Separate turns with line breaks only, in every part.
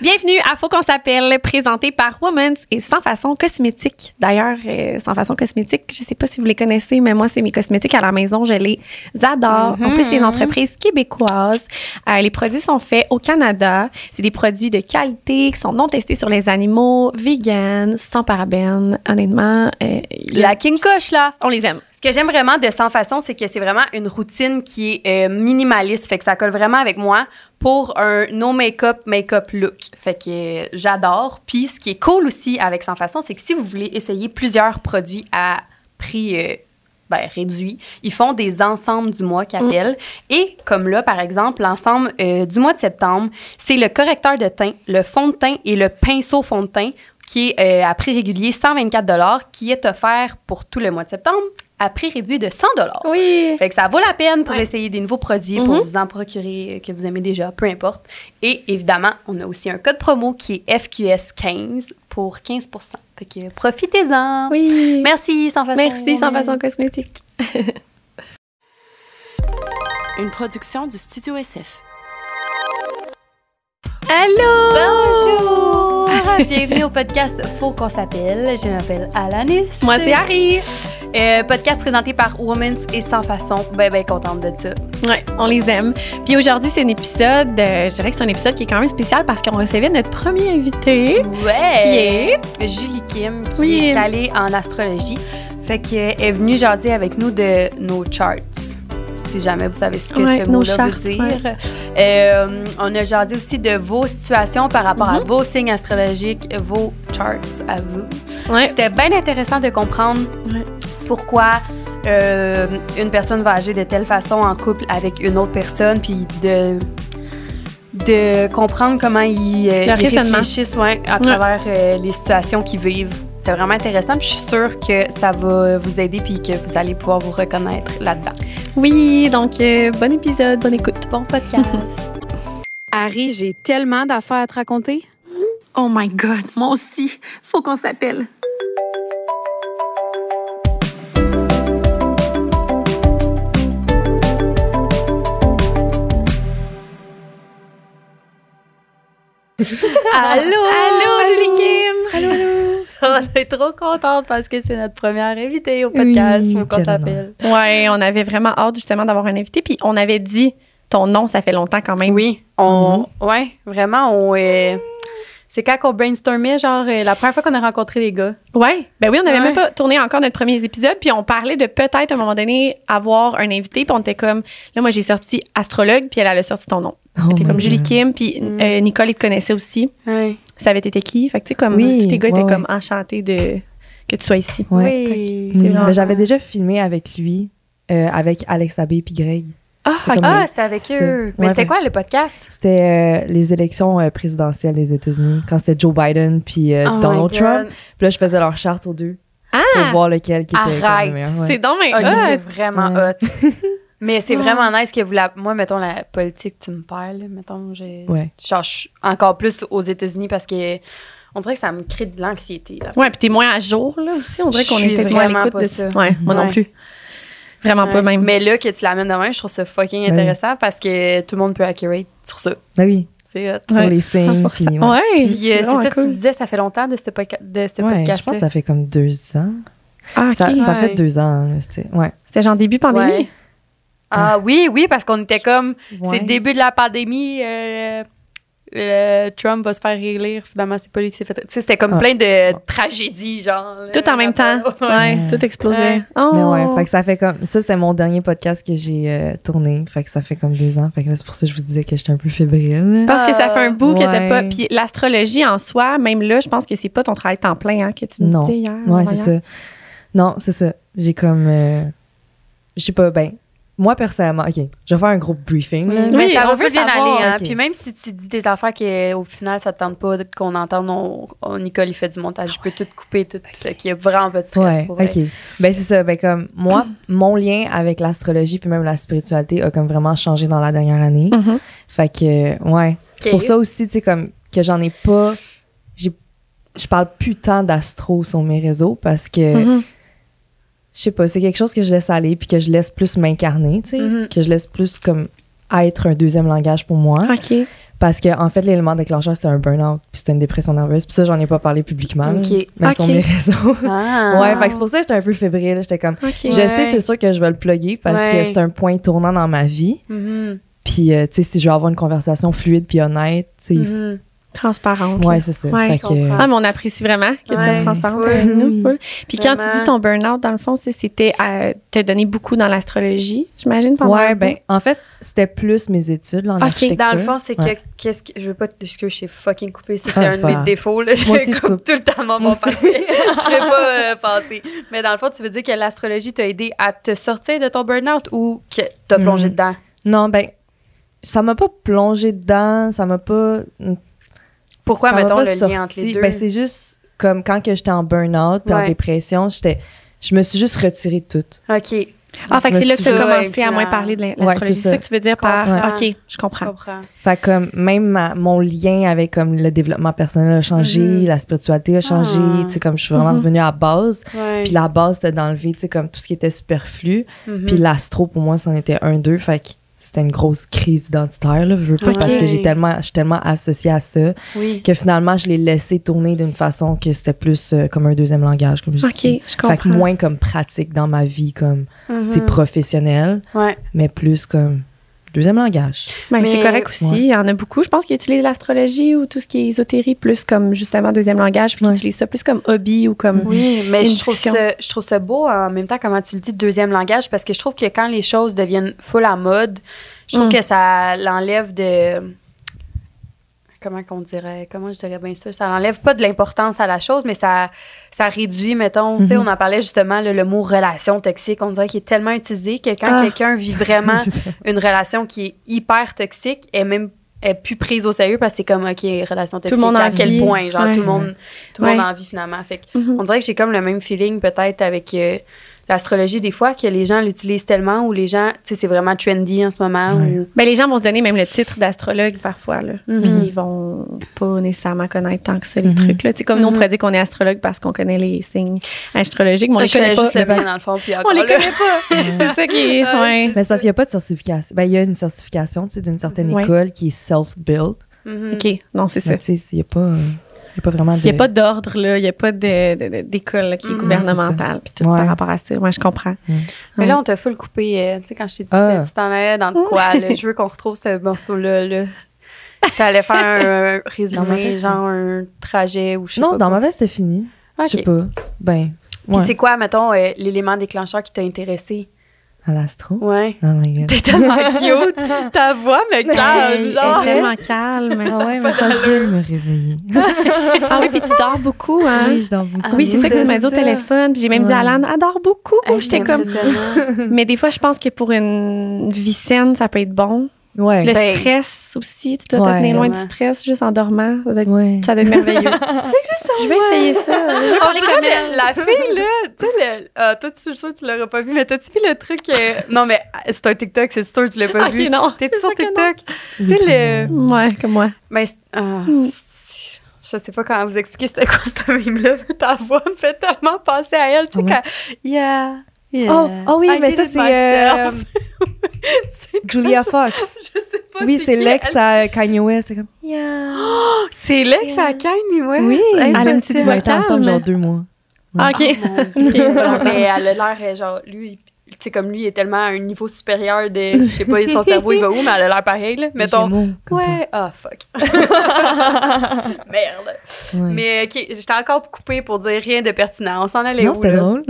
Bienvenue à Faut qu'on s'appelle, présenté par Women's et Sans Façon Cosmétique. D'ailleurs, euh, Sans Façon Cosmétique, je sais pas si vous les connaissez, mais moi, c'est mes cosmétiques à la maison. Je les adore. En plus, c'est une entreprise québécoise. Euh, les produits sont faits au Canada. C'est des produits de qualité qui sont non testés sur les animaux, vegan, sans parabènes. Honnêtement, euh,
La kinkoche, là.
on les aime.
Ce que j'aime vraiment de Sans Façon, c'est que c'est vraiment une routine qui est euh, minimaliste. Fait que ça colle vraiment avec moi pour un no make-up, make-up look. Fait que euh, j'adore. Puis ce qui est cool aussi avec Sans Façon, c'est que si vous voulez essayer plusieurs produits à prix euh, ben, réduit, ils font des ensembles du mois qu'ils appellent. Et comme là, par exemple, l'ensemble euh, du mois de septembre, c'est le correcteur de teint, le fond de teint et le pinceau fond de teint qui est euh, à prix régulier 124 qui est offert pour tout le mois de septembre à prix réduit de 100
Oui.
fait que ça vaut la peine pour
Ouais. Mhm.
essayer des nouveaux produits, pour vous en procurer euh, que vous aimez déjà, peu importe. Et évidemment, on a aussi un code promo qui est FQS15 pour 15 Fait que profitez-en.
Oui.
Merci, sans façon.
Merci Sans Façon Cosmétique.
Une production du Studio SF.
Allô!
Bonjour! Bienvenue au podcast Faut qu'on s'appelle. Je m'appelle Alanis.
Moi, c'est Harry.
Euh, podcast présenté par Women's et Sans Façon. Ben, ben, contente de ça.
Ouais, on les aime. Puis aujourd'hui, c'est un épisode, euh, je dirais que c'est un épisode qui est quand même spécial parce qu'on recevait notre premier invité.
Ouais! Qui est Julie Kim, qui
Oui.
est calée en astrologie. Fait qu'elle est venue jaser avec nous de nos charts. Si jamais vous savez ce que
Ouais,
ce
nos
mot-là
charts,
veut dire. Euh, on a jasé aussi de vos situations par rapport
Mm-hmm.
à vos signes astrologiques, vos charts à vous.
Eh,
Ouais.
C'était bien intéressant de comprendre
Ouais.
pourquoi euh, une personne va agir de telle façon en couple avec une autre personne, puis de de comprendre comment ils, euh,
Le
ils
raisonnement.
réfléchissent ouais, à
Ouais.
travers euh, les situations qu'ils vivent. C'est vraiment intéressant, puis je suis sûre que ça va vous aider puis que vous allez pouvoir vous reconnaître là-dedans.
Oui, donc euh, bon épisode, bonne écoute. Bon podcast.
Harry, j'ai tellement d'affaires à te raconter.
Oh my God, moi aussi. Faut qu'on s'appelle.
Allô!
Allô, Julie Kim! Allô,
On est trop contente parce que c'est notre première invitée au
podcast, Oui, faut qu'on quel s'appelle.
allô! Ouais, on avait vraiment hâte justement d'avoir un invité, puis on avait dit ton nom, ça fait longtemps quand même.
Oui, on,
Mm-hmm.
ouais, vraiment, on, euh, c'est quand on brainstormait, genre, euh, la première fois qu'on a rencontré les gars.
Ouais, ben oui, on n'avait
Ouais.
même pas tourné encore notre premier épisode, puis on parlait de peut-être à un moment donné avoir un invité, puis on était comme, là, moi j'ai sorti astrologue, puis elle, elle a sorti ton nom.
Oh
Elle était
my
comme Julie
God.
Kim, puis
Mm.
euh, Nicole, il te connaissait aussi.
Oui.
savait été qui. Fait que, tu sais, comme
Oui,
tous les gars
ouais,
étaient
ouais.
comme enchantés de, que tu sois ici.
Ouais.
c'est
Mm.
vraiment-
Mais J'avais déjà filmé avec lui, euh, avec Alex Abbé puis Greg.
Ah,
C'est
ok.
comme-
Ah, c'était avec
C'est-
eux. Mais
ouais,
c'était
ouais.
quoi le podcast?
C'était euh, les élections euh, présidentielles des États-Unis, quand c'était Joe Biden puis euh,
Oh my
Donald
God.
Trump. Puis là, je faisais leur charte aux deux pour
Ah,
voir lequel qui était comme
Arrête.
le meilleur. ouais.
c'est donc bien
Ok, c'est
hot.
vraiment
Ah, Ouais.
hot. Mais c'est
Ouais.
vraiment nice que vous la. Moi, mettons, la politique, tu me perds, là. Mettons, j'ai.
Ouais.
Genre, je suis encore plus aux États-Unis parce que. On dirait que ça me crée de l'anxiété, là.
Ouais, puis t'es moins à jour, là, aussi. On dirait
Je
qu'on
suis
est peut-être moins à
vraiment
l'écoute
pas
de
ça.
Ouais, moi non
Ouais.
plus. Vraiment pas
Ouais.
même.
Mais là, que tu l'amènes demain, je trouve ça fucking
Ouais.
intéressant parce que tout le monde peut accurate sur ça.
Ben oui,
C'est hot.
sur
Ouais,
les signes.
100%.
puis, ouais.
Ouais.
Puis, euh, c'est
vraiment
ça, tu
cool.
disais, ça fait longtemps de ce, podca- de ce
Ouais,
podcast.
je pense que ça fait comme deux ans.
Ah, ok.
Ça, ça fait
Ouais.
deux ans. là, c'était- Ouais.
C'était genre début pandémie.
Ouais. Ah oui, oui, parce qu'on était comme. C'est
Ouais.
le début de la pandémie. euh, euh, Trump va se faire réélire. Finalement, c'est pas lui qui s'est fait. Tu sais, c'était comme
Ah.
plein de tragédies, genre.
Tout en même temps. Ouais,
Ouais.
tout explosait.
Ouais.
Oh.
Mais ouais, fait que ça fait comme. Ça, c'était mon dernier podcast que j'ai euh, tourné. Fait que ça fait comme deux ans. Fait que là, c'est pour ça que je vous disais que j'étais un peu fébrile.
Je pense que ça fait un bout que t'as
Ouais.
pas. Puis l'astrologie en soi, même là, je pense que c'est pas ton travail temps plein hein, que tu me
Non.
disais hier.
Ah,
Ouais,
avant-hier.
c'est ça. Non, c'est ça. J'ai comme. euh, je sais pas, ben. Moi, personnellement, OK, je vais faire un gros briefing. là.
Oui,
Oui,
ça
on
va
veut
bien
savoir,
aller. Hein.
ok.
Puis même si tu dis des affaires qu'au final, ça te tente pas qu'on entende, on, on- Nicole, il fait du montage. Je peux tout couper, tout. Fait qu'il y a vraiment pas de stress
Ouais,
pour vrai.
OK. Ben, c'est ça. Ben, comme moi, mon lien avec l'astrologie puis même la spiritualité a comme vraiment changé dans la dernière année.
Mm.
Mhm.
Fait que, euh, ouais. C'est pour ça aussi, tu sais, comme que j'en ai pas. j'ai- Je parle plus tant d'astro sur mes réseaux parce que.
Mm-hmm.
Mhm.
je sais pas, c'est quelque chose que je laisse aller puis que je laisse plus m'incarner, tu sais,
Mhm.
que je laisse plus comme être un deuxième langage pour moi.
Ok.
Parce que, en fait, l'élément déclencheur, c'était un burn-out, puis c'était une dépression nerveuse. Puis ça, j'en ai pas parlé publiquement,
Ok.
là, même sur
Ok.
mes réseaux.
Ah.
ouais, fait que c'est pour ça que j'étais un peu fébrile. J'étais comme,
OK.
je sais, c'est sûr que je vais le plugger parce
Ouais.
que c'est un point tournant dans ma vie.
Mhm,
Puis, euh, tu sais, si je veux avoir une conversation fluide puis honnête, tu sais, il
mhm.
Transparente.
Ouais, c'est ça.
Ouais,
Fait
je
que- euh,
comprends.
Ah, mais on apprécie vraiment que tu
Ouais.
sois transparente
Ouais.
avec nous. full. Puis quand
Vraiment.
tu dis ton burn-out, dans le fond, c'est- c'était à te donner beaucoup dans l'astrologie, j'imagine, pendant
Ouais,
un
ben, en fait, c'était plus mes études là, en
Ok, dans
architecture.
Dans le fond, c'est que
Ouais.
qu'est-ce que je veux pas parce que je suis fucking coupée, ça,
Ah,
c'est un
c'est
de
pas
mes
grave.
défauts là, je,
Moi aussi, je
coupe
coupe.
tout le temps mon
Moi
moment parfait. je vais pas euh, passer. Mais dans le fond, tu veux dire que l'astrologie t'a aidé à te sortir de ton burn-out ou que t'as
Hmm.
plongé dedans
Non, ben, ça m'a pas plongé dedans, ça m'a pas.
Pourquoi
ça m'a
mettons
pas
le
sorti.
lien entre les deux
Ben, c'est juste comme quand que j'étais en burn-out puis en
Ouais.
dépression, j'étais, je me suis juste retirée de tout.
OK,
Ah, fait que
Je
c'est
me
là que tu
suis-
as
Ouais,
commencé à moins
finalement.
parler de l'in-
Ouais,
l'astrologie. c'est
c'est
ça
ça.
que tu veux dire
Je
par
comprends.
OK, je
Ah.
je
comprends.
comprends.
Fait que, comme même ma- mon lien avec comme le développement personnel a changé,
Mhm.
la spiritualité a changé,
Ah.
tu sais comme je suis vraiment
Mhm.
revenue à base.
Ouais.
Puis la base c'était d'enlever tu sais comme tout ce qui était superflu.
Mhm.
Puis l'astro, pour moi, c'en était un d'eux. Fait que c'était une grosse crise identitaire, là, je veux pas,
Ok.
parce que j'ai tellement, je suis tellement associée à ça
oui.
que finalement, je l'ai laissé tourner d'une façon que c'était plus euh, comme un deuxième langage, comme je
OK,
dis.
je
Fait que
comprends.
moins comme pratique dans ma vie, comme, tu sais,
Mhm.
professionnelle,
Ouais.
mais plus comme deuxième langage.
Ben,
Mais-
c'est correct aussi.
Ouais.
Il y en a beaucoup, je pense, qui utilisent l'astrologie ou tout ce qui est ésotérie plus comme justement deuxième langage, puis
Ouais.
qui utilisent ça plus comme hobby ou comme.
Oui, mais
Une
je trouve,
discussion.
ça, je trouve ça beau en même temps, comment tu le dis, deuxième langage, parce que je trouve que quand les choses deviennent full à mode, je trouve
Mm.
que ça l'enlève de. Comment qu'on dirait? Comment je dirais bien ça? Ça n'enlève pas de l'importance à la chose, mais ça, ça réduit, mettons, tu sais,
Mm-hmm.
Mhm.
on en parlait justement, là, le mot relation toxique, on dirait qu'il est tellement utilisé que quand
Ah.
quelqu'un vit vraiment une relation qui est hyper toxique est même est plus prise au sérieux parce que c'est comme ok relation toxique
monde en
à quel
vit.
point genre
Ouais.
tout le monde tout le
Ouais.
monde en vit finalement fait que
Mhm.
on dirait que j'ai comme le même feeling peut-être avec euh, l'astrologie des fois que les gens l'utilisent tellement ou les gens tu sais c'est vraiment trendy en ce moment
Ouais.
ou
Ben, les gens vont se donner même le titre d'astrologue parfois. Là. Puis ils vont pas nécessairement connaître tant que ça les
Mhm.
trucs. Là. Tu sais, Comme nous, on
Mhm. Mhm.
pourrait dire qu'on est astrologue parce qu'on connaît les signes astrologiques, mais on
Moi,
les
Ah, je connais
connaît pas.
juste le
mais
mien
parce-
dans le fond puis
On
encore
les
là.
connaît pas. c'est ça qui est.
Ouais,
ouais.
Mais c'est parce qu'il n'y a pas de certification. Ben, il y a une certification, tu sais, d'une certaine
Ouais.
école qui est self-built.
Mhm.
OK, non, c'est ça.
Mais tu sais, il n'y a pas, euh, il y a pas vraiment de...
Il n'y a pas d'ordre, là. Il n'y a pas de- de- de- d'école là, qui est
Mhm.
gouvernementale, puis tout
Ouais.
par rapport à ça. Moi, je comprends.
mais
Ouais.
là on t'a full coupé euh, tu sais quand je t'ai dit
Ah.
que tu t'en allais dans le quoi là, je veux qu'on retrouve ce morceau là là t'allais faire un, un
Dans ma
résumé
tête, ça.
genre un trajet ou je sais
Non,
pas
dans
quoi.
ma tête, c'était fini. Je sais
Ok.
pas. Ben,
Puis
ouais.
c'est quoi, mettons, euh, l'élément déclencheur qui t'a intéressé?
À l'astro.
Ouais.
Oh my God.
T'es tellement cute. Ta voix me
Hey,
calme,
elle est
genre.
vraiment calme.
Ah ouais, mais quand je vais me réveiller. Ah
ah oui, puis tu dors beaucoup, hein?
Oui, je dors beaucoup.
Oui, c'est ça Ah, que tu m'as dit au
ça.
téléphone. Puis j'ai même dit
Ouais.
à Alan, elle dort beaucoup.
Hey,
oh, J'étais
c'est
comme.
impressionnant.
Mais des fois, je pense que pour une vie saine, ça peut être bon.
Ouais.
Le
Ben-
stress aussi, tu dois
Ouais.
te tenir loin du
Ouais.
stress juste en dormant. Ça doit être,
Ouais.
ça doit être merveilleux. je vais essayer ça. Je vais
On
parler
dirait
comme elle.
que la fille, là, tu sais, le- ah, toi, tu je suis sûre que tu l'auras pas vu, mais t'as-tu vu le truc? euh, Non, mais ah, c'est un TikTok, c'est sûr que tu l'as pas
Ah, Ok,
vu.
non.
T'es-tu sur
sûr que
TikTok? Tu sais, le.
Ouais, comme moi.
Mais. c'est- ah,
Mm.
c'est- Je sais pas comment vous expliquer c'était quoi ce mime-là, mais ta voix me fait tellement penser à elle, tu sais,
Ah
quand. Yeah. yeah,
Oh, oh oui,
I
mais
did
ça,
it
c'est
myself.
euh, Julia Fox.
Je sais pas.
Oui, c'est
qui,
l'ex
elle.
à Kanye West. C'est comme.
C'est l'ex à Kanye West.
Oui.
Hey,
Elle a une
c'est-
petite
On
voix
a été ensemble genre deux mois.
Ah, OK.
Ok, bon, mais elle a l'air, euh, genre, lui, il- tu sais, comme lui, il est tellement à un niveau supérieur de. Je sais pas, son cerveau, il va où, mais elle a l'air pareil, là. Mettons.
Gémeaux, comme
Ouais, ah, fuck. Merde.
toi. Ouais.
Mais, ok, j'étais encore coupée pour dire rien de pertinent. On s'en allait
Non,
où,
c'était
là?
drôle.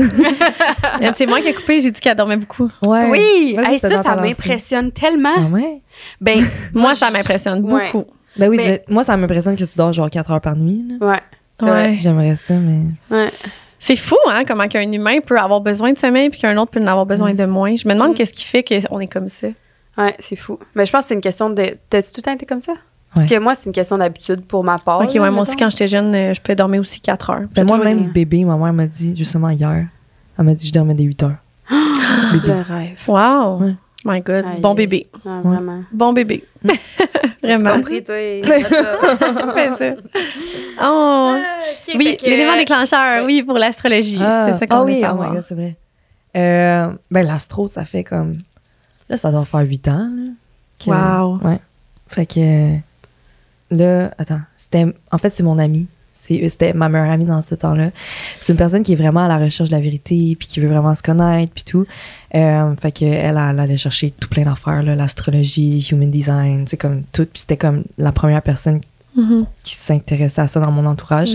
C'est moi qui ai coupé, j'ai dit qu'elle dormait beaucoup.
Ouais.
Oui, hein?
Ouais,
hey, ça,
c'était dans
ça
ta lancée.
m'impressionne tellement.
Ah ouais?
Ben,
Moi, ça m'impressionne
Ouais.
beaucoup.
Ben oui,
Mais-
moi, ça m'impressionne que tu dors genre 4 heures par nuit. là.
ouais. c'est vrai.
Ouais.
J'aimerais ça, mais.
Ouais.
C'est fou, hein, comment qu'un humain peut avoir besoin de sommeil puis qu'un autre peut en avoir
Mm.
besoin de moins. Je me demande qu'est-ce qui fait qu'on est comme ça.
Ouais, c'est fou. Mais je pense que c'est une question de. T'as-tu tout le temps été comme ça?
Ouais.
Parce que moi, c'est une question d'habitude pour ma part.
OK,
là,
ouais, moi aussi,
mettons.
quand j'étais jeune, euh, je pouvais dormir aussi 4 heures.
Ah, Ben,
J'ai
moi,
toujours
même
été-
bébé, ma mère m'a dit, justement hier, elle m'a dit je dormais des 8 heures. bébé.
Le rêve.
Wow!
Ouais.
My God.
Aïe,
Bon
aïe.
bébé.
Ouais, Vraiment.
Bon bébé. Vraiment.
T'as compris, toi. et- Ah,
Fais ça. Oh.
ok,
Oui,
fait que-
l'élément déclencheur,
ouais.
oui, pour l'astrologie.
Ah,
c'est ça
ah
qu'on
oui,
veut
oh
savoir.
my god, c'est vrai. Euh, ben, l'astro, ça fait comme. Là, ça doit faire 8 ans. Là, que-
Wow.
Ouais. Fait que. là, attends, c'était, en fait, c'est mon ami. C'est- C'était ma meilleure amie dans ce temps-là. C'est une personne qui est vraiment à la recherche de la vérité, puis qui veut vraiment se connaître, puis tout. Euh, fait qu'elle, elle allait chercher tout plein d'affaires, là, l'astrologie, human design, c'est comme tout. Puis c'était comme la première personne
Mhm.
qui s'intéressait à ça dans mon entourage.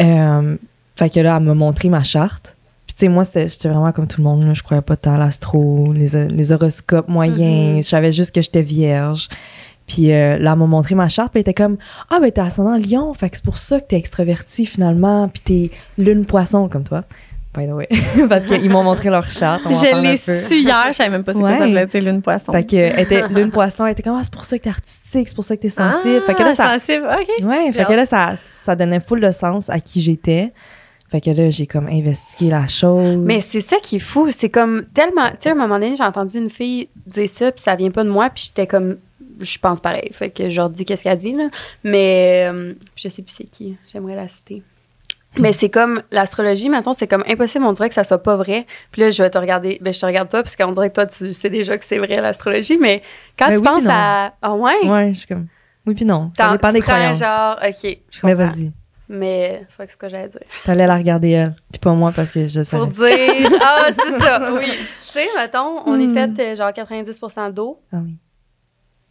Euh, fait que là, elle m'a montré ma charte. Puis, tu sais, moi, c'était- j'étais vraiment comme tout le monde. là. Je croyais pas tant à l'astro, les, les horoscopes moyens.
Mm-hmm.
Je savais juste que j'étais vierge. Puis euh, là, elle m'a montré ma charte. Puis, elle était comme Ah, ben, t'es ascendant lion. Fait que c'est pour ça que t'es extraverti finalement. Puis, t'es lune poisson comme toi. By the way. Parce qu'ils m'ont montré leur charte. on va en
Je
parler un
l'ai
peu.
su hier, je savais même pas ce
Ouais.
que ça voulait dire l'une poisson.
Fait que, euh, elle était lune poisson. Elle était comme Ah, c'est pour ça que t'es artistique. C'est pour ça que t'es sensible.
Ah,
fait que là, ça,
sensible, OK.
Ouais, fait
hâte.
que là, ça, ça donnait full de sens à qui j'étais. Fait que là, j'ai comme investigué la chose.
Mais c'est ça qui est fou. C'est comme tellement. Tu sais, à un moment donné, j'ai entendu une fille dire ça, puis ça vient pas de moi, puis j'étais comme. Je pense pareil. Fait que je leur dis qu'est-ce qu'elle dit, là. Mais euh, je sais plus c'est qui. J'aimerais la citer. Mais c'est comme l'astrologie, maintenant, c'est comme impossible. On dirait que ça soit pas vrai. Puis là, je vais te regarder. Ben, je te regarde toi, parce qu'on dirait que toi, tu sais déjà que c'est vrai l'astrologie. Mais quand
Ben
tu
oui,
penses
puis non.
à. Ah ouais?
Ouais, je suis comme. Oui, puis non. Ça
T'en-
dépend
tu
des
prends
croyances.
genre, OK, je comprends.
Mais vas-y.
Mais, fuck, c'est quoi j'allais dire.
T'allais la regarder, elle. Puis pas moi, parce que je le
Pour
savais.
dire, ah, c'est ça, oui. Tu sais, mettons, on est fait euh, genre 90 d'eau.
Ah oui.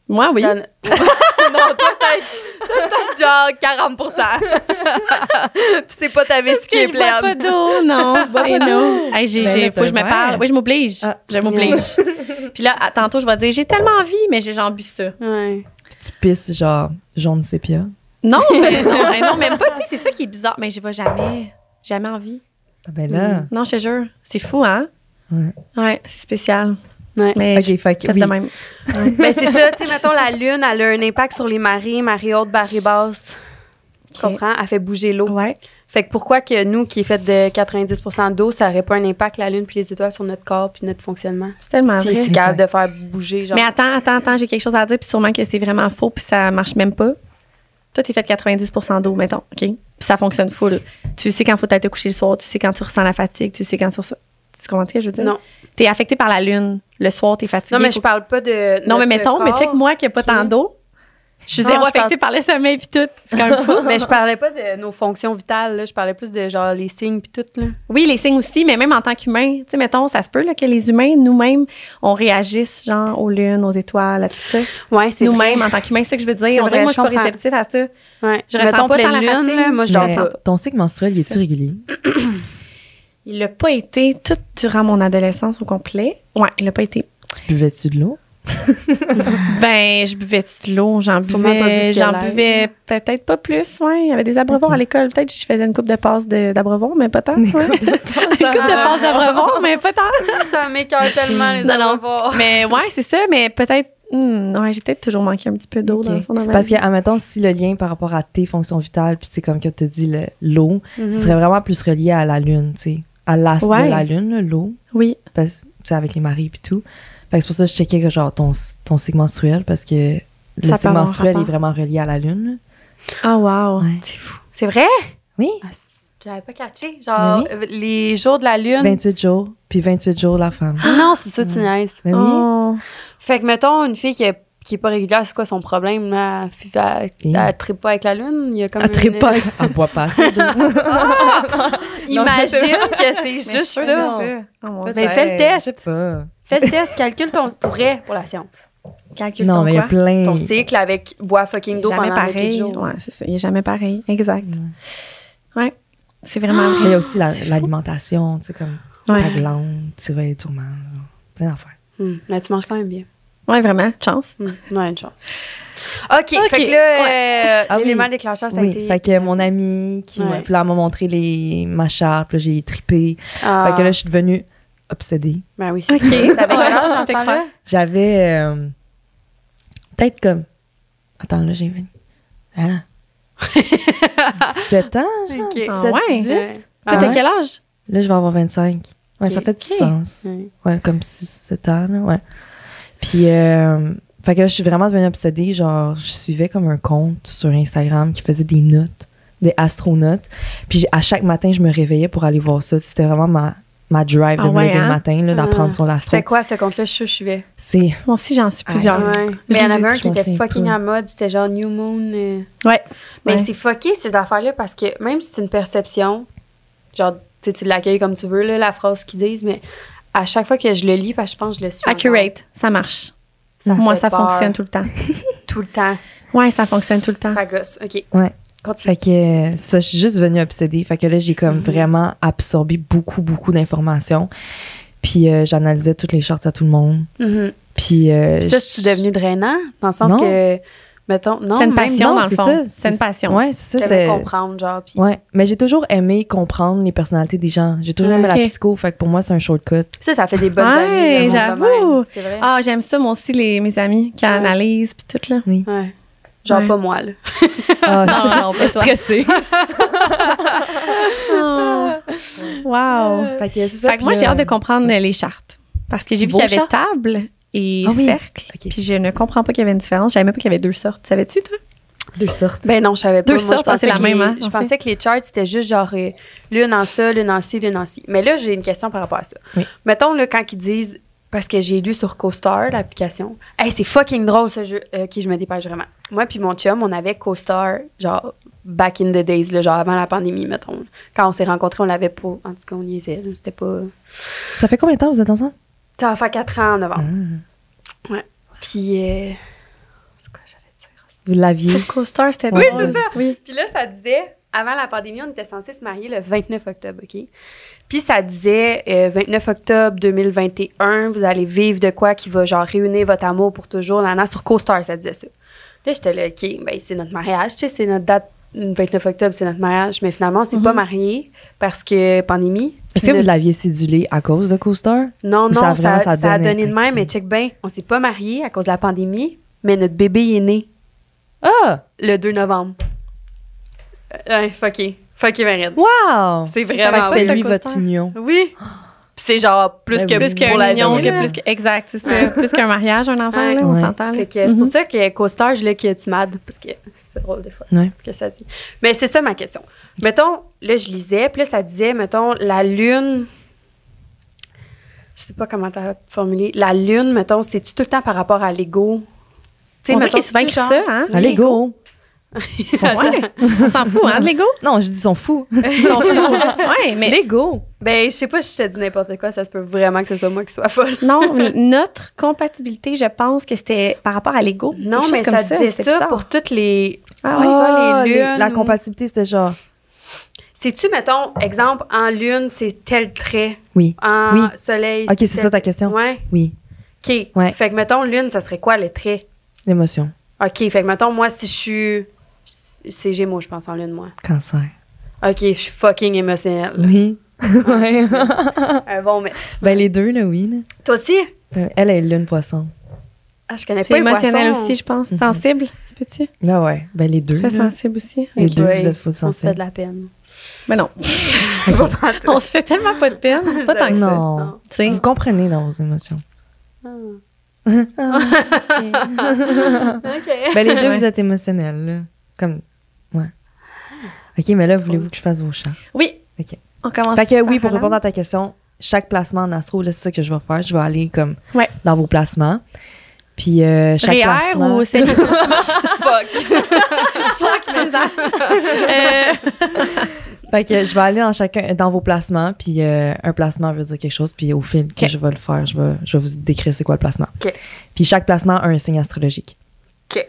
Moi, oui.
Dans- non, peut-être, peut-être genre 40 Puis c'est pas ta vie qui
que
est
je bois pas
pleine.
d'eau, Ah, non, je bois pas d'eau. Hey, j'ai,
Ben
j'ai-
là,
faut que je me
ouais.
parle. Oui, je m'oblige.
Ah.
je m'oblige. Puis là, à- tantôt, je vais dire, j'ai tellement envie, mais j'ai j'en bu ça.
Ouais.
Tu pisses, genre, jaune sépia.
Non, mais non, mais Ben, non, même pas. Tu sais, c'est ça qui est bizarre. Mais je vais jamais, jamais envie.
Ah ben là.
Non, je te jure, c'est fou, hein?
Ouais.
Ouais, c'est spécial.
Ouais.
Mais
Ok, fait
je-
que. Oui.
de même.
Ben, c'est ça, tu sais, mettons, la lune, elle a un impact sur les marées, marée haute, marée basse. Tu
Ok.
comprends? Elle fait bouger l'eau.
Ouais.
Fait que pourquoi que nous, qui est fait de 90 d'eau, ça aurait pas un impact, la lune puis les étoiles, sur notre corps puis notre fonctionnement?
C'est tellement
Si
vrai.
c'est capable de faire bouger, genre.
Mais attends, attends, attends, j'ai quelque chose à dire, puis sûrement que c'est vraiment faux, puis ça marche même pas. Toi, t'es fait 90 d'eau, mettons, OK? Puis ça fonctionne full. Tu sais quand faut t'être couché le soir, tu sais quand tu ressens la fatigue, tu sais quand tu reçois... Tu comprends ce que je veux dire?
Non.
T'es affecté par la lune. Le soir, t'es fatigué.
Non, mais je
Faut-
parle pas de.
Non, mais
notre
mettons, mais
corps.
check moi qui a pas
Ok.
tant d'eau. Je suis
Non,
zéro
je parle-
affectée par le sommeil puis tout. C'est quand même fou.
mais je parlais pas de nos fonctions vitales, là. je parlais plus de genre les signes puis tout. Là.
Oui, les signes aussi, mais même en tant qu'humain, tu sais, mettons, ça se peut là, que les humains, nous-mêmes, on réagisse genre aux lunes, aux étoiles, à tout ça.
Ouais, c'est
Nous-mêmes, en tant qu'humains, c'est ce que je veux
C'est
dire. On dirait que moi, je
vrai, je
suis pas
comprends.
réceptive à ça.
Ouais.
Je ressens
mettons
pas tant
pleine
la
lune,
fatigue.
là, moi je dors
Mais
pas.
ton cycle menstruel, il est-tu régulier?
Il l'a pas été tout durant mon adolescence au complet. Ouais, il l'a pas été.
Tu buvais-tu de l'eau?
Ben, je buvais de l'eau, j'en
Sûrement pas
buvais,
plus que
j'en
l'air.
buvais peut-être pas plus, ouais. Il y avait des abreuvoirs
Ok.
à l'école, peut-être que je faisais une coupe de passe de- d'abreuvoirs, mais pas tant. ouais. Une coupe de passe d'abreuvoirs, mais pas tant.
Ça m'écoeure tellement les
Non, non.
abreuvoirs.
Mais ouais, c'est ça, mais peut-être hmm, ouais, j'ai peut-être toujours manqué un petit peu d'eau dans le
Ok.
fond de ma
Parce que,
vie.
admettons, si le lien par rapport à tes fonctions vitales, puis c'est comme que tu dis le- l'eau,
Mhm.
ce serait vraiment plus relié à la lune, tu sais. À l'as
Mm-hmm. Ouais.
de la lune, là, l'eau.
Oui.
parce tu sais, avec les maris puis tout. Fait que c'est pour ça que je checkais que genre ton, ton cycle menstruel parce que le
Ça peut
cycle
avoir
menstruel
rapport.
est vraiment relié à la lune.
Ah wow.
Ouais.
C'est fou. C'est vrai?
Oui,
J'avais pas catché. Genre,
Mais
euh, les jours de la lune.
28 jours, puis 28 jours la femme.
Non, c'est ça, Ben, tu Ah! Hmm. niaises.
Mais oui,
Oh.
Fait que, mettons, une fille qui est, qui est pas régulière, c'est quoi son problème? Là? Elle, elle, elle,
Et-
trippe pas avec la lune? Il y a comme
à
une-
trépas, à bois pas assez d'eau.
Imagine que c'est juste
Juste
ça.
Oh mon
Ben, fais le
Peut-être,
test.
Je sais pas.
Fais le test, calcule ton pour vrai pour la science.
Calcule
Non,
ton
mais il y a
quoi.
plein.
Ton cycle avec bois fucking d'eau
jamais
pendant pareil.
pareil.
jours.
Ouais, c'est ça. Il est jamais pareil. Exact. Ouais. C'est vraiment
Il y
vrai.
a aussi la- l'alimentation, tu sais, comme
Ouais.
la glande, tirer tourment, genre, plein d'affaires.
Hmm, mais tu manges quand même bien.
Ouais, vraiment. Chance.
Hmm, ouais, une chance. OK,
Ok,
fait que là, euh,
Ah oui.
l'élément déclencheur, ça a
Oui,
été...
fait que mon ami, qui,
Ouais.
puis là, elle m'a montré les, ma charte, puis là, j'ai tripé.
Ah,
Fait que là, je suis devenue obsédée.
Ben oui, c'est
Ok.
ça. T'avais quel
Ouais,
âge
je
en ce
te
temps-là?
crois.
J'avais euh, peut-être comme. Attends, là, j'ai 20. Hein? 17 ans? Genre,
Ok.
17,
Ah ouais.
18?
Ouais.
Toi,
Ah
T'as
ouais?
quel âge?
Là, je vais avoir 25. Ouais, ça
Ok.
fait du
Ok.
sens.
ouais.
Ouais, comme 6, 7 ans, là, ouais. Puis, euh, fait que là, je suis vraiment devenue obsédée. Genre, je suivais comme un compte sur Instagram qui faisait des notes, des astronautes. Puis, j'ai- à chaque matin, je me réveillais pour aller voir ça. C'était vraiment ma, ma drive de
Ah
me
ouais,
lever
hein?
le matin, là, d'apprendre sur l'astro.
C'était quoi ce compte-là? Je, je suivais.
C'est
Moi aussi, j'en suis
Ah,
plusieurs.
ouais.
Mais il y en
Je
avait un
me
qui était
souviens
fucking
pas.
en mode, c'était genre New Moon. euh.
Ouais.
Mais
Ouais.
c'est fucké ces affaires-là parce que même si c'est une perception, genre, tu sais, tu l'accueilles comme tu veux, là, la phrase qu'ils disent, mais à chaque fois que je le lis, parce que je pense que je le suis. encore.
Accurate, ça marche.
Ça
Moi,
fait
ça
peur
fonctionne tout le temps.
tout le temps.
Ouais, ça fonctionne tout le temps.
Ça gosse. OK.
Ah. Ouais.
Continue.
Fait que euh, ça, je suis juste venue obsédée. Fait que là, j'ai comme vraiment absorbé beaucoup, beaucoup d'informations. Puis euh, j'analysais toutes les chartes à tout le monde.
Mhm.
Puis euh,
Puis ça, c'est-tu
je-
devenu drainant? Dans le sens
Non.
que, mettons, non,
C'est une
même
passion,
non,
dans le
c'est
fond.
ça,
C'est une
c'est-
passion.
Ouais, c'est ça.
J'aimais
c'était-
comprendre, genre. Puis
Ouais, mais j'ai toujours aimé comprendre les personnalités des gens. J'ai toujours aimé
Ok.
la psycho, fait que pour moi, c'est un shortcut.
ça, ça fait des bonnes
Ouais,
années. le monde de
j'avoue.
même. C'est vrai.
Ah, j'aime ça, moi aussi, les, mes amis qui
Ouais.
analysent, puis tout, là.
Ouais. Genre
Ouais.
pas moi, là.
Ah,
non, pas toi.
stressé.
Ah. Wow.
fait que c'est ça.
Fait que
puis euh,
moi,
là-
j'ai hâte de comprendre les chartes. Parce que j'ai vu
Vos
qu'il y avait
chartes?
table et
Ah oui.
cercle.
Ok.
Puis je ne comprends pas qu'il y avait une différence. Je savais même pas qu'il y avait deux sortes. Savais-tu, toi?
Deux sortes.
Ben non, je savais pas.
Deux
Moi, je
sortes, ah,
pensais
c'est la
que
même,
les-
hein,
Je
en
pensais que les charts, c'était juste genre euh, l'une en ça, l'une en ci, l'une en ci. Mais là, j'ai une question par rapport à ça.
Oui.
Mettons, là, quand ils disent. Parce que j'ai lu sur CoStar, l'application. Hey, c'est fucking drôle ce jeu. Euh, Ok, je me dépêche vraiment. Moi puis mon chum, on avait CoStar, genre, back in the days, là, genre avant la pandémie, mettons. Quand on s'est rencontrés, on l'avait pas. En tout cas, on y était. C'était pas.
Ça fait combien de temps vous êtes ensemble?
Ça va faire 4 ans en
Mm.
novembre.
Ah,
Puis. euh, C'est quoi, j'allais dire?
vous l'aviez.
co-star, c'était
Oui,
drôle.
c'est ça.
Oui.
Puis là, ça disait, avant la pandémie, on était censé se marier le 29 octobre, OK? Puis ça disait, euh, 29 octobre 2021, vous allez vivre de quoi qui va genre réunir votre amour pour toujours, nana, sur CoStar, ça disait ça. Là, j'étais là, OK, ben c'est notre mariage, tu sais, c'est notre date, le 29 octobre, c'est notre mariage, mais finalement, on s'est pas mariés parce que pandémie.
Mhm. Est-ce que vous l'aviez sédulé à cause de Coaster?
Non,
Ou
non,
ça
ça,
a vraiment- ça
ça
a
a
donné-
donné de même,
ok.
mais check bien, on s'est pas mariés à cause de la pandémie, mais notre bébé est né
Ah!
le 2 novembre. Euh, fucké, fucké, Marine.
Wow!
C'est
Fait
vraiment
que c'est
oui.
lui
Le
votre
coaster.
union.
Oui. Puis c'est genre plus
Ben
que
oui.
Plus
Pour
qu'un
la
union,
donner,
que
là.
plus que- exact, c'est ça. plus qu'un mariage, un enfant,
Ouais.
là, on
Ouais.
s'entend. là. Ah Mhm.
Fait que c'est pour ça que co-star, je l'ai que tu m'aides parce que c'est drôle des fois
Ouais.
que ça dit. Mais c'est ça ma question. Mettons, là je lisais, puis là ça disait mettons la lune je sais pas comment t'as formulé. La lune, mettons, c'est-tu tout le temps par rapport à l'ego? Tu sais,
On dirait
mettons,
qu'ils se vainquent
c'est-tu genre-
ça, hein?
Allez, go!
Ils sont
Ouais. on s'en fout, hein, de l'ego?
Non, je dis, ils sont fous.
Ils s'en foutent. Ouais, mais
Allez, go!
Ben, je sais pas si je te dis n'importe quoi, ça se peut vraiment que ce soit moi qui soit folle.
non, notre compatibilité, je pense que c'était par rapport à l'ego.
Non,
quelque
mais
chose comme
ça, disait
c'est
ça
bizarre.
pour toutes les,
Ah ouais.
Ah,
Ah,
les
les-
lunes
la
ou-
compatibilité, c'était genre.
C'est-tu, mettons, exemple, en lune, c'est tel trait?
Oui.
En
Oui.
soleil?
Ok, c'est
tel-
ça ta question?
Ouais.
Oui,
OK.
Ouais.
Fait que, mettons, lune, ça serait quoi le trait?
l'émotion.
OK. Fait que, mettons, moi, si je suis. C'est Gémeaux, je pense, en lune, moi.
Cancer. Ah,
OK, je suis fucking émotionnelle.
Oui. Ouais.
Un bon, mais.
ben, les deux, là, oui. là.
Toi aussi?
Euh, elle est lune poisson.
Ah, je connais
C'est
pas
émotionnel
le
aussi, je pense. Sensible, c'est petit.
Ben ouais, ben les deux.
Très
là.
sensible aussi.
Les deux,
ouais.
vous êtes full
On se fait de
sensibles.
la peine.
Mais non,
Ok.
on se fait tellement pas de peine. Pas tant que ça.
Non.
Non.
Tu sais.
Vous comprenez dans vos émotions.
OK.
Ben les deux,
Ouais.
vous êtes émotionnels. là. Comme, ouais. Ok, mais là, voulez-vous que je fasse vos chats?
Oui.
Ok.
On commence.
Fait que
par
oui, pour
Alan.
répondre à ta question, chaque placement en astro, là, c'est ça que je vais faire. Je vais aller comme
Ouais.
dans vos placements. Puis euh, chaque
REER
placement.
ou c'est
Fuck.
Fait que je vais aller dans chacun, dans vos placements. Puis euh, un placement veut dire quelque chose. Puis au fil que
Ok.
je vais le faire, je vais, je vais vous décrire c'est quoi le placement.
Ok.
Puis chaque placement a un signe astrologique.
OK.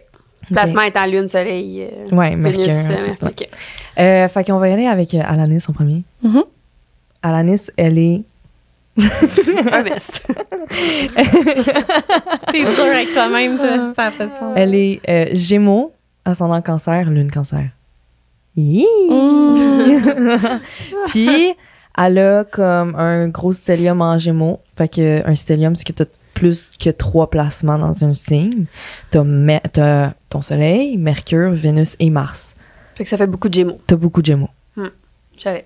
Placement est en lune, soleil. euh,
Ouais, Mercure.
Vénus, euh,
ok,
Mercure.
ouais.
OK.
Euh, fait qu'on va y aller avec euh, Alanis en premier.
Mm-hmm.
Mhm.
Alanis, elle est.
Un best.
T'es dur avec toi-même, toi. Ça a pas de sens.
Elle est euh, Gémeaux, ascendant cancer, lune cancer. Hi! Puis, elle a comme un gros stellium en Gémeaux. Fait que un stellium, c'est que t'as plus que trois placements dans un signe. T'as Me- t'as ton soleil, Mercure, Vénus et Mars.
Fait que ça fait beaucoup de Gémeaux.
T'as beaucoup de Gémeaux.
Je savais.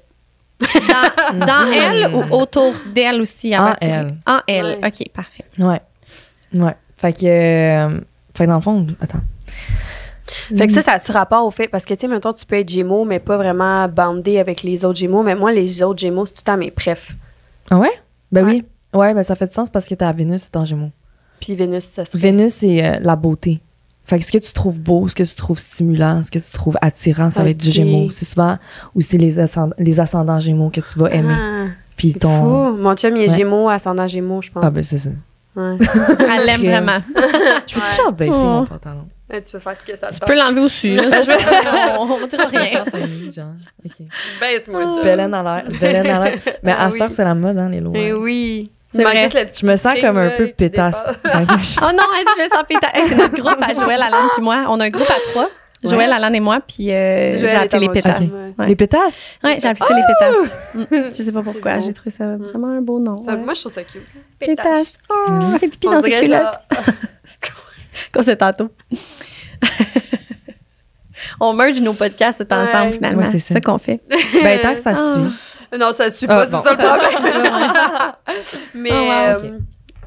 Dans, dans elle ou autour d'elle aussi? à
En
partir-
Ah, elle.
En Ah, elle.
Ouais.
OK, parfait.
Ouais. Ouais. Fait que. euh, fait que dans le fond, attends.
Fait que
Mm.
ça, ça a-tu rapport au fait? Parce que, tu sais, maintenant, tu peux être Gémeaux, mais pas vraiment bandé avec les autres Gémeaux. Mais moi, les autres Gémeaux, c'est tout le temps mes prefs.
Ah ouais? Ben
Ouais.
oui. Ouais, ben ça fait du sens parce que ta Vénus est en Gémeaux.
Puis Vénus, ça serait.
Vénus, c'est euh, la beauté. Fait que ce que tu trouves beau, ce que tu trouves stimulant, ce que tu trouves attirant, ça va être du
Ok.
Gémeaux. C'est souvent aussi les, ascend- les ascendants Gémeaux que tu vas aimer.
Ah,
Puis
c'est
ton.
fou. Mon chum, il est
Ouais.
Gémeaux, ascendant Gémeaux, je pense.
Ah ben c'est ça.
Ouais.
Elle l'aime
Ok.
vraiment.
Je peux-tu genre baisser
Oh.
mon pantalon?
Ouais, tu peux faire ce que ça te
Tu peux l'enlever aussi. là. Je veux- on ne dira rien.
genre. OK.
Baisse-moi ça.
Belen à l'air. Belen à l'air. Mais à cette heure, c'est la mode, hein, les lois.
Ah Eh oui.
C'est vrai.
Je me sens comme un peu pétasse. quand je-
Oh non, elle dit, je vais s'en péter. Hey, C'est notre groupe à Joël, Alan puis moi. On a un groupe à trois.
Ouais.
Joël, Alan et moi, puis euh,
Joël
j'ai
est
appelé
en
les
mode Oh!
pétasses.
chat.
Ouais.
Les pétasses?
Ouais, j'ai appelé ça les pétasses. Mm. Je sais pas pourquoi,
beau.
j'ai trouvé ça vraiment un beau nom. ouais.
Moi, je trouve Mm. ça cute.
Pétasses. Oh,
Mm.
les pipis
On
dans ses
dirait
culottes.
genre-
Qu'on sait tantôt. On merge nos podcasts tout ensemble,
Ouais.
finalement.
Ouais, c'est
c'est
ça.
ça qu'on fait.
Ben tant que ça
Ah.
suit.
Non, ça suit
Ah,
pas,
bon.
c'est ça le problème. Mais.
Ah,
wow,
euh,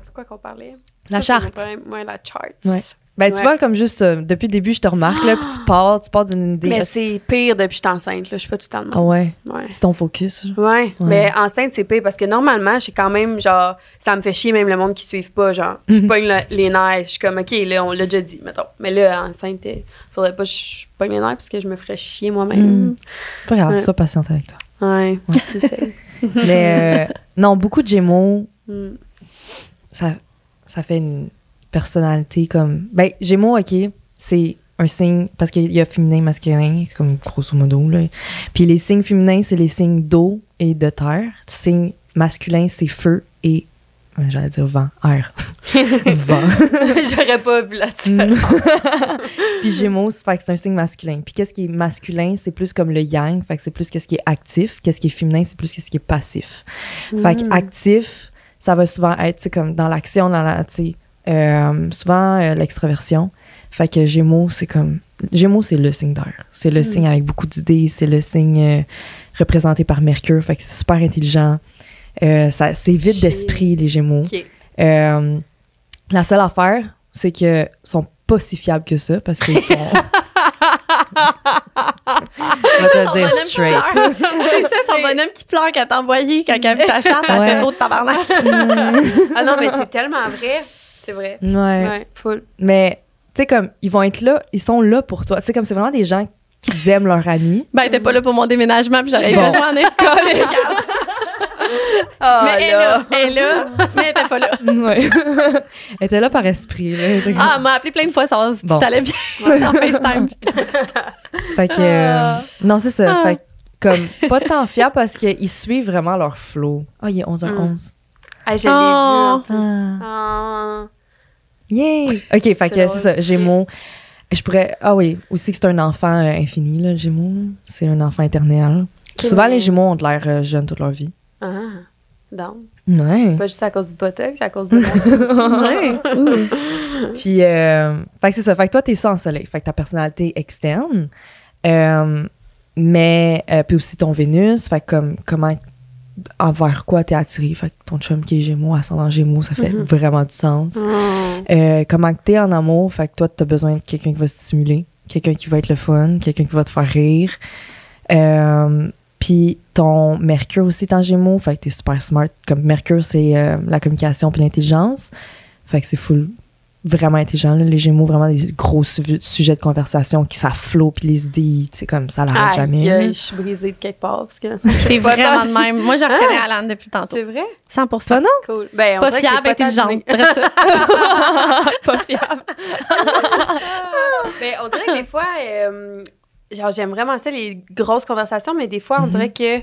C'est quoi qu'on parlait?
La
Ça, c'est mon
charte.
problème. Ouais, la charte.
Ouais. Ben, tu
Ouais.
vois, comme juste, euh, depuis le début, je te remarque, là, puis tu pars, tu pars d'une idée.
Mais c'est pire depuis que je suis enceinte, là. Je suis pas tout le temps de
Ah
même.
ouais,
Ouais.
c'est ton focus. genre.
Ouais, mais enceinte, c'est pire parce que normalement, j'ai quand même, genre, ça me fait chier même le monde qui suivent pas, genre, je
Mhm.
pogne le- les nerfs, je suis comme, OK, là, on l'a déjà dit, mettons. Mais là, enceinte, euh, faudrait pas que je pogne les nerfs parce que je me ferais chier moi-même.
Pas grave,
Ouais.
sois patiente avec toi.
Ouais,
Mhm. Ouais.
tu sais.
Mais euh, non, beaucoup de Gémeaux,
Mm.
ça, ça fait une personnalité comme. Ben, Gémeaux, OK, c'est un signe, parce qu'il y a féminin, masculin, comme grosso modo. Là. Puis les signes féminins, c'est les signes d'eau et de terre. Signe masculin, c'est feu et. euh, J'allais dire vent, air. vent.
J'aurais pas vu la dessus
Mm. puis Gémeaux, c'est fait que c'est un signe masculin. Puis qu'est-ce qui est masculin, c'est plus comme le yang, fait que c'est plus qu'est-ce qui est actif. Qu'est-ce qui est féminin, c'est plus qu'est-ce qui est passif. Fait que actif, ça va souvent être, tu sais, comme dans l'action, dans la, tu sais, euh, souvent euh, l'extraversion. Fait que Gémeaux, c'est comme Gémeaux, c'est le signe d'air. C'est le signe avec beaucoup d'idées. C'est le signe euh, représenté par Mercure. Fait que c'est super intelligent. Euh, ça, c'est vide
Chier.
d'esprit les Gémeaux.
OK.
Euh, la seule affaire, c'est que sont pas si fiables que ça parce qu'ils sont. Je vais te le dire straight.
C'est ça, son bonhomme qui pleure qu'elle t'a envoyé quand elle a vu ta charte, elle
Ouais.
fait l'autre tabarnak.
Ah non, mais c'est tellement vrai. C'est vrai.
Ouais.
Ouais, full.
Mais tu sais comme ils vont être là, ils sont là pour toi. Tu sais comme c'est vraiment des gens qui aiment leur ami.
Ben, t'es pas là pour mon déménagement, puis j'aurais eu
Bon.
besoin en escale.
Ah
mais elle est là, Mm. elle est là, mais elle était pas là.
Ouais. Ils étaient là par esprit. là. Ils étaient comme-
Ah, elle m'a appelé plein de fois sans si
Bon.
t'allais bien en FaceTime.
Fait que
Ah.
euh, non c'est ça.
Ah.
Fait que, comme pas tant fiables parce qu'ils suivent vraiment leur flow. Ah il est 11h11.
Ah, je l'ai
Oh.
vu en plus. Ah.
Yay! OK, fait que
drôle.
c'est ça, Gémeaux. Je pourrais. Ah oui, aussi que c'est un enfant euh, infini, là, Gémeaux. là. C'est un enfant éternel.
Quel-
Souvent, les Gémeaux ont de l'air euh, jeunes toute leur vie.
Ah. Non.
Ouais.
Pas juste à cause du botox, c'est à cause de mon
Ouais. Puis, euh, fait que c'est ça. Fait que toi, t'es ça en soleil. Fait que ta personnalité externe. euh, mais, euh, puis aussi ton Vénus. Fait que comme, comment, envers quoi t'es attiré. Fait que ton chum qui est Gémeaux, ascendant Gémeaux, ça fait vraiment du sens.
Mm.
Euh, comment que t'es en amour, fait que toi, t'as besoin de quelqu'un qui va se stimuler, quelqu'un qui va être le fun, quelqu'un qui va te faire rire. Euh, puis ton Mercure aussi est en Gémeaux, fait que t'es super smart. Comme Mercure, c'est euh, la communication puis l'intelligence. Fait que c'est full, vraiment intelligent. là. Les Gémeaux, vraiment des gros su- sujets de conversation qui ça flot, puis les idées, tu sais, comme ça l'arrête Ah, jamais.
Aïe,
là.
aïe, je suis brisée de quelque part parce que c'est
T'es vraiment de même. Moi, je reconnais Alan depuis tantôt.
C'est vrai?
100
Toi, non?
Cool. Ben, on
Pas
dirait que j'ai
fiable,
tant de
intelligente.
données.
Dresse ça. Pas fiable.
Ben, on dirait que des fois, euh, genre, j'aime vraiment ça, les grosses conversations, mais des fois, on
Mhm.
dirait que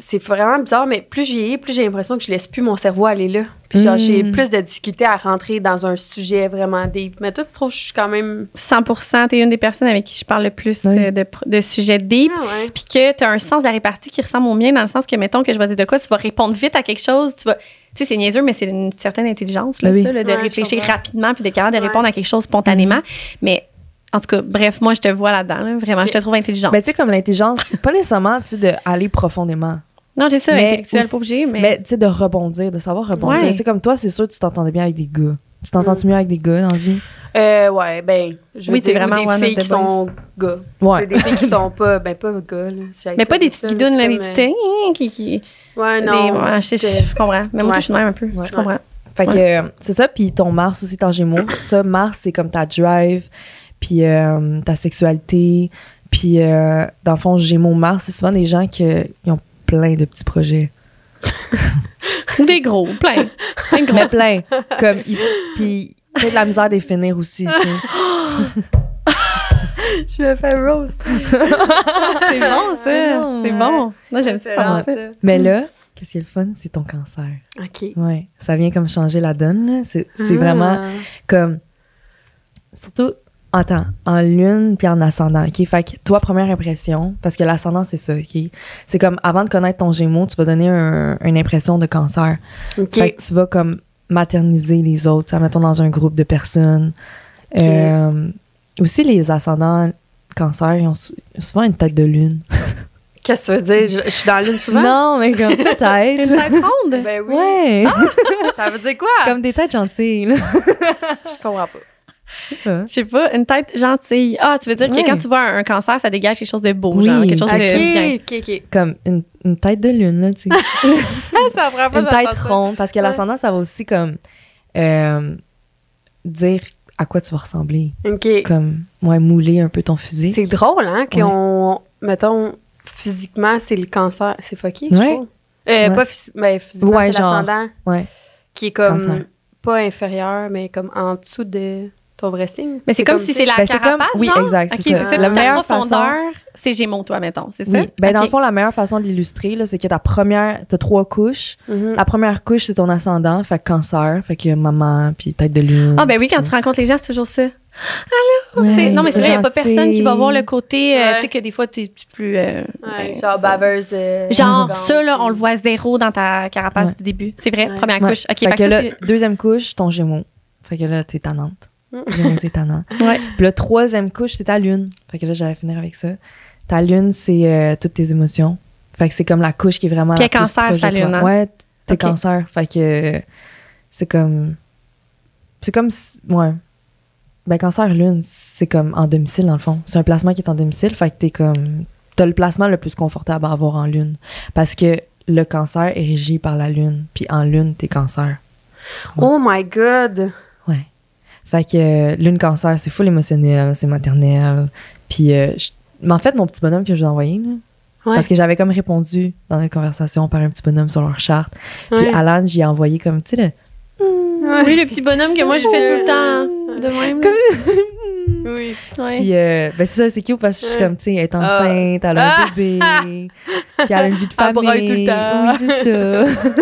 c'est vraiment bizarre, mais plus j'y ai, plus j'ai l'impression que je laisse plus mon cerveau aller là. Puis, genre, j'ai
Mhm.
plus de difficultés à rentrer dans un sujet vraiment deep. Mais toi, tu trouves que je suis quand même.
100 t'es une des personnes avec qui je parle le plus
Oui.
euh, de, pro- de sujets deep.
Ah, ouais.
Puis que t'as un sens de la répartie qui ressemble au mien, dans le sens que, mettons, que je vais dire de quoi, tu vas répondre vite à quelque chose, tu vas. Tu sais, c'est niaiseux, mais c'est une certaine intelligence, là,
Ben oui. Mhm.
ça, là, de
Ouais, je
réfléchir
comprends.
rapidement puis d'être capable de
Ouais.
répondre à quelque chose spontanément. Mais, en tout cas, bref, moi, je te vois là-dedans, là. Vraiment,
Ok.
je te trouve intelligente.
Ben, tu sais, comme l'intelligence, pas nécessairement, tu sais, d'aller profondément.
non, j'ai ça,
mais
intellectuel,
aussi- ben,
pas obligé, mais.
Mais tu sais, de rebondir, de savoir rebondir.
Ouais.
Tu sais, comme toi, c'est sûr, tu t'entendais bien avec des gars. Tu t'entends-tu mieux avec des gars dans la vie?
Euh, ouais, ben, je veux
Oui, t'es
dire, ou
vraiment one
des
of
filles
the
qui
boys.
sont gars.
Ouais.
Des filles qui sont pas, ben, pas gars, là. si j'avais
Mais pas
ça,
des
ça,
petites guidounes, là,
c'est
des
comme,
petites. hein, qui, qui-
euh, Ouais,
des-
non.
ouais, je,
c'était-
je comprends. Mais moi,
Ouais.
je suis de même un peu.
Ouais.
Je comprends.
Fait que euh, c'est ça, puis ton Mars aussi, ton Gémeaux. ça, Mars, c'est comme ta drive, puis euh, ta sexualité. Puis, euh, dans le fond, Gémeaux-Mars, c'est souvent des gens qui euh, ils ont plein de petits projets.
Des gros, plein. Plein de gros.
Mais plein. comme, ils- puis peut-être la misère de les finir aussi, tu sais.
Je vais faire rose.
C'est bon,
Ah non,
ça. C'est
ouais.
bon. Moi, j'aime ça.
Ah,
ça me fait.
Mais là, qu'est-ce qui est le fun? C'est ton cancer.
OK. Ah.
Ouais. Ça vient comme changer la donne, là. C'est c'est vraiment comme surtout attends en lune puis en ascendant ok fait que toi première impression parce que l'ascendant c'est ça ok c'est comme avant de connaître ton gémeaux tu vas donner un- une impression de cancer
OK.
fait que tu vas comme materniser les autres ça mettons dans un groupe de personnes
Ok.
Euh, aussi les ascendants cancer ils ont sou- souvent une tête de lune
Qu'est-ce que tu veux dire? Je, je suis dans l'une souvent?
non mais comme
Une
peut-être
tête ronde.
Ben oui.
ouais
Ça veut dire quoi?
comme des têtes gentilles là.
Je comprends pas.
Je sais pas.
Je sais pas, une tête gentille. Ah, tu veux dire
Ouais.
que quand tu vois un cancer, ça dégage quelque chose de beau,
Oui.
genre quelque chose de bien.
OK, OK, OK.
comme une, une tête de lune là tu sais
Ah, ça prend pas
une
j'entends
tête
ça.
ronde parce que l'ascendant ça va aussi comme euh, dire à quoi tu vas ressembler
OK.
comme ouais, mouler un peu ton physique
C'est drôle, hein,
Ouais.
qu'on. Mettons, physiquement, c'est le cancer. C'est fucké, je
Ouais.
trouve. Euh,
Ouais.
Pas phys- ben, physiquement,
Ouais,
c'est
genre.
l'ascendant
ouais
qui est comme.
Cancer.
Pas inférieur, mais comme en dessous de ton vrai signe.
Mais c'est comme si c'est la
Ben, c'est
carapace,
comme- oui,
genre?
exact, c'est
Ok,
ça.
c'est ça.
La
puis ta
meilleure façon-
profondeur, c'est Gémeaux, toi, mettons, c'est ça?
Oui. ben dans
Ok.
le fond la meilleure façon de l'illustrer là, c'est que ta première t'as trois couches
Mhm.
la première couche c'est ton ascendant fait que cancer fait que maman puis tête de lune
Ah ben oui, quand tu rencontres les gens, c'est toujours ça. Tu sais,
Ouais,
non, mais c'est vrai, il n'y a pas
gentil.
personne qui va voir le côté, euh,
Ouais.
tu sais, que des fois, tu es plus... euh,
Ouais,
ben, ça.
genre baveuse. euh,
Genre,
arrogante,
ça, là, on
puis-
le voit zéro dans ta carapace
Ouais.
du début. C'est vrai,
Ouais.
première
Ouais.
couche. OK,
fait,
fait
que
que ça,
là deuxième couche ton gémeaux fait que là t'es tannante
Mm.
gémeaux c'est tannant
c'est- ouais.
Puis la troisième couche, c'est ta lune. Fait que là, j'allais finir avec ça. Ta lune, c'est euh, toutes tes émotions. Fait que c'est comme la couche qui est vraiment.
Puis
la
elle cancer,
plus proche
sa
de toi.
lune, hein?
Ouais, t'es
Ok.
cancer. Fait que euh, c'est comme. C'est comme. si- Ouais. Ben, cancer, lune, c'est comme en domicile, dans le fond. C'est un placement qui est en domicile. Fait que t'es comme. T'as le placement le plus confortable à avoir en lune. Parce que le cancer est régi par la lune. Puis en lune, t'es cancer.
Oh my God!
Ouais. Fait que euh, lune cancer, c'est full émotionnel, c'est maternel. Puis, euh, je- mais en fait, mon petit bonhomme que je vous ai envoyé, là,
Ouais.
parce que j'avais comme répondu dans la conversation par un petit bonhomme sur leur charte. Puis
Ouais.
Alan, j'y ai envoyé comme, tu sais, le-
Oui, le petit bonhomme que moi, je fais tout le temps de même. là.
Oui.
Ouais.
Puis, euh, ben c'est ça, c'est cute parce que je suis
Ouais.
comme, tu sais, elle est
Ah.
enceinte, elle a un bébé, puis elle a une vie de
Elle
famille.
braille tout le temps.
Oui,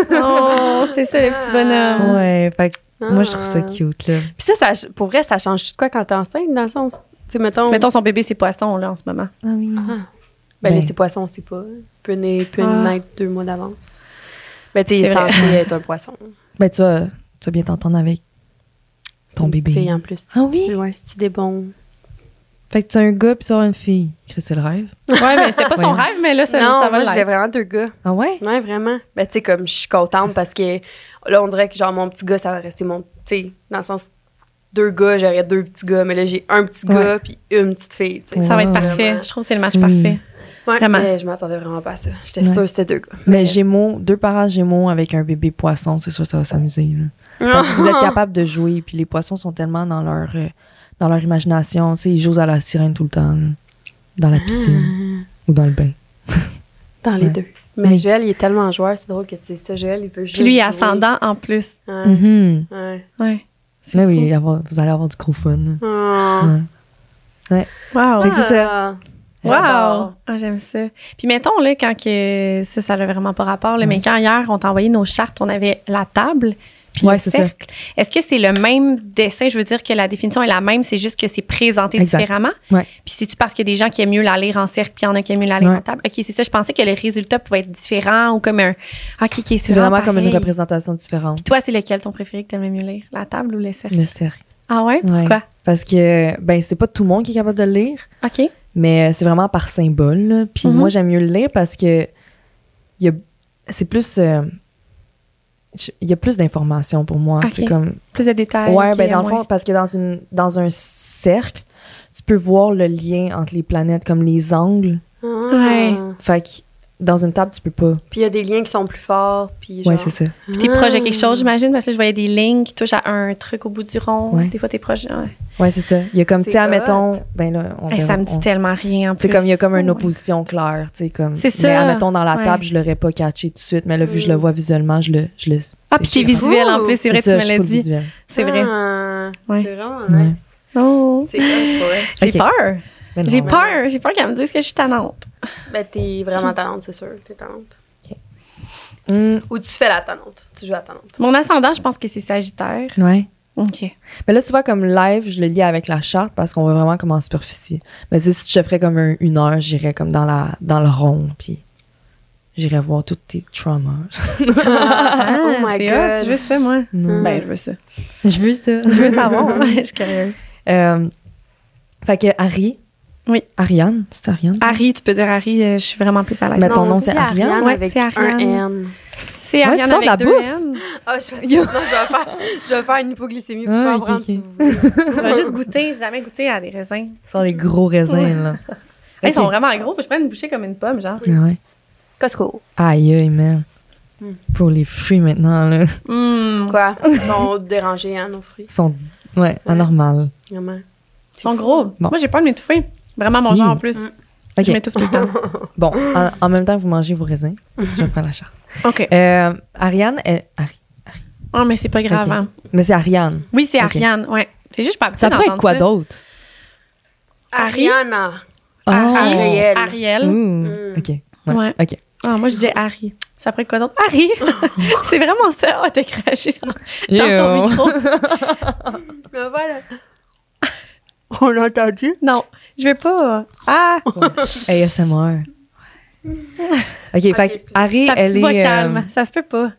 c'est
Oh, c'était ça, le petit
ça.
bonhomme.
ouais, fait que moi, je trouve ça
Ah.
cute, là.
Puis ça, ça, pour vrai, ça change juste quoi quand t'es enceinte, dans le sens. Tu sais, mettons.
Mettons, son bébé, c'est poisson, là, en ce moment.
Ah oui.
Ah. Ben,
Ben.
laisser poisson, c'est pas. Peut, na- peut
Ah.
naître deux mois d'avance. Ben, tu
C'est
es
vrai.
censé être un poisson.
Ben, tu vas, tu vas bien t'entendre avec
C'est
ton
une petite
bébé.
fille hein. en plus.
Ah
Tu-
oui?
Ouais, c'est des bons.
Fait que t'as un gars, puis tu as une fille. Chris, c'est le rêve.
Ouais, mais c'était pas son
Voyons.
rêve, mais là, ça,
non,
ça va
moi, je
l'être.
voulais vraiment deux gars.
Ah ouais?
Ouais, vraiment. Ben, tu sais, comme je suis
C'est
contente
ça.
parce que là, on dirait que genre mon petit gars, ça va rester mon. Tu sais, dans le sens, deux gars, j'aurais deux petits gars, mais là, j'ai un petit
Ouais.
gars puis une petite fille, tu sais.
Ça va être
Wow.
parfait. Mm. Je trouve que c'est le match
Oui.
parfait.
Ouais,
Vraiment.
Mais je m'attendais vraiment pas à ça. J'étais
Ouais.
sûre que c'était deux gars.
Mais Gémeaux, deux parents Gémeaux avec un bébé poisson, c'est sûr ça va s'amuser. là. Parce que vous êtes capable de jouer, puis les poissons sont tellement dans leur euh, dans leur imagination, tu sais, ils jouent à la sirène tout le temps, là, dans la piscine ou dans le bain.
Dans les
Ouais.
deux. Mais
Oui.
Joël, il est tellement joueur, c'est drôle que tu sais ça. Joël, il veut juste.
Puis lui, il est
jouer.
ascendant en plus.
Ouais,
Mhm.
ouais.
Ouais.
Là, Ben oui, avoir- vous allez avoir du gros fun. là.
Ah.
Ouais.
Wow.
Fait que c'est ça.
Wow!
J'adore.
Ah, j'aime ça. Puis mettons, là, quand que ça, ça n'a vraiment pas rapport, là, mais quand hier, on t'a envoyé nos chartes, on avait la table, puis
Ouais,
le
c'est ça.
cercle. Est-ce que c'est le même dessin? Je veux dire que la définition est la même, c'est juste que c'est présenté
Exact.
différemment.
Ouais.
Puis c'est-tu parce qu'il y a des gens qui aiment mieux la lire en cercle, puis il y en a qui aiment mieux la lire
Ouais.
en table? OK, c'est ça. Je pensais que le résultat pouvait être différent ou comme un... OK, OK,
C'est vraiment comme une
pareil.
représentation différente.
Puis toi, c'est lequel ton préféré que t'aimes le mieux lire? La table ou le cercle?
Le cercle.
Ah ouais?
Ouais.
Pourquoi?
Parce que ben c'est pas tout le monde qui est capable de le lire.
OK.
mais euh, c'est vraiment par symbole. là. Puis
Mhm.
moi, j'aime mieux le lire parce que il y a- c'est plus. euh, je- il y a plus d'informations pour moi. tu sais,
Ok.
comme,
Plus de détails.
ouais,
ok,
ben, dans le
ouais.
fond, parce que dans, une, dans un cercle, tu peux voir le lien entre les planètes, comme les angles.
Ouais.
Fait que dans une table, tu peux pas.
Ah. Puis il y a des liens qui sont plus forts. Puis genre... Ah.
Ouais, c'est ça.
Puis t'es proche de quelque
Hmm.
chose, j'imagine, parce que là, je voyais des lignes qui touchent à un truc au bout du rond.
Ouais.
Des fois, t'es proche. ouais.
Ouais, c'est ça. Il y a comme,
C'est
tu sais,
hot.
mettons, ben là, on
Hey,
verra-
ça me dit
on-
tellement rien. en
C'est
plus.
comme il y a comme une
Ouais.
opposition claire, tu sais comme
C'est
mais
ça.
admettons dans la
Ouais. Mm.
table, je l'aurais pas catché tout de suite, mais là vu que je le vois visuellement, je le je le
Ah,
tu
puis
sais,
t'es
je-
visuel en
Ouh!
plus, c'est vrai, tu
ça, je suis
me l'as
full
dit.
visuel.
C'est vrai.
Ah,
Ouais.
C'est vraiment
Ouais.
nice.
Oh.
C'est cool, ouais.
J'ai
Ok.
peur.
Mais Ben non,
J'ai
ouais.
peur. J'ai peur qu'elle me dise que je suis tannante.
Ben, t'es vraiment talente, c'est sûr. T'es talente.
Hmm,
Ou tu fais la talente. Tu joues la talente.
Mon ascendant, je pense que c'est Sagittaire.
Mm. ouais.
OK.
Mais là tu vois comme live, je le lis avec la charte parce qu'on va vraiment comme en superficie. Mais tu sais si je ferais comme un- une heure, j'irais comme dans la dans le rond puis j'irais voir tous tes traumas.
Ah,
oh my
c'est
God.
hot. Je veux ça, moi.
Non.
Ben, je veux ça.
je veux ça.
Je veux savoir. je suis curieuse.
Euh, fait que Harry
Oui. Ah.
Ariane, c'est Ariane.
Harry, tu peux dire Harry, euh, je suis vraiment plus à l'aise.
Mais ton
on
nom,
dit
c'est Ariane?
Ouais,
avec
c'est Ariane.
un N.
C'est
Ouais, tu
Ariane
sors
avec
de la
deux
bouffe.
N.
Ah, je, pense que sinon, je, vais faire, je vais faire une hypoglycémie pour
Ah,
en
ok,
prendre
ok.
si vous voulez.
Je vais juste goûter. J'ai jamais goûté à des raisins.
Ce sont les gros raisins
Ouais.
là.
Hey, Ils
Ok.
sont vraiment gros. puis Je prends une bouchée comme une pomme, genre.
Ah ouais.
Costco.
Aïe, aïe, man.
Hmm.
Pour les fruits maintenant, là.
Hum.
Quoi? Ils sont dérangés, hein, nos fruits.
Ils sont, ouais, anormal.
Vraiment.
Ils sont gros.
Bon.
Moi, j'ai peur de m'étouffer. Vraiment mon
Oui.
genre en plus.
Mm.
Ok.
Je m'étouffe tout le temps.
Bon, en, en même temps que vous mangez vos raisins, je vais faire la charte.
OK.
Euh, Ariane, elle- Ari-
Oh, mais c'est pas grave.
Ok.
hein.
mais c'est Ariane.
Oui, c'est
Ok.
Ariane. Ouais. C'est juste pas
Ça pourrait être quoi d'autre?
Ari-
Ariana.
Ah.
Ariel.
Ariel.
Ouh. Ok. Ouais.
Ouais.
Ok.
Ah, moi, je disais Harry. Ça pourrait être quoi d'autre? Harry! c'est vraiment ça. Oh, t'es craché dans, dans ton
Yo.
micro.
Mais voilà.
On l'a entendu? Non, je vais pas. Ah!
ASMR. Ok, fait que
excuse-moi.
Ari,
sa petite
elle
voix
est. euh,
calme. Ça se peut pas.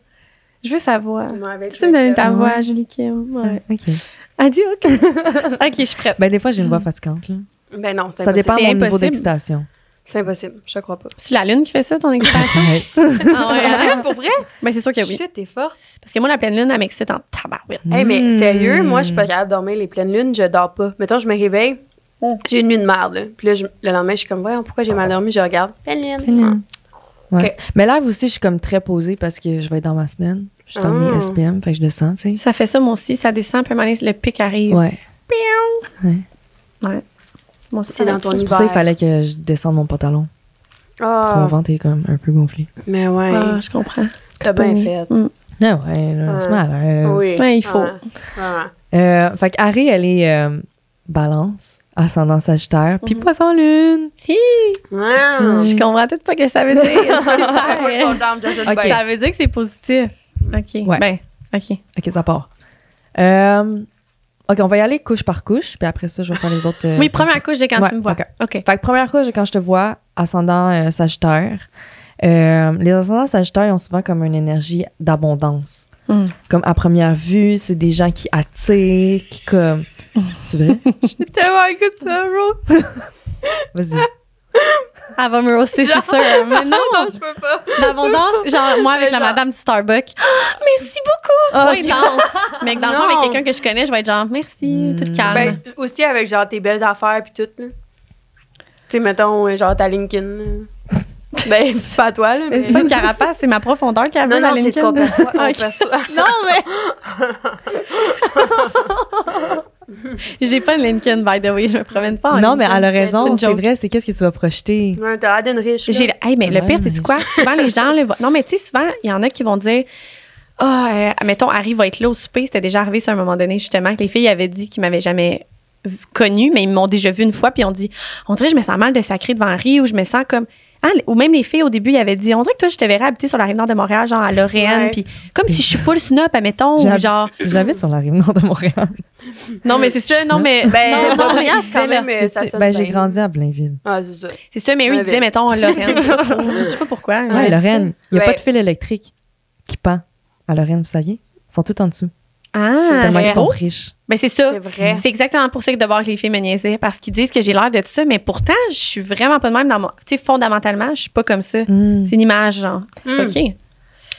Je veux savoir.
Ouais, avec
Tu peux me
le-
donner ta
Ouais.
voix, Julie Kim?
euh,
Ouais.
Ok.
Adieu, OK. OK, je suis prête.
Ben, des fois, j'ai une voix fatigante, là.
Ben non, c'est
Ça dépend de
C'est
mon niveau
impossible.
d'excitation.
C'est impossible, je te crois pas.
C'est la lune qui fait ça, ton excitation?
Ouais.
ah ouais, hein?
pour vrai?
Ben, c'est sûr que oui.
Shit, t'es forte.
Parce que moi, la pleine lune, elle m'excite en tabarouette.
Hey, mais
Hmm.
Mm.
sérieux, moi, je suis pas capable de dormir les pleines lunes, je dors pas. Mettons, je me réveille, j'ai une nuit de merde, là. Puis là, je- le lendemain, je suis comme, voyons, pourquoi j'ai mal dormi, je regarde. Pleine lune.
Ouais.
Ok.
Mais là aussi, je suis comme très posée parce que je vais être dans ma semaine. Je suis dans
Ah.
mes SPM, fait que je descends, tu sais.
Ça fait ça, moi aussi. Ça descend, puis à un moment donné, le pic arrive.
Ouais.
Moi aussi,
T'es
ça
dans
me-
ton
C'est
hiver.
pour ça qu'il fallait que je descende mon pantalon. Parce que mon
Ah,
ventre est comme un peu gonflé.
mais ouais,
Ah, je comprends.
t'as bien fait.
Mm.
Ah ouais, là, c'est
Ouais.
mal à l'aise.
Oui.
Ouais, il faut.
Ouais. Ah. Ouais.
Euh, fait que Harry, elle est euh, balance, ascendant sagittaire,
Mhm.
puis poisson lune.
Ouais.
Je comprends peut-être pas ce que ça veut dire.
Faut que
Super.
ton dame de jeune
Ok.
bain.
Ça veut dire que c'est positif. OK.
Ouais.
Ben, OK.
OK, ça part. Euh, OK, on va y aller couche par couche, puis après ça, je vais faire les autres. euh,
Oui, première couche de quand
Ouais,
tu me vois.
ok.
OK.
Fait que première couche, quand je te vois, ascendant euh, sagittaire. Euh, les ascendants sagittaires, ils ont souvent comme une énergie d'abondance.
Mm.
Comme à première vue, c'est des gens qui attirent, qui comme... C'est vrai?
Tellement écoute ça, bro.
Vas-y.
Elle va me roaster, c'est sûr. Mais non,
Non, je peux pas.
d'abondance, genre moi avec la
Genre-
madame du Starbucks. Ah, merci beaucoup! Trop intense. Mais que dans le fond,
Non.
avec quelqu'un que je connais, je vais être genre merci, toute calme.
Ben, aussi avec genre tes belles affaires puis tout, là. Tu sais, mettons, euh, genre ta LinkedIn. là. Ben, pas toi, là.
mais c'est pas une carapace, c'est ma profondeur qui a
Non, non, c'est ce qu'on perçoit. on
Ok.
perçoit.
Non, mais. J'ai pas une Lincoln, by the way, je me promène pas en
non, mais
Lincoln.
elle a
C'est
raison,
Ah, une
c'est
joke.
vrai, c'est qu'est-ce que tu vas projeter.
Ouais, T'as l'air d'une riche. là.
J'ai, hey, mais le
Ouais,
pire, c'est
mais-
quoi? Souvent, les gens. le voient- non, mais tu sais, souvent, il y en a qui vont dire Ah, euh, mettons, Harry va être là au souper. C'était déjà arrivé, ça, à un moment donné, justement, que les filles avaient dit qu'ils m'avaient jamais v- connue, mais ils m'ont déjà vu une fois, puis ils ont dit On dirait que je me sens mal de sacrer devant Harry, ou je me sens comme. Hein, ou même les filles, au début, ils avaient dit On dirait que toi, je te verrais habiter sur la rive nord de Montréal, genre à Lorraine,
Ouais.
puis comme si je suis full snob, admettons, ou
J'ad-
genre.
J'habite sur la rive nord de Montréal.
Non, mais c'est ça, non,
Snob.
mais. non,
Ben,
non,
pas
mais
rien,
ils
quand
disaient, là,
même. euh, ça
Tu-
sonne
ben, j'ai
bien.
grandi à Blainville.
Ah, c'est ça.
C'est ça, mais eux,
Ouais,
ils disaient,
mais-
mettons, Lorraine. je sais pas pourquoi.
Ouais,
mais-
Lorraine, il n'y a pas
Ouais.
de fil électrique qui pend à Lorraine, vous saviez? Ils sont tous en dessous.
Ah,
tellement
c'est
qu'ils sont
beau.
riches.
Ben, c'est ça.
C'est vrai.
C'est exactement pour ça que d'abord les filles me niaisaient parce qu'ils disent que j'ai l'air de tout ça, mais pourtant, je suis vraiment pas de même dans mon. Tu sais, fondamentalement, je suis pas comme ça.
Mm.
C'est une image, genre. C'est
Mm.
OK.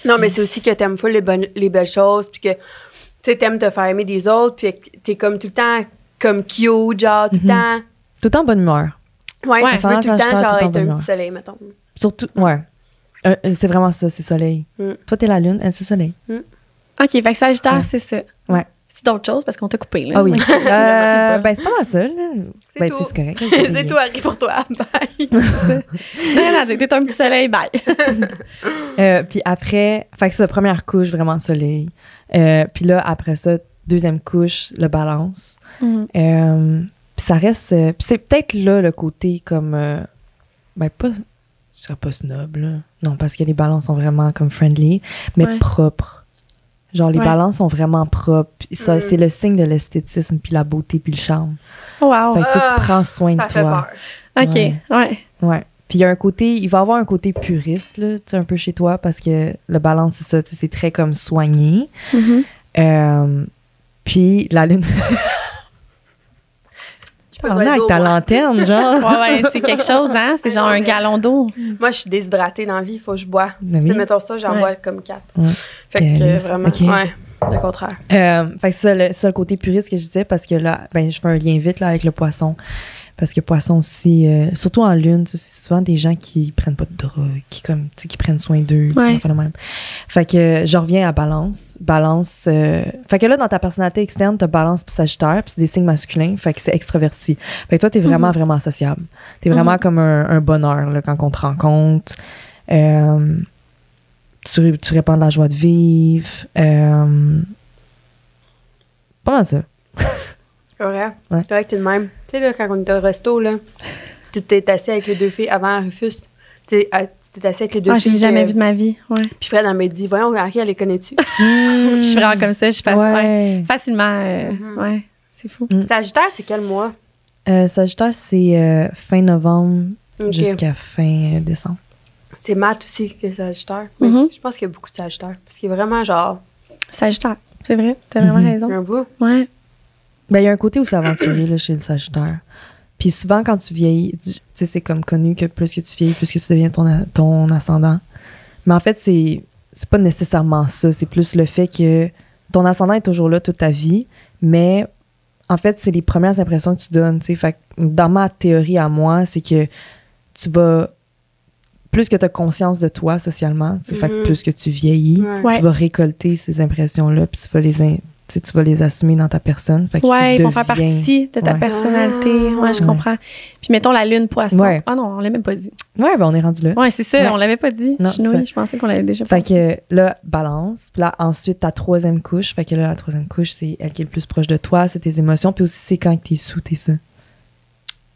Non, mais c'est aussi que t'aimes full les, bonnes- les belles choses, puis que tu sais, t'aimes te faire aimer des autres, puis que t'es comme tout le temps comme cute, genre
Mhm.
tout le temps.
Tout le temps bonne humeur.
Ouais,
Ouais.
tu veux tout le temps
Sans
genre
acheteur, tout le
être
temps
un
bonheur.
petit soleil, mettons.
Surtout, ouais. Euh, euh, c'est vraiment ça, c'est soleil.
Mm.
Toi, t'es la lune, elle, c'est soleil.
OK, fait que Sagittaire,
Ouais.
c'est ça.
Ouais.
C'est d'autres choses parce qu'on t'a coupé, là. Ouais.
Ah oui. Euh, ben, c'est pas la seule. là.
C'est
Ben,
tout.
tu sais, c'est correct.
c'est toi, Harry, pour toi. Bye.
Non, non, T'es un petit soleil, bye.
Euh, puis après, fait que ça, première couche, vraiment soleil. Euh, puis là, après ça, deuxième couche, le balance.
Mhm.
Euh, puis ça reste. euh, puis c'est peut-être là le côté comme. euh, ben, pas. Je serais pas snob, là. Non, parce que les balances sont vraiment comme friendly, mais
Ouais.
propres. Genre, les
Ouais.
balances sont vraiment propres. Puis Ça,
Mhm.
C'est le signe de l'esthétisme, puis la beauté, puis le charme.
Oh, Wow.
Fait que tu sais, tu
Ah,
prends soin
Ça
de
fait
toi.
peur.
OK,
ouais.
ouais.
Ouais. Puis il y a un côté, il va avoir un côté puriste, là, tu sais, un peu chez toi, parce que le balance, c'est ça, tu sais, c'est très comme soigné.
Mhm.
Euh, puis la
J'ai
lune. On
besoin
est avec
d'eau,
ta
moi.
lanterne, genre.
Ouais, ouais, c'est quelque chose, hein? C'est genre un gallon d'eau.
Moi, je suis déshydratée dans la vie, il faut que je bois.
Ben oui.
Tu sais, mettons ça, j'en
Ouais.
bois comme quatre.
Ouais.
Fait que euh,
Calice.
vraiment,
Ok.
ouais, le contraire.
Euh, fait que c'est le, c'est le côté puriste que je disais, parce que là, ben, je fais un lien vite là, avec le poisson. Parce que poisson aussi, euh, surtout en lune, tu sais, c'est souvent des gens qui prennent pas de drogue, qui, comme, tu sais, qui prennent soin d'eux.
Ouais.
des affaires de même. Fait que euh, je reviens à balance. Balance. euh, fait que là, dans ta personnalité externe, t'as balance puis sagittaire, puis c'est des signes masculins. Fait que c'est extraverti. Fait que toi, t'es vraiment, vraiment sociable. T'es vraiment comme un, un bonheur là, quand on te rencontre. Euh, tu, tu répands de la joie de vivre. Euh, pas mal ça.
C'est vrai.
Ouais.
C'est vrai que t'es le même. Tu sais, là, quand on était au resto, là, tu t'es assis avec les deux filles avant Rufus. Tu t'es ah, tu t'es assis avec les deux
Ah, je
filles.
l'ai jamais
euh,
vu de ma vie. Ouais.
Puis Fred, elle m'a dit, voyons, Harry, elle les connaît-tu?
Je suis vraiment comme ça, je suis faci- ouais.
Ouais.
facilement. euh,
Mhm.
Ouais, c'est fou.
Mm.
Sagittaire, c'est quel mois?
Euh, Sagittaire, c'est euh, fin novembre
Ok.
jusqu'à fin euh, décembre.
C'est Matt aussi qui est Sagittaire. Mais
Mhm.
Je pense qu'il y a beaucoup de Sagittaire. Parce qu'il est vraiment genre,
Sagittaire, c'est vrai, t'as vraiment
Mhm.
raison.
un bout.
Ouais.
Ben, il y a un côté où c'est aventurier là, chez le Sagittaire. Puis souvent, quand tu vieillis, tu tu sais, c'est comme connu que plus que tu vieillis, plus que tu deviens ton, a- ton ascendant. Mais en fait, c'est c'est pas nécessairement ça. C'est plus le fait que ton ascendant est toujours là toute ta vie, mais en fait, c'est les premières impressions que tu donnes. tu sais. Fait que dans ma théorie à moi, c'est que tu vas. Plus que tu as conscience de toi socialement, tu sais, fait que
Mhm.
plus que tu vieillis,
Ouais.
Ouais.
tu vas récolter ces impressions-là, puis tu vas les, in- tu sais, tu vas les assumer dans ta personne. Fait que
Ouais,
tu
ils vont faire
deviens-
partie de ta
Ouais.
personnalité.
Ah.
Ouais, je
Ouais.
comprends. Puis mettons la lune poisson.
Ouais.
Ah non, on l'a même pas dit.
Ouais, ben on est rendu là.
Ouais, c'est ça,
Ouais.
on l'avait pas dit.
Non,
Chinouille,
ça.
je pensais qu'on l'avait déjà
Fait
fait.
que là, balance. Puis là, ensuite, ta troisième couche. Fait que là, la troisième couche, c'est elle qui est le plus proche de toi, c'est tes émotions. Puis aussi, c'est quand t'es sous, t'es ça.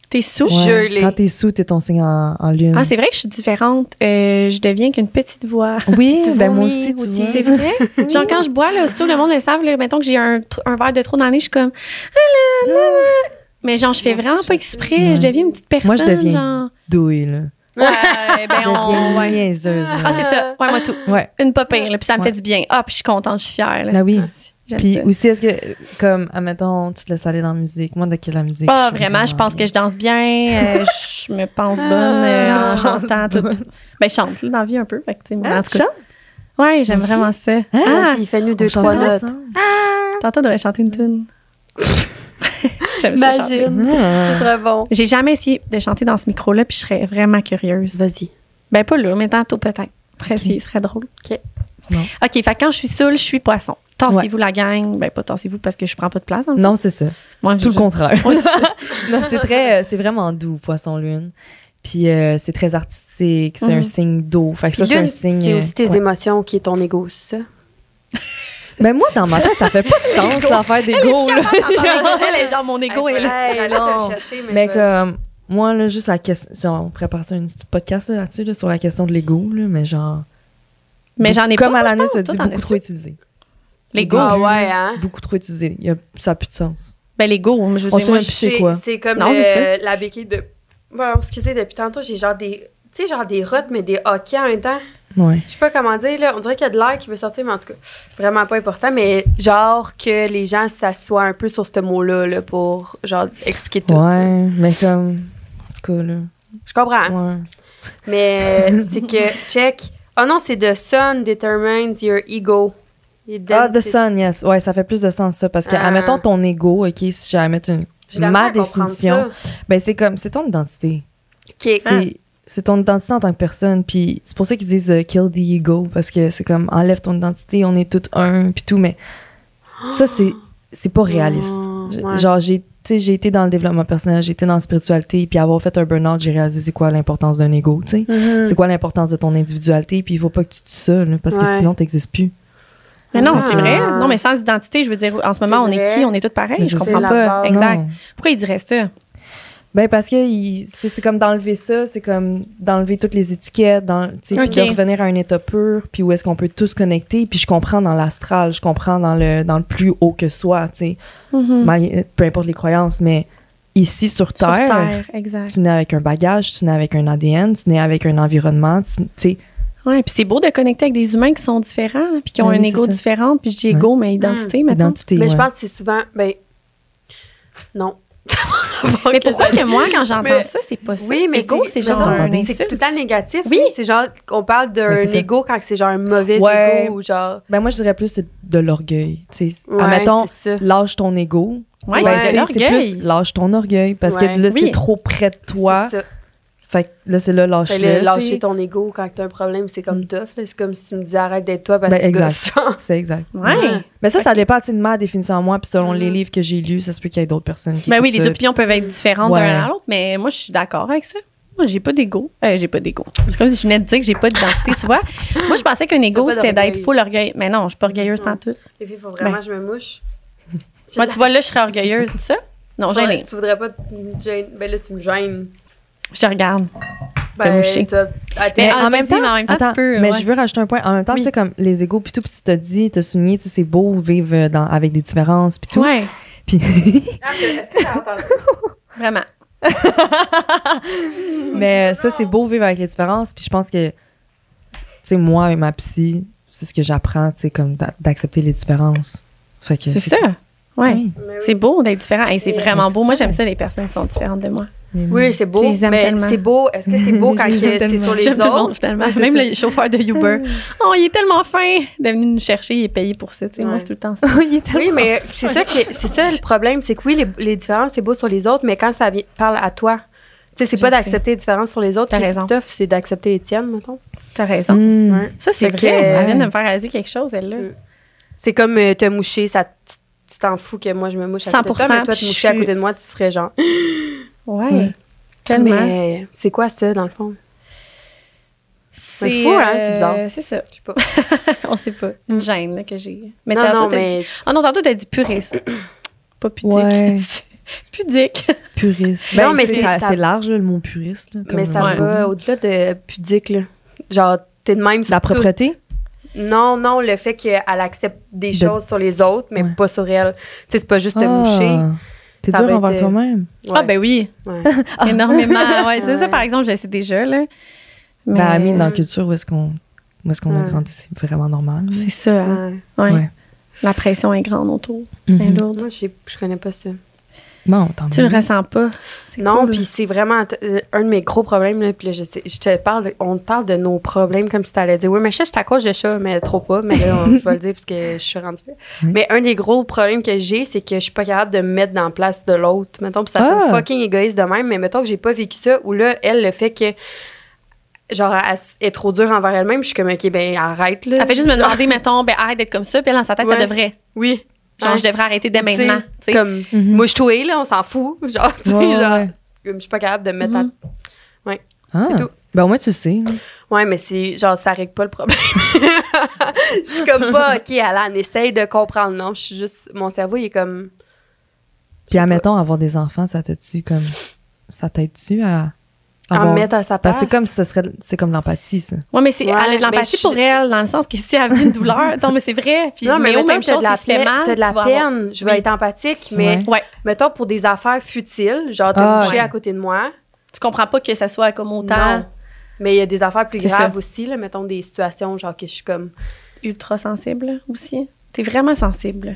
T'es sous.
Ouais.
l'ai.
Quand t'es sous, t'es ton signe en, en lune.
Ah, c'est vrai que je suis différente. Euh, je deviens qu'une petite voix.
oui,
Tu
ben moi
vomis
aussi, tu
aussi.
vois.
C'est vrai? Genre, quand je bois, là, aussitôt, le monde le savent, là, mettons que j'ai un, tr- un verre de trop dans le nez, je suis comme, Ah là, là, là. Mais genre, je fais
Moi,
vraiment
c'est
pas
ça.
exprès.
Ouais.
Je deviens une petite personne.
Moi, je deviens.
Genre.
Douille, là.
Ouais, ben, on.
Deviens
ouais.
niaiseuse, là.
Ah, c'est ça. Ouais, moi, tout.
Ouais.
Une pas pire, là, puis ça me
Ouais.
fait du bien. Ah, puis je suis contente, je suis fière. Là.
Ah oui.
J'aime
Puis
ça.
aussi, est-ce que, euh, comme, admettons, tu te laisses aller dans la musique. Moi, de quelle la musique?
Pas
suis
vraiment, je pense que je danse bien, euh, je me pense bonne euh, en
Ah,
chantant.
c'est
Tout. Ben, je chante là, dans la vie un peu. Fait que, tu sais,
Ah,
en
tu
tout cas- Ouais, j'aime vraiment ça. Ah,
Vas-y, fais-nous
On
deux,
chante
trois notes.
ensemble.
Tantôt, devrait chanter une tune. j'aime ça chanter.
Imagine.
Ah.
C'est très bon.
J'ai jamais essayé de chanter dans ce micro-là, puis je serais vraiment curieuse.
Vas-y.
Ben, pas là, mais tantôt peut-être. Après,
Ok.
c'est- ce serait drôle.
Ok.
Non.
OK, fait que quand je suis saoule, je suis poisson. Tassez-vous la gang. Ben, pas tassez-vous parce que je prends pas de place. dans le
Non, c'est ça.
fond. Moi, je-
Tout le contraire.
Moi, c'est-
non, c'est très, euh, c'est vraiment doux, poisson lune. Puis euh, c'est très artistique, c'est
Mhm.
un signe d'eau. Fait que ça,
Puis
c'est un
lune,
signe.
C'est
euh,
aussi tes
ouais.
émotions qui est ton ego, c'est ça?
Ben moi, dans ma tête, ça fait pas de sens l'affaire des gros. là.
Ah, ben, Elle est genre, mon ego est là.
J'allais
non.
te le chercher, mais.
Mais
je-
comme moi, là, juste la question. Si on pourrait partir un petit podcast là, là-dessus, là, sur la question de l'ego, là, mais genre.
Mais j'en ai
Comme
pas. moi, je
Alanis
pense.
a
Toi,
dit,
t'en
beaucoup
as-tu?
trop utilisé.
L'ego.
Ah ouais, hein?
Beaucoup trop utilisé. Il y a- ça n'a plus de sens.
Ben, l'ego, je veux
On
dire,
sait
moi,
même
je-
plus c'est quoi.
C'est comme
Non,
le-
c'est
la béquille de. Bon, excusez, depuis tantôt, j'ai genre des. Tu sais, genre des rottes, mais des hockey en même temps.
Ouais.
Je sais pas comment dire, là. On dirait qu'il y a de l'air qui veut sortir, mais en tout cas, vraiment pas important. Mais genre que les gens s'assoient un peu sur ce mot-là, là, pour genre expliquer tout.
Ouais, mais comme. En tout cas, là.
Ah.
Je comprends.
Ouais.
Mais c'est que, check, Oh non, c'est The Sun Determines Your Ego.
Ah, The
Identity.
Sun, yes. Ouais, ça fait plus de sens, ça. Parce que,
Ah.
admettons ton ego, OK, si j'allais mettre une,
J'ai de la misère
ma
à comprendre
définition, ben c'est comme, c'est ton identité.
ça. OK. Ah.
C'est- C'est ton identité en tant que personne. Puis c'est pour ça qu'ils disent euh, kill the ego, parce que c'est comme enlève ton identité, on est toutes un, puis tout. Mais ça, c'est c'est pas réaliste.
Oh,
Je-
ouais.
Genre, j'ai tu sais, j'ai été dans le développement personnel, j'ai été dans la spiritualité, puis avoir fait un burn-out, j'ai réalisé c'est quoi l'importance d'un ego, tu sais.
Mhm.
C'est quoi l'importance de ton individualité, puis il faut pas que tu te seules, parce que
Ouais.
sinon, t'existes plus.
Mais non,
Ah.
c'est vrai. Non, mais sans identité, je veux dire, en ce
C'est
moment, on est
vrai.
qui? On est tous pareils.
Mais
Je
je
comprends
sais, la
pas.
base.
Exact.
Non.
Pourquoi ils diraient ça?
Ben parce que il- c'est c'est comme d'enlever ça, c'est comme d'enlever toutes les étiquettes, dans, tu sais, puis
Ok.
de revenir à un état pur, puis où est-ce qu'on peut tous connecter, puis je comprends dans l'astral, je comprends dans le dans le plus haut que soi, tu sais,
Mm-hmm.
mal- peu importe les croyances, mais ici sur
Mm. Sur
Terre,
Terre, exact.
tu nais avec un bagage, tu nais avec un ADN, tu nais avec un environnement, tu tu sais,
Ouais, puis c'est beau de connecter avec des humains qui sont différents, puis qui ont
Ah oui,
un
c'est
ego
ça. Mm.
différent, puis je dis ego, mais identité maintenant.
identité.
Mais je
ouais.
pense que c'est souvent. Ben. Non.
Mais pourquoi que moi, quand j'entends
Mais-
ça, c'est pas ça?
Oui, mais
ego, c'est genre
non,
un
mais
C'est
insulte.
tout le temps négatif.
Oui.
C'est genre, on parle
Mais
d'un
c'est ça.
ego quand c'est genre un mauvais
Ouais. Ah,
ego ou genre.
Ben moi je dirais plus c'est de l'orgueil, tu sais,
Ouais,
admettons
c'est ça.
lâche ton ego.
Ouais, c'est
Ben, c'est-
de
c'est
l'orgueil.
plus lâche ton orgueil parce
Ouais.
que là
Oui.
c'est trop près de toi.
C'est ça.
Fait que là, c'est là,
Fait
lâche-le.
là,
tu sais.
lâcher ton ego quand t'as un problème, c'est comme tough. là. C'est comme si tu me disais arrête d'être toi parce
Ben,
que tu
exact.
gosses.
C'est exact.
Ouais.
Mais ça, ça dépend tu sais, de ma définition à moi, puis selon les
Mhm.
livres que j'ai lus, ça se peut qu'il y ait d'autres personnes qui.
Mm-hmm. Ben oui,
écoutent
les
ça,
opinions peuvent être différentes
Ouais.
d'un à l'autre, mais moi, je suis d'accord avec ça. Moi, j'ai pas d'ego. Euh, j'ai pas d'ego. C'est comme si je venais de dire que j'ai pas d'identité, tu vois. Moi, je pensais qu'un ego,
pas
c'était d'être
d'orgueil.
full orgueil. Mais non, je suis pas orgueilleuse
Non.
pendant tout.
Les filles, faut vraiment, je me mouche.
Moi, tu vois, là, je serais orgueilleuse, c'est ça? Non,
Faudrait-
gênée.
Tu voudrais pas me gêner. Ben là, tu me gênes.
Je te regarde.
Ben,
mouché.
tu vas- Ah, t'es-
Mais
Ah,
en
t'as
même
dit,
temps,
mais en même temps, tu
attends,
peux,
mais
ouais.
je veux rajouter un point. En même temps,
Oui.
tu sais, comme les égaux, puis tout, puis tu t'as dit, t'as souligné, tu sais, c'est beau vivre dans, avec des différences, puis tout.
Ouais,
Puis,
Ah, t'as- t'as entendu.
vraiment.
mais euh, ça, c'est beau vivre avec les différences, puis je pense que, tu sais, moi et ma psy, c'est ce que j'apprends, tu sais, comme d'a- d'accepter les différences. Fait que
C'est ça. Ouais.
Oui.
Mais oui.
C'est beau d'être différent. Hey, c'est
Oui.
vraiment beau. Moi, j'aime ça, les personnes qui sont différentes de moi.
Oui, c'est beau.
Je les aime
mais
tellement.
c'est beau. Est-ce que c'est beau quand que
Je les aime
c'est
tellement.
sur les
J'aime tout le monde,
autres? Mm.
finalement. Même le chauffeur de Uber. Oh, il est tellement fin de venir nous chercher. Il est payé pour ça. tu sais. Moi,
Ouais.
c'est tout le temps ça.
Il est
Oui, mais c'est ça, que- c'est ça le problème. C'est que oui, les, les différences, c'est beau sur les autres, mais quand ça vi- parle à toi, tu sais, c'est
Je
pas
sais.
d'accepter les différences sur les autres.
T'as
qui est
raison.
tough, c'est d'accepter les tiennes, mettons.
T'as raison.
Mm.
Ouais.
Ça, c'est
Fait
vrai.
que-
Elle vient de me faire réaliser quelque chose, elle-là.
Mm. C'est comme euh, te moucher, ça, t- tu t'en fous que moi je me mouche à côté de toi,
100%,
mais toi te
puis
moucher à
je
côté de moi, tu serais genre.
Ouais.
Ouais.
Tellement.
Mm. Mais c'est quoi ça, dans le fond?
c'est
fou, hein, c'est bizarre.
euh, c'est ça.
Je sais pas.
On sait pas. Une gêne là, que j'ai. Mais
non,
tantôt,
non,
t'as
mais
dit. Oh non, tantôt, t'as dit puriste. pas pudique.
Ouais.
Pudique.
Puriste.
Non, mais
tu sais,
c'est-
ça-
ça-
c'est large, là, le mot puriste. là, comme euh,
mais ça
le mot.
va au-delà de pudique, là. Genre, t'es de même sur
La
tout.
propreté?
Non, non, le fait qu'elle accepte des
De-
choses sur les autres, mais
Ouais.
pas sur elle. Tu sais, c'est pas juste te moucher.
Ah, T'es
Ça
dur
va
envers
être- euh,
toi-même.
Ouais.
Ah, ben oui.
Ouais.
Énormément. Ouais, c'est ça,
Ouais.
par exemple, je le sais déjà, là.
Ben,
Mais-
Amine, dans la culture où est-ce qu'on où est-ce qu'on a
Ouais.
grandi, c'est vraiment normal.
C'est ça, hein.
Ouais.
Ouais.
Ouais.
La pression est grande autour.
Mhm.
bien lourde.
Moi, je sais- je connais pas ça.
Non, t'en
Tu le ressens pas. C'est
Non,
cool. hein.
puis c'est vraiment t- euh, un de mes gros problèmes. Là, puis là, je, sais- je te parle, de- on te parle de nos problèmes comme si t'allais dire, oui, mais chat, c'est à cause de ça, mais trop pas. Mais là, on, je vais le dire parce que je suis rendue là.
Oui.
Mais un des gros problèmes que j'ai, c'est que je suis pas capable de me mettre dans la place de l'autre. Mettons, puis ça
Ah!
sonne fucking égoïste de même, mais mettons que j'ai pas vécu ça, ou là, elle, le fait que, genre, elle s- est trop dure envers elle-même, je suis comme, OK, ben arrête, là.
Ça fait juste me demander, mettons, ben arrête d'être comme ça, puis elle, dans sa tête, ça
Ouais.
devrait.
Oui. Ah,
Genre, je devrais arrêter dès
Tu sais,
maintenant. tu sais.
Comme,
Mhm.
mouche toi là, on s'en fout. Genre, tu sais,
Ouais, ouais,
genre,
ouais. Mm-hmm.
comme je suis pas capable de me mettre à-
Mhm.
Ah.
c'est tout.
Ben, au moins, tu sais. là.
Ouais, mais c'est genre, ça règle pas le problème. je suis comme pas, OK, Alan, essaye de comprendre. Non, je suis juste, mon cerveau, il est comme.
Puis, admettons, avoir des enfants, ça te tue comme. Ça t'aide-tu à.
En
avoir-
mettre à sa place.
Ah Parce que c'est comme, ça serait... c'est comme l'empathie, ça.
Ouais, mais c'est,
Ouais,
elle a de
ben,
l'empathie
je-
pour elle, dans le sens que si elle vit une douleur, non, mais c'est vrai. Puis,
non, mais,
Méo,
mettons
même
que t'as
chose,
de la,
si tu fais
pe-
mal,
t'as de
tu
la
vas
peine.
avoir-
Je vais
Oui.
être empathique, mais
Ouais.
Ouais,
mettons pour des affaires futiles, genre t'es
Ah,
couché
ouais.
à côté de moi.
tu comprends pas que ça soit comme
Non.
autant
Mais il y a des affaires plus
C'est
graves
ça.
aussi, là, mettons des situations genre que je suis comme.
ultra sensible aussi. T'es vraiment sensible.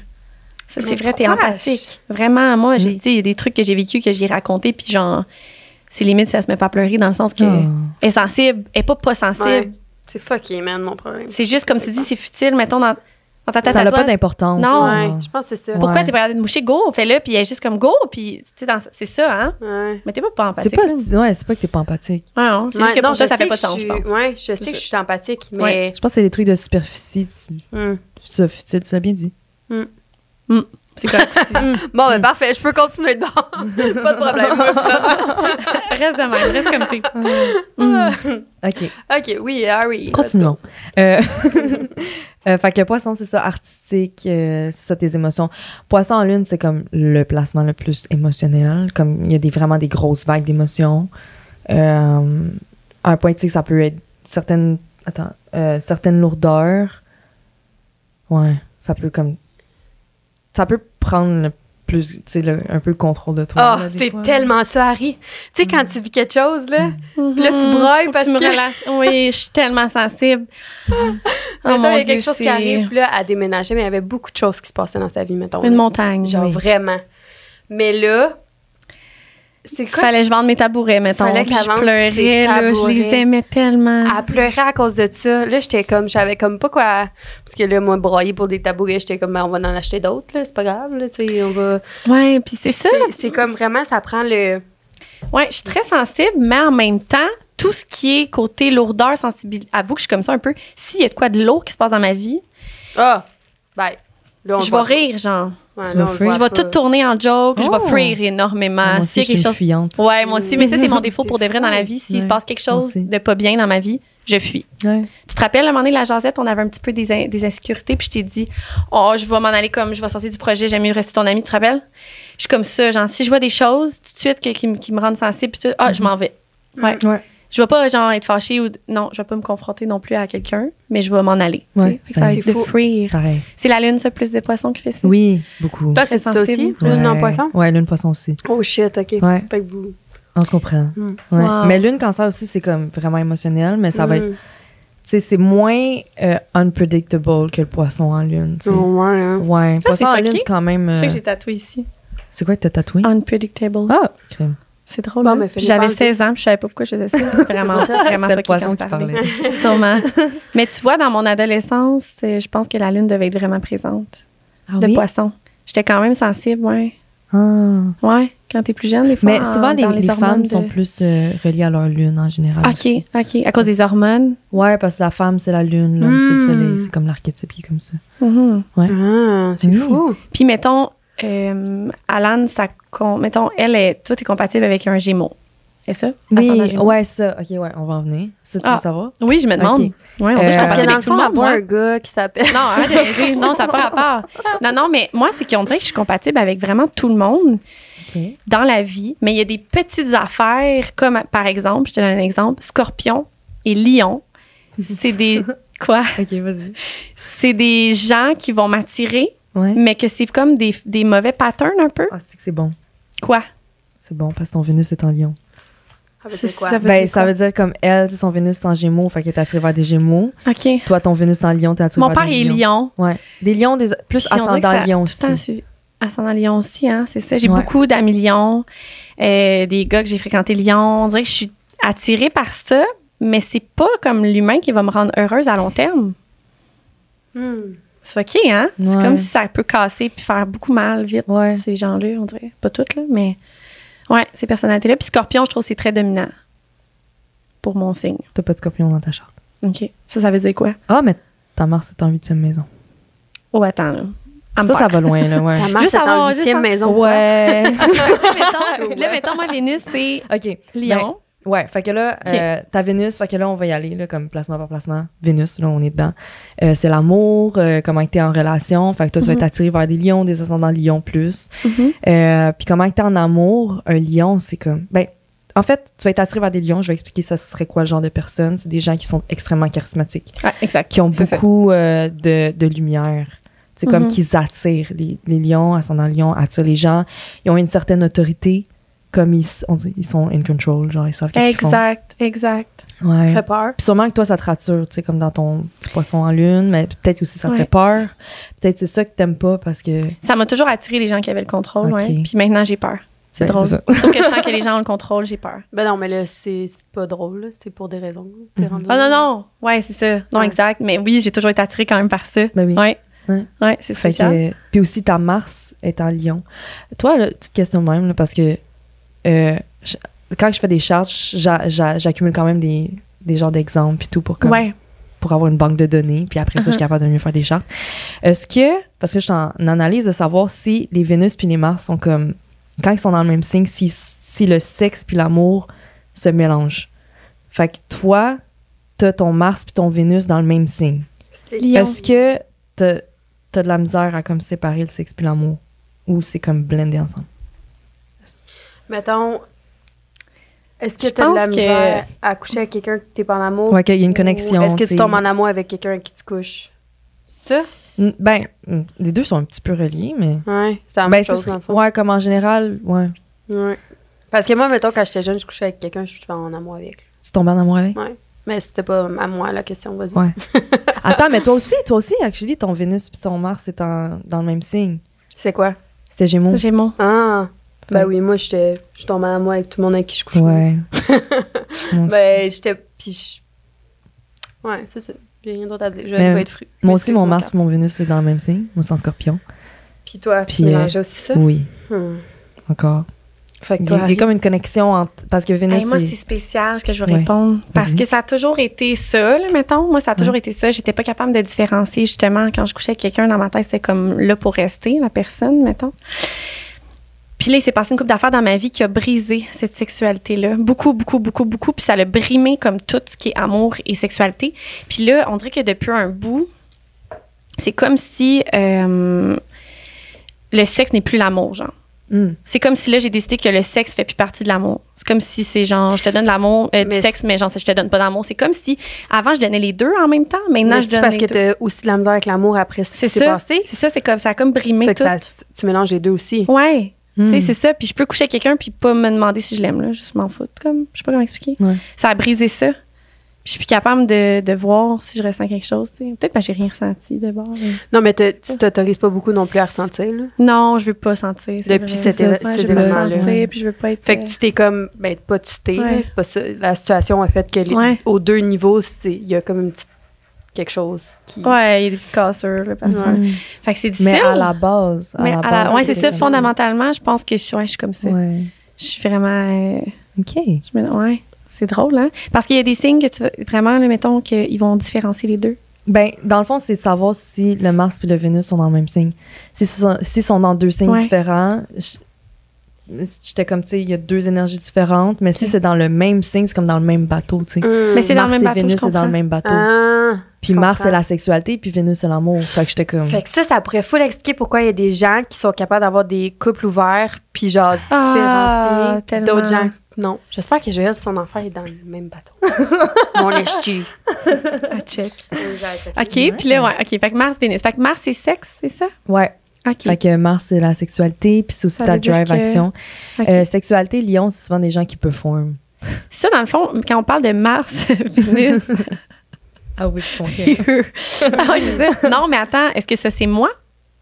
Ça, c'est
Mais
vrai, t'es
pourquoi
empathique. Vraiment, moi, j'ai, tu sais, il y a des trucs que j'ai vécu, que j'ai raconté, puis genre, c'est limite, ça se met pas à pleurer, dans le sens que.
Ah.
est sensible, est pas pas sensible.
Ouais. C'est fucké, man, mon problème.
C'est juste, comme tu dis, c'est futile, mettons, dans, dans ta tête.
Ça
à
n'a
toi.
pas d'importance.
Non.
euh,
Ouais, je pense que c'est ça.
Pour-
Pourquoi
Ouais.
t'es pas allée de moucher? Go, fais-le, puis elle est juste comme go, puis tu sais, dans- c'est ça, hein?
Ouais.
Mais t'es pas, pas
C'est
empathique.
pas,
là.
ouais, c'est pas que t'es pas empathique.
Ouais, non, c'est juste
Ouais,
que
non,
pour ça,
je
ça
sais
fait pas de
que
sens,
je
je
suis-
pense.
Ouais, je sais que je suis empathique, mais.
Je pense que c'est des trucs de superficie. Tu,
Hmm.
ça, futile, tu l'as bien dit.
C'est comme,
Bon, ben parfait, je peux continuer dedans. pas de problème.
reste de même, reste comme t'es.
Ah.
Mm.
OK.
ok, oui, Harry.
Continuons. Euh, euh, fait que poisson, c'est ça, artistique, euh, c'est ça tes émotions. Poisson en lune, c'est comme le placement le plus émotionnel. Comme il y a des, vraiment des grosses vagues d'émotions. Euh, un point, tu sais, ça peut être certaines, attends, euh, certaines lourdeurs. Ouais, ça peut comme. Ça peut prendre le plus, tu sais, le- un peu le contrôle de toi.
Oh,
là, des
c'est
fois.
tellement ça, Harry. Tu sais,
Hmm.
quand tu vis quelque chose, là,
Puis
là, tu brailles parce
me
que-
relasses. Oui, je suis tellement sensible. oh
mettons,
mon
il y a
Dieu,
quelque chose qui
c'est
arrive, puis là, à déménager, mais il y avait beaucoup de choses qui se passaient dans sa vie, mettons.
Une
là.
montagne.
Genre,
oui.
vraiment. Mais là, c'est quoi?
Fallait que je vende mes tabourets, mettons.
Fallait
Puis
qu'elle
je
vende
pleurais,
ses
là, je les
tabourets. Ah.
aimais tellement.
à pleurer à cause de ça. Là, j'étais comme, j'avais comme pas quoi. Parce que là, moi, broyer pour des tabourets, j'étais comme, ben, on va en acheter d'autres, là, c'est pas grave, là, tu sais, on va.
Ouais, puis c'est ça.
C'est- C'est comme vraiment, ça prend le.
Ouais, je suis très sensible, mais en même temps, tout ce qui est côté lourdeur, sensibilité, avoue que je suis comme ça un peu. S'il y a de quoi de lourd qui se passe dans ma vie,
Ah! Ben, là, on
je
voit
vais
pas.
rire, genre.
Ouais,
Tu
là,
vas
on le
fuir.
voit
Je vais
pas.
tout tourner en joke, je
Oh.
vais fuir
Moi
énormément. S'il
aussi,
y
je
a
suis
quelque
une
chose.
fuyante.
Ouais, moi aussi, mais ça, c'est mon défaut
C'est
pour de vrai dans la vie. S'il
Ouais,
se passe quelque chose
aussi.
de pas bien dans ma vie, je fuis.
Ouais.
Tu te rappelles, à un moment donné, la jasette, on avait un petit peu des, in- des insécurités, puis je t'ai dit, oh, je vais m'en aller comme, je vais sortir du projet, j'aime mieux rester ton ami, tu te rappelles? Je suis comme ça, genre, si je vois des choses, tout de suite, que- qui, me- qui me rendent sensible, puis tout, ah,
Mm-hmm.
je m'en vais. Ouais.
Ouais.
Je vais pas, genre, être fâchée ou, non, je vais pas me confronter non plus à quelqu'un, mais je vais m'en aller. tu sais.
Ouais,
Fait que ça va
c'est
être de
fou.
fuir.
Pareil.
C'est la lune, ça, plus de poissons qui fait ça.
Oui, beaucoup.
Toi,
Très
c'est ça aussi?
sensible.
Lune non
Ouais.
poisson?
Ouais, lune poisson aussi.
Oh shit, ok.
Ouais.
Fait que vous.
On se comprend.
Mm.
Ouais.
Wow.
Mais lune cancer aussi, c'est comme vraiment émotionnel, mais ça va être.
Mm.
Tu sais, c'est moins euh, unpredictable que le poisson en lune. tu sais.
Oh, ouais, hein.
Ouais, poisson
c'est
en
fucké.
lune, c'est quand même.
C'est
euh,
ça que j'ai tatoué ici.
c'est quoi que t'as tatoué?
Unpredictable.
Ah, crème.
C'est drôle.
Bon,
hein?
mais fais-les
J'avais
parler.
16 ans, puis je savais pas pourquoi je faisais ça. C'est vraiment, vraiment
C'était le
fucké quand
poisson
ça
qui
arrivait.
parlait.
Sûrement. Mais tu vois, dans mon adolescence, euh, je pense que la lune devait être vraiment présente.
Ah
de
oui?
poisson. J'étais quand même sensible, ouais.
Ah.
Ouais, quand t'es plus jeune, des fois.
Mais
en-
souvent, les,
dans
les
hormones
femmes
de- Ah,
sont plus euh, reliées à leur lune en général.
OK,
aussi.
OK. À cause des hormones.
Ouais, parce que la femme, c'est la lune, l'homme, c'est le
Mm.
soleil. C'est comme l'archétype, il est comme ça.
Mhm.
Ah, c'est
Oui.
fou.
Puis, mettons, euh, Alan, ça con- mettons, elle, est, toi, t'es compatible avec un gémeau. C'est ça? Ascendant
Oui,
Gémeaux?
ouais, ça. Ok, ouais, on va en venir. Ça, tu
Ah.
veux savoir?
Oui, je me demande.
Ok.
Ouais, on dirait que je suis
Euh,
Parce que
compatible
dans le
avec tout
fond,
le monde.
avoir
moi.
un gars qui s'appelle.
Non, arrête de rêver. Non, ça n'a pas rapport. Non, non, mais moi, c'est qu'on dirait que je suis compatible avec vraiment tout le monde
Ok.
dans la vie. Mais il y a des petites affaires, comme par exemple, je te donne un exemple, Scorpion et Lion. C'est des. Quoi?
Ok, vas-y.
C'est des gens qui vont m'attirer,
Ouais.
mais que c'est comme des, des mauvais patterns un peu.
Ah, c'est que c'est bon.
Quoi?
C'est bon parce que ton Vénus est en lion.
Ah, ben, c'est quoi?
Ça veut
ben,
dire
ça
quoi?
veut dire comme elle, tu sais, son Vénus est en gémeaux, fait qu'elle est attirée vers des gémeaux.
OK.
Toi, ton Vénus est en lion, t'es attirée
Mon
vers
père
des
est
lions.
lion.
Ouais. Des lions, des... plus
Puis on dirait que ça
ascendant
a
lion
tout le temps
aussi.
su- Ascendant Lyon aussi, hein, c'est ça. J'ai
Ouais.
beaucoup d'amis Lyon, euh, des gars que j'ai fréquentés Lyon. On dirait que je suis attirée par ça, mais c'est pas comme l'humain qui va me rendre heureuse à long terme.
Hmm.
C'est OK, hein? C'est
Ouais.
comme si ça peut casser puis faire beaucoup mal vite,
Ouais.
ces gens-là, on dirait. Pas toutes, là, mais ouais, ces personnalités-là. Puis Scorpion, je trouve que c'est très dominant pour mon signe.
T'as pas de scorpion dans ta charte.
OK. Ça, ça veut dire quoi?
Ah, mais ta Mars est en huitième maison.
Oh, attends, là. I'm
ça, ça
back.
va loin, là, ouais.
Ta mère,
Juste
c'est en
avoir- juste
huitième
en-
maison. quoi.
ouais.
mettons, là, mettons, moi, Vénus, c'est
ok.
Lyon.
Ben, ouais, fait que là,
Ok.
euh, ta Vénus, fait que là, on va y aller, là, comme placement par placement. Vénus, là, on est dedans. Euh, c'est l'amour, euh, comment que t'es en relation. Fait que toi, tu vas
Mhm.
être attirée vers des lions, des ascendants lions plus.
Mhm.
Euh, puis comment que t'es en amour, un lion, c'est comme. Ben, en fait, tu vas être attiré vers des lions. Je vais expliquer ça ce serait quoi le genre de personnes. C'est des gens qui sont extrêmement charismatiques,
Ah, exact.
qui ont
C'est ça.
beaucoup euh, de, de lumière. C'est comme
Mhm.
qu'ils attirent les, les lions, ascendant lion, attirent les gens. Ils ont une certaine autorité, comme ils, s- on dit, ils sont in control, genre ils savent qu'est-ce qu'ils font.
Exact, exact.
Ouais.
Ça fait peur.
Puis sûrement que toi, ça te rature, tu sais, comme dans ton petit poisson en lune, mais peut-être aussi ça te
Ouais.
fait peur. Peut-être c'est ça que t'aimes pas parce que.
Ça m'a toujours attiré les gens qui avaient le contrôle,
Ok.
ouais. Puis maintenant, j'ai peur. C'est
Ouais,
drôle.
ben, c'est ça.
Sauf que je sens que les gens ont le contrôle, j'ai peur.
Ben non, mais là, c'est c'est pas drôle. là. C'est pour des raisons. C'est rendu-
Ah non, non. Ouais, c'est ça. Non,
Ouais.
exact. Mais oui, j'ai toujours été attirée quand même par ça.
Ben oui.
Ouais.
Ouais.
Ouais, c'est
Fait
spécial.
que- puis aussi, ta Mars est en Lyon. Toi, là, petite question de même, là, parce que euh, je- quand je fais des charges, j'a- j'a- j'accumule quand même des, des genres d'exemples puis tout pour, comme-
Ouais. Uh-huh.
pour avoir une banque de données. Puis après ça, je suis capable de mieux faire des chartes. Est-ce que, parce que je suis en analyse de savoir si les Vénus puis les Mars sont comme, quand ils sont dans le même signe, si, si le sexe puis l'amour se mélangent. Fait que toi, t'as ton Mars puis ton Vénus dans le même signe.
C'est lion.
Est-ce que t'as t'as de la misère à comme séparer le sexe puis l'amour ou c'est comme blendé ensemble?
Mettons, est-ce que
Je
t'as de la
pense que-
misère à coucher avec quelqu'un que t'es pas en amour?
Ouais, qu'il y a une
Ou
connexion.
Est-ce que
t'sais.
tu tombes en amour avec quelqu'un avec qui tu couches? C'est ça?
N- Ben, mm, les deux sont un petit peu reliés, mais.
Ouais, c'est la même
Ben, ça
chose,
serait-
dans le fond.
ouais, comme en général, ouais.
Ouais. Parce que moi, mettons, quand j'étais jeune, je couchais avec quelqu'un, je suis en amour avec. lui.
Tu tombes en amour avec?
Mais c'était pas à moi la question, vas-y.
Ouais. Attends, mais toi aussi, toi aussi, actually, ton Vénus puis ton Mars, c'est en- dans le même signe.
C'est quoi?
C'était Gémeaux.
J'ai mon.
Ah! Ben
Ouais.
oui, moi, j'étais, je tombais en amour avec tout le monde avec qui je couchais.
Ouais. Moi aussi.
Ben, j'étais. Puis. je- Ouais, c'est ça. J'ai rien d'autre à dire. Je vais
Mais
pas être fru.
Moi aussi, mon
Excuse-moi,
Mars puis mon Vénus, c'est dans le même signe. Moi, c'est en scorpion.
Kat. Puis toi, tu
Puis, euh,
mélangeais aussi ça?
Oui,
Hmm.
encore.
Fait que
Il y
toi.
a- il y a comme une connexion entre. Parce que Vénus,
Hey, moi,
c'est-
c'est spécial ce que je vais
Ouais.
répondre. Parce
Vas-y.
que ça a toujours été ça, là, mettons. Moi, ça a toujours été ça. J'étais pas capable de différencier, justement. Quand je couchais avec quelqu'un, dans ma tête, c'était comme là pour rester, la personne, mettons. Puis là, il s'est passé une couple d'affaires dans ma vie qui a brisé cette sexualité-là. Beaucoup, beaucoup, beaucoup, beaucoup. Puis ça l'a brimé comme tout ce qui est amour et sexualité. Puis là, on dirait que depuis un bout, c'est comme si euh, le sexe n'est plus l'amour, genre.
Hum.
C'est comme si là, j'ai décidé que le sexe fait plus partie de l'amour. C'est comme si c'est genre, je te donne de l'amour, euh, du
Mais
sexe, mais genre, je te donne pas d'amour. C'est comme si avant, je donnais les deux en même temps. Maintenant,
Mais
je
c'est
donne.
parce que
les deux.
t'as aussi de la misère avec l'amour après ce
C'est
qui s'est
ça.
passé.
C'est ça, c'est comme ça, a comme brimé
Fait que
tout.
ça, Hmm. tu mélanges les deux aussi.
Ouais.
Hum.
Tu sais, c'est ça. Puis je peux coucher avec quelqu'un puis pas me demander si je l'aime, là. Juste m'en foutre, comme. Je sais pas comment expliquer.
Ouais.
Ça a brisé ça. Puis je suis plus capable de, de voir si je ressens quelque chose, tu sais. Peut-être parce que j'ai rien ressenti de bord. mais-
Non, mais te- tu t'autorises pas beaucoup non plus à ressentir. là.
Non, je veux pas sentir. c'est
Depuis
vrai.
cet
éve-
Ouais,
ces
je veux pas
événements-là.
sentir, puis je veux pas être.
Fait que
euh,
tu t'es comme, ben, pas tu t'es,
Ouais.
là, c'est pas ça. La situation a fait que les,
Ouais.
aux deux niveaux, c'est- il y a comme une petite, quelque chose qui.
Ouais, il y a des petites cassures, là, parce que-
Hmm.
Ouais.
Fait que c'est difficile.
Mais à la base.
Mais
à la
à la-
base,
ouais, c'est ça.
comme
Fondamentalement, je pense que je, ouais, je suis comme ça.
Ouais.
Je suis vraiment. euh,
OK.
je me- ouais, c'est drôle, hein? Parce qu'il y a des signes que tu vas- Vraiment, là, mettons qu'ils vont différencier les deux.
Ben, dans le fond, c'est de savoir si le Mars et le Vénus sont dans le même signe. S'ils sont, s'ils sont dans deux signes
Ouais.
différents, je- j'étais comme, tu sais, il y a deux énergies différentes, mais si
Ok.
c'est dans le même signe, c'est comme dans le même bateau, tu sais.
Hmm.
Mais c'est dans le même
Mars et
bateau. je
Vénus, c'est dans
comprends.
le même bateau.
Ah.
puis Mars,
comprends.
c'est la sexualité, puis Vénus, c'est l'amour. Fait que j'étais comme...
Fait que ça, ça pourrait full expliquer pourquoi il y a des gens qui sont capables d'avoir des couples ouverts, puis genre
Ah,
différencier d'autres
tellement.
gens. Non. J'espère que Joël, son enfant, est dans le même bateau. Mon estu.
Ah, check. OK, puis là, ouais. OK, fait que Mars, Vénus. Fait que Mars, c'est sexe, c'est ça?
Ouais.
OK.
Fait que Mars, c'est la sexualité, puis c'est aussi
Ça
ta
veut dire
drive
que-
action.
OK.
Euh, sexualité, Lion, c'est souvent des gens qui performent.
Ça, dans le fond, quand on parle de Mars, Vénus,
Ah oui, ils sont
et eux. Ah, ouais, c'est ça. Non, mais attends, est-ce que ça, c'est moi?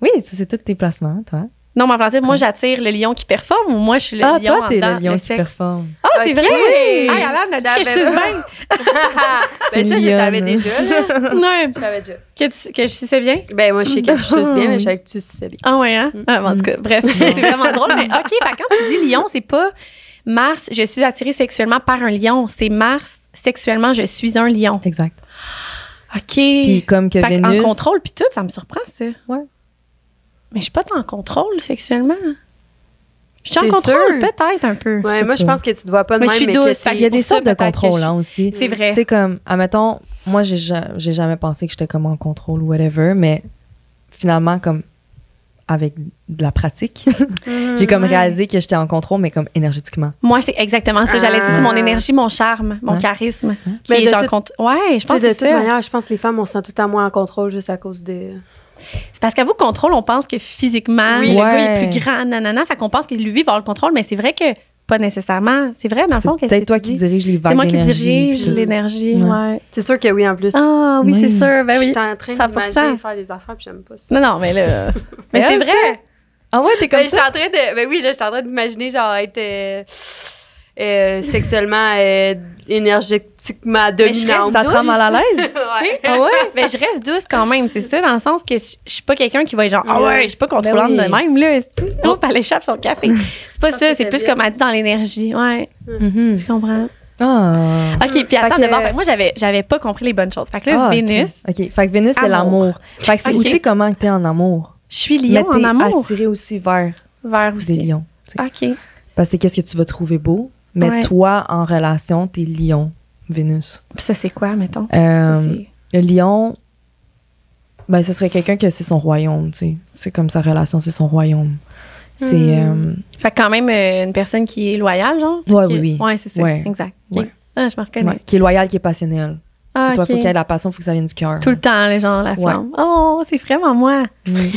Oui, ça, c'est tous tes placements, toi.
Non, mais en dire, moi, j'attire le lion qui performe ou moi, je suis le
ah,
lion
toi,
en
t'es
dedans,
le lion qui
sexe?
performe.
Ah, c'est
Ok.
vrai! Ah, Alan a dit que je suis
J'avais-
bien.
C'est
ben ça, je
mignonne.
savais déjà. là.
Ouais,
Je savais déjà.
que, tu- que je sais bien.
Ben moi, je sais que je suce bien, mais je savais que tu suçais bien.
Ah ouais, hein? Ah, bon, en tout cas, bref, c'est vraiment drôle. Mais OK, fait que quand tu dis lion, c'est pas Mars, je suis attirée sexuellement par un lion. C'est Mars, sexuellement, je suis un lion.
Exact.
OK.
Puis comme que
fait que
Vénus...
en contrôle, puis tout, ça me surprend, ça.
Ouais.
Mais je suis pas tant en contrôle sexuellement. Je suis en
T'es
contrôle,
sûre?
peut-être un peu.
Ouais,
sais
moi, je
pas.
pense que tu te vois pas de
Mais je
même,
suis
mais
douce,
que
fait
tu-
Il y a
pour
des
ça,
sortes de
peut-être que
contrôle
je-
hein, aussi.
C'est vrai.
Tu sais, comme, admettons, moi, j'ai ja- j'ai jamais pensé que j'étais comme en contrôle ou whatever, mais finalement, comme, avec de la pratique, j'ai comme
ouais.
réalisé que j'étais en contrôle, mais comme énergétiquement.
Moi, c'est exactement ça. J'allais dire
Ah.
c'est mon énergie, mon charme, mon
Ouais.
charisme. Qui
Mais
est
de
genre
toute-
contre- Ouais, je
Tu sais,
pense
de
que
toute
c'est ça.
manière, je pense que les femmes, on se sent tout à moins en contrôle juste à cause de...
C'est parce qu'à vous, contrôle, on pense que physiquement,
Oui.
le
Ouais.
gars est plus grand, nanana. Fait qu'on pense que lui va avoir le contrôle, mais c'est vrai que pas nécessairement. C'est vrai, dans le
C'est
fond, qu'est-ce que
peut-être toi
tu
qui
dis?
dirige les
C'est
vagues
moi qui
d'énergie,
dirige
puis-
l'énergie,
Ouais.
ouais.
C'est sûr que oui, en plus.
Ah oui,
Oui.
c'est sûr, ben
Je
oui.
suis en train
100%.
d'imaginer faire des affaires, puis j'aime pas ça.
Non, non, mais là... mais
Mais
c'est
elle,
vrai!
Ah ouais, t'es comme
Ben, j'étais
ça?
en train de. Ben oui, là, j'étais en train d'imaginer, genre, être. euh, euh, sexuellement, euh, énergétiquement
Mais je
dominante.
Ça te rend mal à l'aise?
Ouais.
Ah ouais? Mais je reste douce quand même, c'est ça, dans le sens que je je suis pas quelqu'un qui va être genre, ah ouais, je suis pas contrôlante de
Ben oui.
même, là. esti. Oups, elle échappe son café. C'est pas ça,
pense que
c'est
c'est
plus
bien.
comme elle dit dans l'énergie. Ouais,
Mhm.
je comprends.
Ah.
OK, puis attends,
que-
d'abord, fait que moi, j'avais, j'avais pas compris les bonnes choses. Fait que là,
Ah, ok.
Vénus,
OK. Fait que Vénus, c'est
Amour.
l'amour. Fait que c'est
Ok.
aussi comment que t'es en amour.
je suis
Mais
lion en
t'es
amour.
attiré aussi vers
Vert aussi. Ah,
des lions. tu sais.
OK.
Parce que c'est qu'est-ce que tu vas trouver beau. Mais
Ouais.
toi, en relation, t'es lion, Vénus.
Puis ça, c'est quoi, mettons? Ça,
Euh,
c'est-
le lion, ben, ce serait quelqu'un que c'est son royaume, tu sais. C'est comme sa relation, c'est son royaume. C'est.
Hmm,
euh,
Fait que quand même euh, une personne qui est loyale, genre.
Ouais,
Qui-
oui, oui.
Ouais, c'est ça.
Ouais.
Exact. OK.
Ouais.
Ah, je me reconnais.
ouais, qui est loyal, qui est passionnel.
Ah,
c'est toi,
OK.
faut qu'il y ait de la passion, faut que ça vienne du cœur.
Tout le temps, les gens, la
Ouais.
flamme. Oh, c'est vraiment moi.
Oui.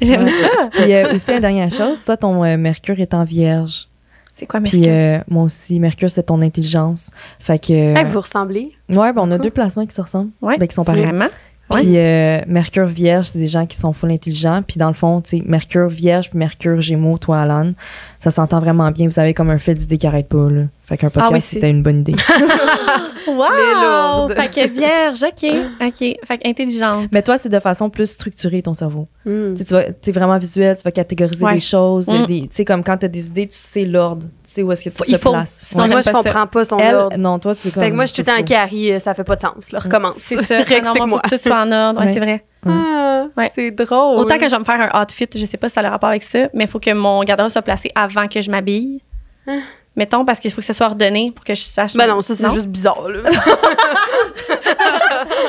J'aime
Mm. Ouais.
ça.
Puis euh, aussi, la dernière chose, toi, ton euh, Mercure est en vierge.
C'est quoi,
Puis
Mercure?
euh, moi aussi, Mercure, c'est ton intelligence. Fait que. euh,
Ah, vous ressemblez.
ouais, ben, on a deux placements qui se ressemblent.
Ouais.
ben, qui sont pareils.
Vraiment? Ouais.
Puis euh, Mercure Vierge, c'est des gens qui sont full intelligents. Puis dans le fond, tu sais, Mercure Vierge, puis Mercure Gémeaux, toi, Alan, ça s'entend vraiment bien. Vous avez comme un fil d'idées qui arrête pas, là. Fait qu'un podcast,
Ah oui, c'est-
c'était une bonne idée.
Wow!
lourdes.
Fait que vierge, OK. OK. Fait que intelligente.
Mais toi, c'est de façon plus structurée, ton cerveau.
Hmm.
Tu sais, tu vas- t'es vraiment visuel, tu vas catégoriser
Ouais.
les choses.
Mm.
des- Tu sais, comme quand t'as des idées, tu sais l'ordre. Tu sais où est-ce que tu
Faut-
te
il faut.
places.
Sinon,
Ouais.
Moi,
j'aime
je
pas ça.
comprends pas son
Elle,
ordre.
non, toi, tu es comme...
Fait que moi, je suis tout le temps
c'est ça.
Carrie, euh, ça fait pas de sens. Là, recommence.
C'est ça. Ah, Réexplique-moi.
Réexplique-moi.
Tout soit en ordre. Ouais,
Ouais.
c'est vrai.
Ah.
Ouais.
C'est drôle.
Autant que je vais me faire un outfit, je sais pas si ça a le rapport avec ça, mais il faut que mon garde-robe soit placé avant que je m'habille. Mettons, parce qu'il faut que ce soit ordonné pour que je sache.
Ben non, ça, c'est juste bizarre. là.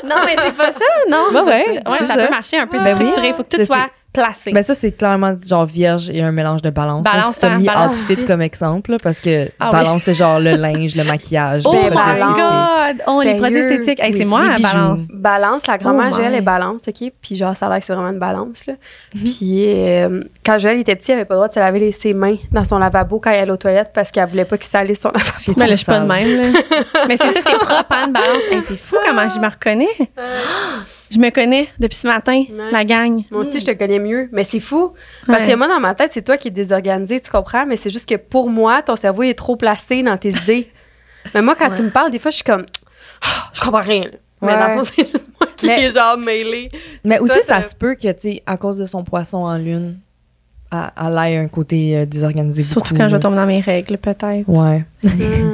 Non, mais c'est pas ça, non?
Ouais, ouais,
c'est pas ça.
c'est
ça
ça.
peut marcher un peu
Ben oui.
structuré. Il faut que tout
Ça,
soit placé.
Ben ça, c'est clairement du genre vierge et un mélange de balance. là,
Balance,
si t'as
hein,
mis
balance
outfit
aussi.
comme exemple, là, parce que
Ah oui.
balance, c'est genre le linge, le maquillage,
oh
les
my
produits
balance.
God!
esthétiques.
On les
Sérieux?
produits esthétiques. Hey,
Oui,
c'est moi,
les
la
bijoux.
balance.
Balance, la grand-mère,
Oh
Joël,
my.
elle balance, OK? Puis genre, ça a l'air que c'est vraiment une balance, là. Puis euh, quand Joël était petit, elle avait pas le droit de se laver les- ses mains dans son lavabo quand elle allait aux toilettes parce qu'elle voulait pas qu'il salisse son lavabo.
J'ai
Mais là,
trop
je suis pas de
sale.
même. Là. Mais c'est ça, c'est propre, hein, une balance. Hey, c'est fou comment je me reconnais. Je me connais depuis ce matin,
Ouais.
la gang.
Moi aussi, je te connais mieux, mais c'est fou. Parce
Ouais.
que moi, dans ma tête, c'est toi qui es désorganisé, tu comprends? Mais c'est juste que pour moi, ton cerveau il est trop placé dans tes idées. Mais moi, quand tu me parles, des fois, je suis comme, Ah, je comprends rien. là. Mais
Ouais.
dans le fond, c'est juste moi qui
Mais-
est genre mêlée.
Mais aussi,
Toi,
ça
t'as-
se peut que, tu sais, à cause de son poisson en lune, elle elle ait un côté euh, désorganisé.
Surtout
beaucoup,
quand je
là.
tombe dans mes règles, peut-être.
Ouais.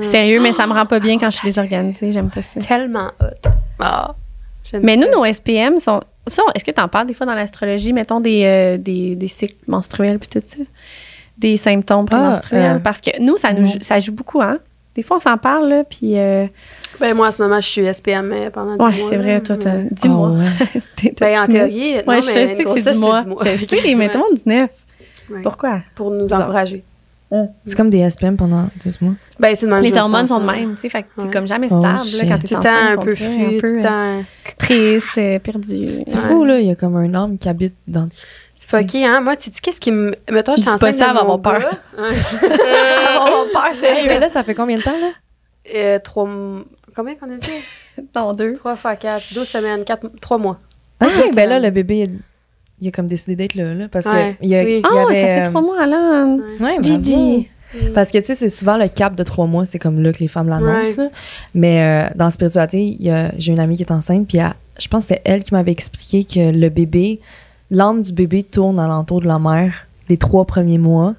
Sérieux, mais ça me rend pas bien quand je suis désorganisée. J'aime pas ça.
Tellement hot. Ah, j'aime
Mais nous,
ça.
nos SPM sont. ça, on- Est-ce que tu en parles des fois dans l'astrologie, mettons des, euh, des, des cycles menstruels puis tout ça? Des symptômes
Ah,
prémenstruels?
euh,
Parce que nous, ça, nous,
non.
joue- ça joue beaucoup, hein? Des fois, on s'en parle, là, puis. euh,
Ben, moi, en ce moment, je suis SPM euh, pendant 10
ouais,
mois,
c'est
là.
vrai, toi, t'as-
Mm.
dis-moi.
Ah ouais.
T'es- t'as
Ben, en
dix mois.
théorie, non,
Ouais,
mais
je sais
une
que c'est
grossesse,
du mois. Je sais, mais mettons 19.
Ouais.
Pourquoi?
Pour nous
Bizarre.
encourager.
C'est comme des SPM pendant 10 mois.
Ben, c'est de même, je
Les
me
hormones
sens,
sont de
hein.
même, tu sais, fait que t'es
Ouais.
comme jamais
Oh,
stable, là,
shit.
quand
Tout
t'es
le temps un
enceinte,
peu
on dirait,
fru, tout le
euh,
temps.
triste, euh, perdu.
C'est
Ouais.
fou, là. Il y a comme un homme qui habite dans.
C'est fucké, hein? Moi, tu dis qu'est-ce qui me. Mettons, je suis
Dis pas
enceinte.
ça,
de
elle va
mon
avoir peur.
gars. Elle va avoir peur,
Mais
sérieux.
là, ça fait combien de temps, là?
Euh, trois. Combien qu'on a dit?
Dans deux.
Trois fois quatre, douze semaines, quatre, trois mois.
Ah,
Ouais,
ben
c'est
là,
vrai.
le bébé, il- il a comme décidé d'être là, là. Parce
Ouais,
que. Il y a,
oui.
il y
Ah, ouais,
avait,
ça fait
euh,
trois mois, Alan.
Ouais, bravo.
Vivi.
Parce que, tu sais, c'est souvent le cap de trois mois, c'est comme là que les femmes l'annoncent.
Ouais.
là. Mais euh, dans la spiritualité, il y a- j'ai une amie qui est enceinte, puis elle- je pense que c'était elle qui m'avait expliqué que le bébé, l'âme du bébé tourne alentour de la mère les trois premiers mois.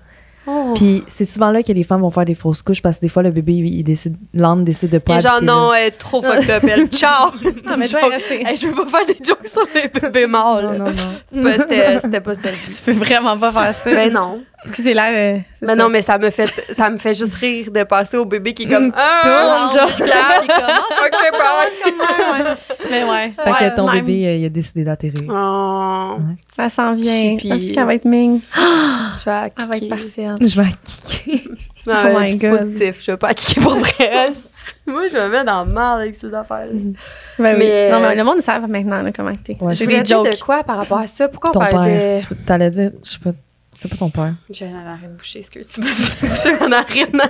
Oh.
Puis c'est souvent là que les femmes vont faire des fausses couches parce que des fois, le bébé, il, il décide, l'âme décide de
Il
pas
est genre,
habiter
non,
là.
elle est trop fucked up, elle. Ciao! C'est
Non,
une
mais toi,
joke.
restez.
Hey, Ah, je veux pas faire des jokes sur les bébés morts,
Non,
là.
non, non.
C'est pas- C'était c'était pas ça. le but.
Tu peux vraiment pas faire ça.
Ben non.
Excusez-la. euh, c'est
Ben
ça.
non, mais ça me fait ça me fait juste rire de penser au bébé qui est comme
Mm, qui
ah,
tourne, genre.
on regarde, il commence, ok,
Mais ouais.
Fait
Ouais,
que ton
même.
bébé, euh, il a décidé d'atterrir.
bye. Oh,
Ça s'en vient.
Puis-
Est-ce qu'elle va être ming?
je vais à
Elle va être
kicker.
parfaite.
Je vais kicker.
Non,
Oh
euh,
my
c'est
God.
positif, je vais pas kicker pour vrai. Mm-hmm. Moi, je me mets dans le mal avec ces affaires.
Ben oui.
Mais,
Non,
euh,
mais le monde savent maintenant là, comment t'es.
Ouais,
J'ai
je
des jokes.
de quoi par rapport à ça Pourquoi on
Ton
parle
père.
de
Tu peux- T'allais dire, je sais pas, c'était pas ton père.
J'ai ma narine bouchée, excuse-moi. J'ai ma narine.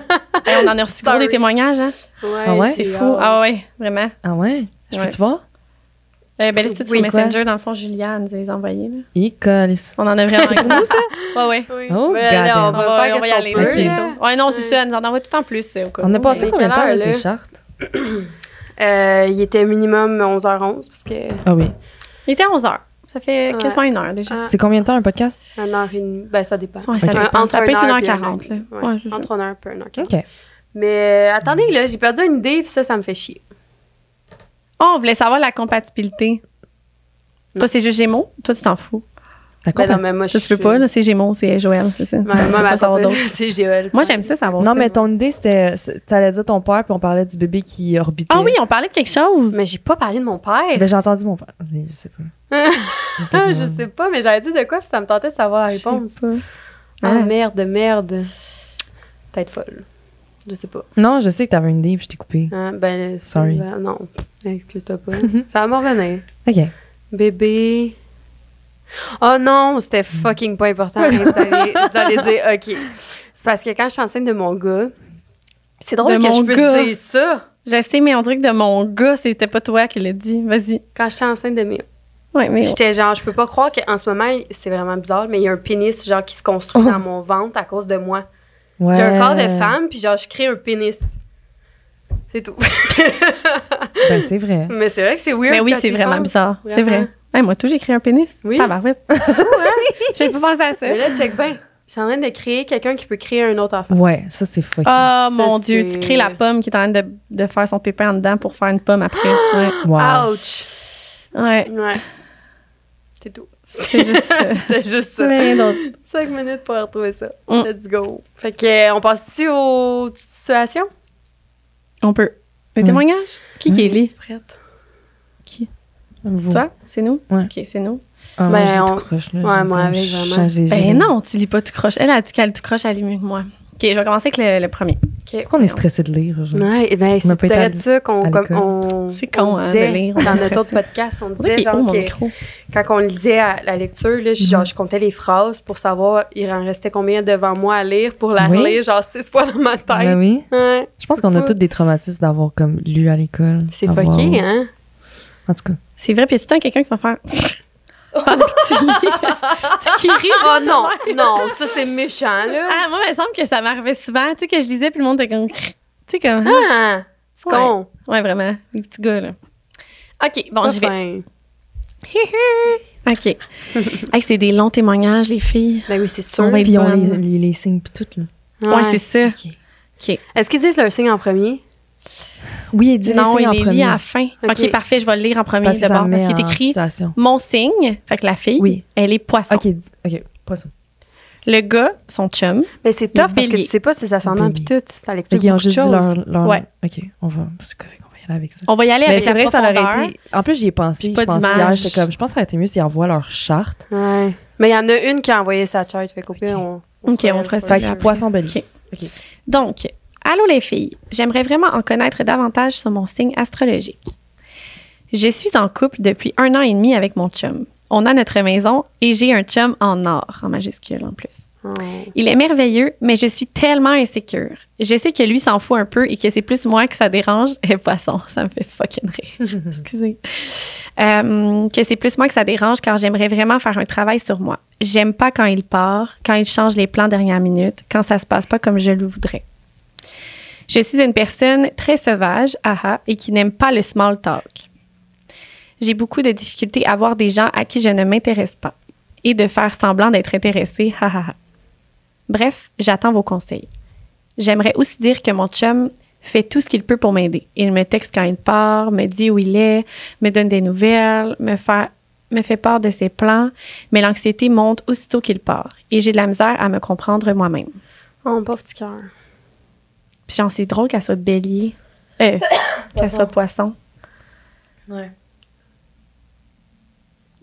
Hey, on en a reçu gros des
Sorry.
témoignages. Hein?
Ouais,
Ah ouais?
C'est fou. Ah ouais, vraiment.
Ah ouais? Je
Ouais.
peux-tu voir?
Euh, ben, les études
Oui,
sur
quoi?
Messenger, dans le fond, Julia elle nous les a envoyés. Là.
Icolis.
On en a vraiment gros, ça? Ouais, ouais.
Oui.
Oh,
Ah Ouais, là,
goddamn.
on
On
va
va,
faire
on va y
qu'est-ce
aller.
qu'on peut,
Ok.
là.
Ouais, non, c'est ça. Elle nous en envoie tout en plus. euh, au cas
On
où.
a passé
Mais-
combien de temps
quelle
à
heure,
ces
là?
chartes?
Euh, il était minimum 11h11 parce que
Ah oui.
Il était 11h. Ça fait
Ouais.
quasiment une heure déjà.
Ah.
C'est combien de temps un podcast?
1h30, ben ça dépend.
Ouais, ça,
Ok.
dépend.
Un-
ça peut être
une
1h40.
puis une heure.
là. Ouais,
Ouais,
c'est ça.
entre 1h puis 1h40.
OK.
Mais euh, attendez, là, j'ai perdu une idée, puis ça, ça me fait chier.
Oh, on voulait savoir la compatibilité. Toi, c'est juste Gémeaux. Toi, tu t'en fous.
Ben
La
non,
compatibilité.
mais moi,
Toi, tu veux pas. Là, c'est Gémeaux, c'est Joël, c'est ça. Tu
Moi,
veux
moi,
pas
ma
savoir
copine,
d'autres.
c'est E Joël.
Moi, j'aime ça savoir
Non,
ça.
mais ton idée, c'était. c'est- T'allais dire ton père, puis on parlait du bébé qui orbitait.
Ah oui, on parlait de quelque chose.
Mais j'ai pas parlé de mon père.
Ben, j'ai entendu mon père. Je sais pas.
Ah, je sais pas, mais j'avais dit de quoi, puis ça me tentait de savoir la
Je sais
réponse.
pas.
Ah,
Ouais.
merde, merde. Tête folle. Je sais pas.
Non, je sais que t'avais une idée, puis je t'ai coupé.
Hein, ben, c'est-
Sorry.
ben, non, excuse-toi pas. ça va m'en revenir.
OK.
Bébé. Oh non, c'était fucking pas important. Hey, vous, allez, vous allez dire, OK. C'est parce que quand je suis enceinte de mon gars, c'est drôle
De
que
mon
je puisse
gars.
dire ça.
Je sais, mais on dirait que de mon gars, c'était pas toi qui l'as dit. Vas-y.
Quand j'étais enceinte de mes.
Ouais, mais.
J'étais genre, je peux pas croire qu'en ce moment, c'est vraiment bizarre, mais il y a un pénis genre qui se construit
Oh.
dans mon ventre à cause de moi.
Ouais.
J'ai un corps de femme, puis genre, je crée un pénis. C'est tout.
Ben, c'est vrai.
mais c'est vrai que c'est weird.
Mais oui,
quand
c'est
tu y
vraiment
penses.
bizarre. C'est
Vraiment.
vrai. Hey, moi, tout, j'ai créé un pénis.
Oui. hein?
Tabarouette. J'ai pas pensé à ça.
Mais là, check bien. Je suis en train de créer quelqu'un qui peut créer un autre enfant.
Ouais, ça, c'est fucking.
Oh
Ça,
mon Dieu,
c'est-
tu crées la pomme qui est en train de, de faire son pépin en dedans pour faire une pomme après. Ouais.
Wow.
Ouch!
Ouais.
Ouais. C'est tout.
C'est juste ça.
C'était juste ça.
Mais rien d'autre.
5 minutes pour retrouver ça.
Mm.
Let's go. Fait que, euh, on passe-tu aux petites situations?
On peut. Les
Ouais.
témoignages? Qui qui est
Es-tu
là?
prête?
Qui?
Vous.
Toi? C'est nous?
Ouais.
Ok, c'est nous.
Ah, moi,
Ben,
je l'ai
on-
tout croche, là.
Ouais, moi,
J'ai comme
avec,
changé-
vraiment.
j'ai-
Ben non, tu lis pas tout croche. Elle a dit qu'elle tout croche, elle lit mieux que moi. Ok, je vais commencer avec le, le premier.
Ok.
Pourquoi on est stressé de lire? genre?
Ouais, et ben,
On a
c'est
pas été à
peut-être
l-
ça qu'on.
à
comme
l'école.
on-
C'est con,
on
hein,
disait
de lire, on est
Dans notre autre
stressé.
podcast, on
On dirait qu'il est haut,
disait
oh,
genre
oh, mon
que
micro.
quand on lisait à la lecture, là, je-
Mhm.
genre, je comptais les phrases pour savoir il en restait combien devant moi à lire pour la
Oui.
relire, genre six fois dans ma
Ben
tête.
oui.
Ouais.
Je pense qu'on a
Faut-
tous des traumatismes d'avoir comme lu à l'école.
C'est
Avoir-
fucké, hein?
En tout cas.
C'est vrai, puis il y a tout le temps quelqu'un qui va faire. Pendant que tu lis. Tu sais, qui rit, genre.
Oh non, non, ça c'est méchant, là.
Ah, moi, il me semble que ça m'arrivait souvent. Tu sais, que je lisais, puis le monde était comme. Tu sais, comme.
Ah, c'est
Ouais.
con.
Ouais, vraiment. Les petits gars, là. OK, bon,
Pas
j'y vais.
fin.
OK. Hey, c'est des longs témoignages, les filles.
Ben oui, c'est sûr.
On va être
Puis on les,
bonne.
les, les signes pis tout, là.
Ouais, c'est
Ouais.
ça.
Ok.
Est-ce qu'ils disent leur signe en premier?
Oui, il dit
non,
les signes
il
en
les
premier.
lit à la fin. OK,
Ok.
parfait, je vais le lire en premier
parce que ça
d'abord.
met
Parce qu'il est
en
écrit
situation.
Mon signe, fait que la fille,
Oui.
elle est poisson.
Ok, dis- ok, poisson.
Le gars, son chum.
Mais Ben, c'est tough parce que
Bélier.
tu sais pas si ça s'en
Bélier.
pis tout. Ça
Fait
l'explique
qu'ils ont
beaucoup de
juste
choses.
dit leur, leur-
Ouais.
Ok, on va. C'est correct, on va y aller avec ça.
On va y aller
Mais
avec
c'est
la
vrai que ça
profondeur.
aurait été. En plus, j'y ai pensé.
Puis
Je
pas
pense hier,
d'image.
j'étais comme. Je pense que ça aurait été mieux s'ils envoient leur charte.
Ouais. Mais il y en a une qui a envoyé sa charte. Fait qu'au pire,
Ok.
on.
Ok, on fera ça.
Fait
j'ai
que
appris.
poisson bélier.
Ok. Donc, allô les filles, j'aimerais vraiment en connaître davantage sur mon signe astrologique. Je suis en couple depuis un an et demi avec mon chum. On a notre maison et j'ai un chum en or, en majuscule en plus.
Ouais.
Il est merveilleux, mais je suis tellement insécure. Je sais que lui s'en fout un peu et que c'est plus moi que ça dérange. Et poisson, ça me fait fucking rire. Excusez. Euh, que c'est plus moi que ça dérange car j'aimerais vraiment faire un travail sur moi. J'aime pas quand il part, quand il change les plans dernière minute, quand ça se passe pas comme je le voudrais. Je suis une personne très sauvage, aha, et qui n'aime pas le small talk. J'ai beaucoup de difficultés à voir des gens à qui je ne m'intéresse pas et de faire semblant d'être intéressée, ha ha ha. Bref, j'attends vos conseils. J'aimerais aussi dire que mon chum fait tout ce qu'il peut pour m'aider. Il me texte quand il part, me dit où il est, me donne des nouvelles, me fait, me fait part de ses plans, mais l'anxiété monte aussitôt qu'il part et j'ai de la misère à me comprendre moi-même.
Oh, pauvre petit cœur.
Puis genre, c'est drôle qu'elle soit bélier, euh, qu'elle soit poisson.
Ouais.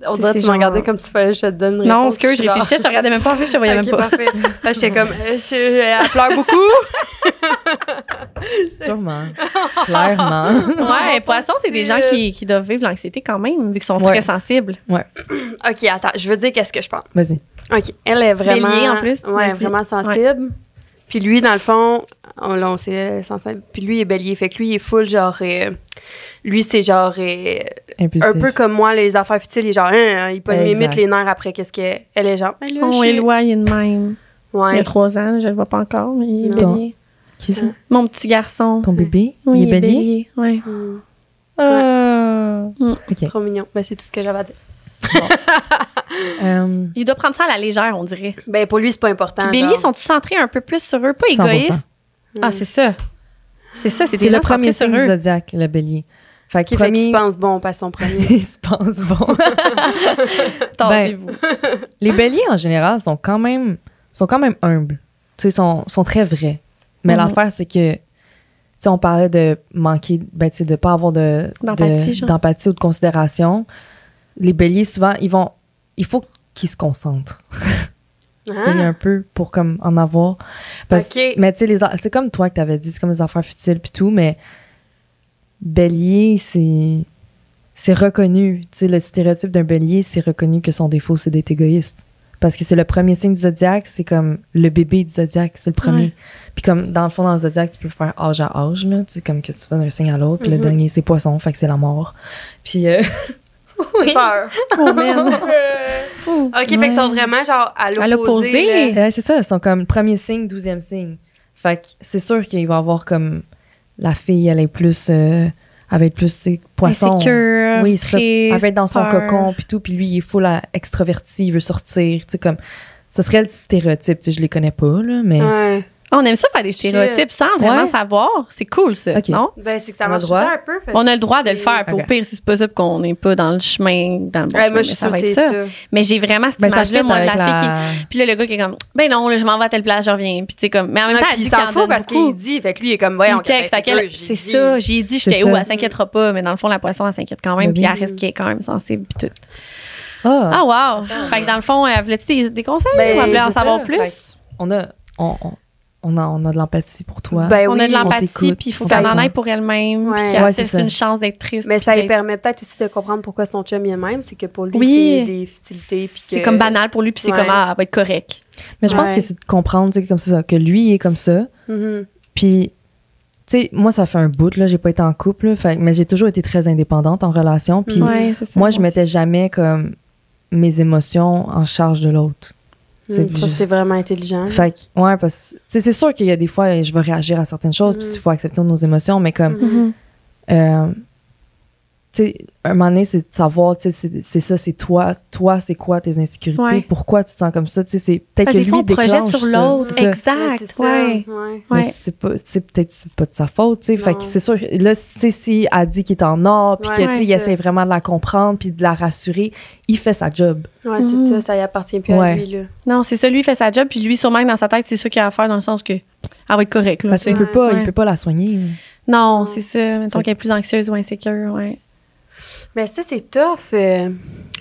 On
C'est-
dirait que
c'est
tu m'as
genre-
regardé comme si fallait que je te donne une
Non,
réponse,
ce que je
genre.
réfléchissais, je te regardais même pas, en fait, je te voyais
Ok,
même pas.
parfait. Là, j'étais comme, euh, c'est- elle pleure beaucoup.
Sûrement. Clairement.
Ouais, poisson, c'est des gens qui, qui doivent vivre l'anxiété quand même, vu qu'ils sont
Ouais.
très sensibles.
ok, attends, je veux dire qu'est-ce que je pense.
Vas-y.
OK. Elle est vraiment.
Bélier, en plus, tu m'as
Ouais,
dit.
vraiment sensible. Puis lui, dans le fond, on, là, on sait, elle est sensible. Puis lui, il est bélier. Fait que lui, il est full, genre. euh, lui, c'est genre. euh, un
Impulsif.
peu comme moi, les affaires futiles, il est genre, hein, hein, il peut
Exact.
m'imite les nerfs après. Qu'est-ce qu'elle elle est genre? oh, Elle
On est loin de même. Il y
Ouais.
a trois ans, je le vois pas encore, mais il est
Non.
bélier.
Qui est ça?
Mon petit garçon.
Ton bébé?
Ah. Oui,
il est bélier?
ouais.
Hum,
Ah. Ok.
Trop mignon. Ben, c'est tout ce que j'avais à dire.
Euh,
Il doit prendre ça à la légère, on dirait.
Ben, pour lui, c'est pas important.
Les béliers
genre. Hmm.
sont centrés un peu plus sur eux, pas
100%.
égoïstes. Ah, c'est ça. C'est ça, c'est
c'est
déjà
le premier
centré
signe
sur
du
eux.
zodiaque, le bélier. Fait que
Qui fait qu'il se
premier...
pense bon, on passe son premier.
Il se pense bon. ben,
Tassez-vous.
Les béliers, en général, sont quand même, sont quand même humbles. Tu sais, sont, sont très vrais. Mais
Mhm.
l'affaire, c'est que, tu sais, on parlait de manquer, ben, tu sais, de pas avoir de,
D'empathie,
de-
genre.
d'empathie ou de considération. Les béliers, souvent, ils vont, il faut qu'ils se concentrent. C'est
Ah.
un peu pour comme en avoir. Parce-
Ok.
Mais tu sais, les a- c'est comme toi que t'avais dit, c'est comme les affaires futiles puis tout, mais bélier, c'est c'est reconnu. Tu sais, le stéréotype d'un bélier, c'est reconnu que son défaut, c'est d'être égoïste. Parce que c'est le premier signe du zodiaque, c'est comme le bébé du zodiaque, c'est le premier.
Ouais.
Puis comme dans le fond, dans le zodiaque, tu peux faire âge à âge, là, tu sais, comme que tu vas d'un signe à l'autre, puis
Mhm.
le dernier, c'est poisson, fait que c'est la mort. Puis euh,
J'ai peur.
Oh, man. Ouh.
OK, fait qu'ils sont vraiment genre à l'opposé.
À l'opposé.
là.
Ouais, c'est ça, ils sont comme premier signe, douzième signe. Fait que c'est sûr qu'il va avoir comme la fille, elle est plus. euh, elle va être plus tu sais, poisson.
Insécure,
Oui, c'est ça. Elle
triste,
va être dans son
peur.
cocon, puis tout, puis lui, il est full à- extraverti, il veut sortir. Tu sais, comme. Ce serait le stéréotype, tu sais, je les connais pas, là, mais.
Ouais.
Ah, On aime ça faire des
Shit.
stéréotypes sans vraiment
Ouais.
savoir. C'est cool, ça,
Ok.
non?
Ben, c'est que ça
On a
marche
le droit.
tout le temps un peu. fait
On a
que
le droit de le
c'est-
faire. Puis
Ok.
Au pire, si c'est possible qu'on n'est pas dans le chemin, dans le bon
Ouais,
chemin,
moi, je suis
mais ça
sûre
va
que
être
c'est
ça.
ça.
Mais j'ai vraiment cette
Ben, ça
image-là,
fait
moi, de la,
avec
fille qui...
la.
Puis là, le gars qui est comme, ben non, là, je m'en vais à telle place, je reviens. Puis tu sais, comme, mais en même
Ouais,
temps,
puis
elle dit
il
qu'il
s'en
en
fout
donne
parce
beaucoup.
qu'il dit. Fait que lui, il est comme, voyons, ben,
Il texte à quel- C'est ça, j'ai dit,
C'est
j'étais où,
ça.
elle s'inquiétera pas, mais dans le fond, la poisson, elle s'inquiète quand même,
Ben
puis
oui.
elle reste qui est quand même sensible, puis tout.
Ah,
Ah, wow! Fait que dans le fond, elle voulait-tu des, des conseils
Ben,
ou elle voulait en
c'est
savoir
ça.
plus?
Fait
on a. On, on- on a, on a de l'empathie pour toi.
Ben
on
oui,
a de l'empathie,
t'écoute,
puis il faut
on
qu'elle en
t'entend.
aille pour elle-même,
Ouais.
puis qu'elle
Ouais,
se
c'est
laisse
ça.
une chance d'être triste.
Mais ça
puis
lui
d'être-
permet peut-être aussi de comprendre pourquoi son chum il est même. C'est que pour lui,
Oui.
c'est des futilités. puis que-
C'est comme banal pour lui, puis c'est
Ouais.
comme, ah, elle va être correcte.
Mais je pense
Ouais.
que c'est de comprendre, tu sais, comme ça, que lui, il est comme ça.
Mhm.
Puis, tu sais, moi, ça fait un bout, là, j'ai pas été en couple, là, fait- mais j'ai toujours été très indépendante en relation. Puis,
Ouais, c'est ça.
moi, je
aussi.
mettais jamais comme mes émotions en charge de l'autre. C'est
Mhm. Ça,
juste-
c'est vraiment
Ah.
intelligent.
Fait que, ouais, parce que, tu sais, c'est sûr qu'il y a des fois, je vais réagir à certaines choses,
Mm.
puis il faut accepter nos émotions, mais
Mm.
comme,
Mhm.
euh, tu sais, un moment donné, c'est de savoir, tu sais, c'est- c'est ça, c'est toi, toi, c'est quoi tes insécurités,
Ouais.
pourquoi tu te sens comme ça, tu sais, c'est peut-être
Parce
que
que des
lui
fois, on
déclenche
projette sur
ça,
l'autre.
c'est ça.
Ouais,
Exact,
c'est ça.
ouais.
Ouais.
Mais
Ouais.
c'est pas, tu sais, peut-être c'est pas de sa faute, tu sais. Fait
Non.
que c'est sûr, là, tu sais, si elle dit qu'il est en or, puis
Ouais,
que, tu sais, il
c'est-
essaie vraiment de la comprendre, puis de la rassurer, il fait sa job.
Ouais, c'est
Mhm.
ça. Ça y appartient plus à
Ouais.
lui, là.
Non, c'est ça, lui, il fait sa job, puis lui, sûrement que dans sa tête, c'est sûr qu'il a à faire dans le sens que, elle va être correcte, là.
Parce
tu sais.
qu'il peut pas,
Ouais.
il peut pas la soigner.
Non, c'est ça. Mettons qu'elle est plus anxieuse ou insécure, ouais.
Mais Ben, ça, c'est tough. euh,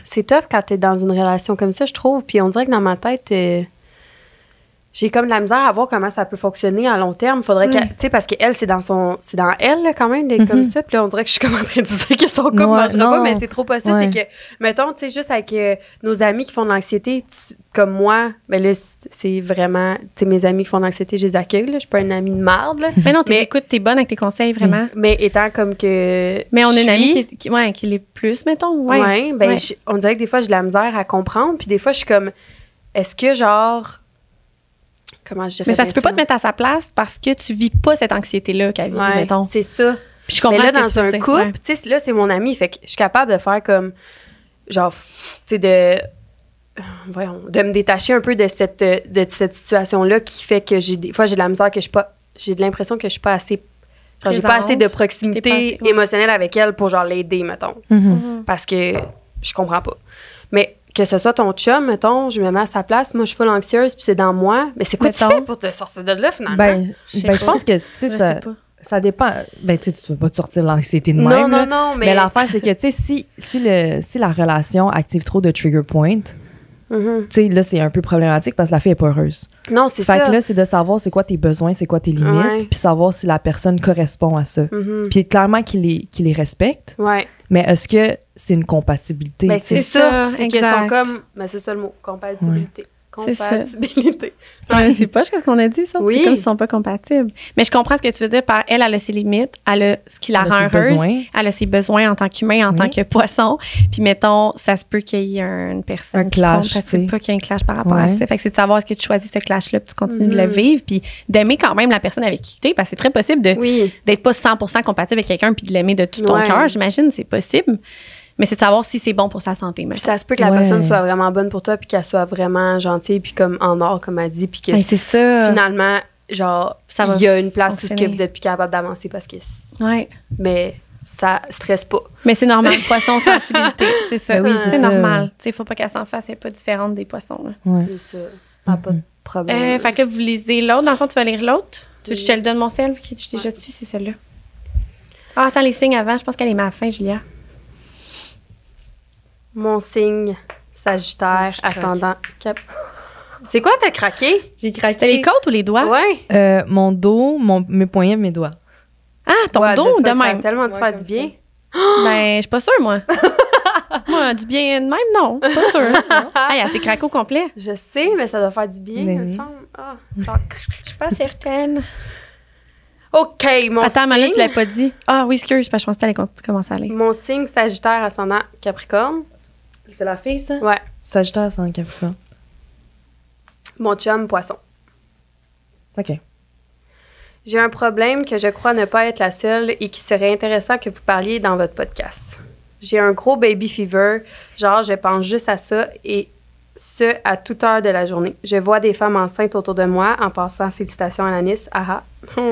c'est tough quand t'es dans une relation comme ça, je trouve. Puis on dirait que dans ma tête, euh, j'ai comme de la misère à voir comment ça peut fonctionner à long terme. Faudrait que,
Ouais. Mhm.
tu sais, parce qu'elle, c'est dans son, c'est dans elle là, quand même d'être comme ça. Puis là, on dirait que je suis comme en train de dire que son couple
Ouais,
marchera pas,
non.
mais c'est trop pas ça.
Ouais.
C'est que, mettons, tu sais, juste avec euh, nos amis qui font de l'anxiété, tu- comme moi, ben là, c'est vraiment, tu sais, mes amis qui font de l'anxiété, je les accueille. Là, je suis pas une amie de marde. là.
Mais non,
Mais-
t'écoutes, t'es bonne avec tes conseils, vraiment.
Mais étant comme que.
Mais on a
je
une amie
suis-
qui, est- qui- ouais, qui l'est plus, mettons.
Ouais,
Ouais.
ben,
Ouais.
je- on dirait que des fois, j'ai de la misère à comprendre. Puis des fois, je suis comme, est-ce que genre. Comment je dirais
Mais parce que tu peux
bien
pas
ça?
te mettre à sa place parce que tu vis pas cette anxiété-là qu'elle vit,
Ouais,
mettons.
C'est ça.
Puis je comprends
Mais là,
ce que
dans
tu veux
un
dire,
couple,
ouais.
tu sais, là, c'est mon ami. Fait que je suis capable de faire comme. Genre, tu sais, de. Voyons, de me détacher un peu de cette, de cette situation-là qui fait que j'ai des fois, j'ai de la misère que je suis pas. J'ai de l'impression que je suis pas assez. Genre, j'ai pas
Présente,
assez de
puis t'es
proximité
pas assez- ouais.
émotionnelle avec elle pour, genre, l'aider, mettons.
Hmm.
parce que je comprends pas. Mais que ce soit ton chum, mettons, je me mets à sa place, moi je suis full anxieuse, puis c'est dans moi. Mais c'est quoi tu
Mettons.
fais pour te sortir de là finalement?
Ben,
Je sais
ben, je
pas.
pense que, tu sais,
Je
ça,
sais pas.
ça dépend. Ben, tu sais, tu peux pas te sortir de l'anxiété de
non,
même.
non,
là.
non, mais.
Mais, l'affaire, c'est que, tu sais, si, si, le, si la relation active trop de trigger points, tu
Mhm.
sais, là, c'est un peu problématique parce que la fille est pas heureuse.
Non, c'est
Fait
ça.
que là, c'est de savoir c'est quoi tes besoins, c'est quoi tes
Ouais.
limites, puis savoir si la personne correspond à ça.
Mhm.
Puis clairement qu'il les, qu'il les respecte,
Ouais.
mais est-ce que c'est une compatibilité?
Ben,
tu sais?
c'est
c'est
ça.
ça,
C'est qu'ils sont
exact.
comme. Mais c'est ça le mot, compatibilité.
C'est ça.
Compatibilité.
Ouais, c'est pas ce qu'on a dit, ça.
Oui.
C'est comme s'ils sont pas compatibles. Mais je comprends ce que tu veux dire par elle, elle a ses limites, elle a ce qui la
Elle
rend
a ses
heureuse,
besoins.
elle a ses besoins en tant qu'humain, en
Oui.
tant que poisson. Puis mettons, ça se peut qu'il y ait une personne
Un
qui
clash,
compte, parce que
tu sais.
c'est pas qu'il y ait un clash par rapport à
Ouais. Mm-hmm.
ça. Fait que c'est de savoir est-ce que tu choisis ce clash-là, puis tu continues de le
Mhm.
vivre, puis d'aimer quand même la personne avec qui t'es, parce que c'est très possible de
Oui.
d'être pas 100% compatible avec quelqu'un puis de l'aimer de tout ton
Ouais.
cœur, j'imagine, c'est possible. Mais c'est de savoir si c'est bon pour sa santé.
Puis
mettons.
ça se peut que la
Ouais.
personne soit vraiment bonne pour toi, puis qu'elle soit vraiment gentille, puis comme en or, comme elle dit, puis que
Ouais, c'est ça.
finalement, genre,
Ça va
il y a une place où ce que
fonctionner.
vous êtes plus capable d'avancer parce que.
Ouais.
Mais ça stresse pas.
Mais c'est normal, poisson sensibilité, c'est ça.
Ben oui, c'est
c'est
ça.
normal. Tu sais, faut pas qu'elle s'en fasse, elle est pas différente des poissons. là.
Ouais.
C'est ça. Ah, Pas de
Euh,
problème.
fait que là, vous lisez l'autre. Dans le fond, tu vas lire l'autre. Tu veux que je te le donne mon sel, vu que je t'ai déjà dessus, c'est celui-là. Ah, attends, les signes avant. Je pense qu'elle est ma fin, Julia.
Mon signe, Sagittaire, ascendant, Cap. C'est quoi, t'as craqué?
J'ai craqué. C'était les côtes ou les doigts?
Ouais.
Euh, mon dos, mon, mes poignets, mes doigts.
Ah, ton
Ouais,
dos
des
de
fois, Ça a
même.
tellement de
Ouais,
faire
comme
du bien.
Ben, je suis pas sûre, moi. moi, du bien de même, non. Pas sûre. Ah, elle s'est craquée au complet.
Je sais, mais ça doit faire du bien,
Ben
il me
oui.
semble. Ah, genre,
Je suis pas certaine.
OK, mon
Attends, mais là, tu
signe.
l'as pas dit. Ah, oui, excuse, parce que je pensais que t'allais com- commencer à lire.
Mon signe Sagittaire ascendant Capricorne.
C'est la fille, ça?
Ouais.
Sagittaire, c'est un capricorne.
Mon chum Poisson.
OK.
J'ai un problème que je crois ne pas être la seule et qui serait intéressant que vous parliez dans votre podcast. J'ai un gros baby fever, genre je pense juste à ça et ce à toute heure de la journée. Je vois des femmes enceintes autour de moi en passant félicitations à Alanis. Ah ah.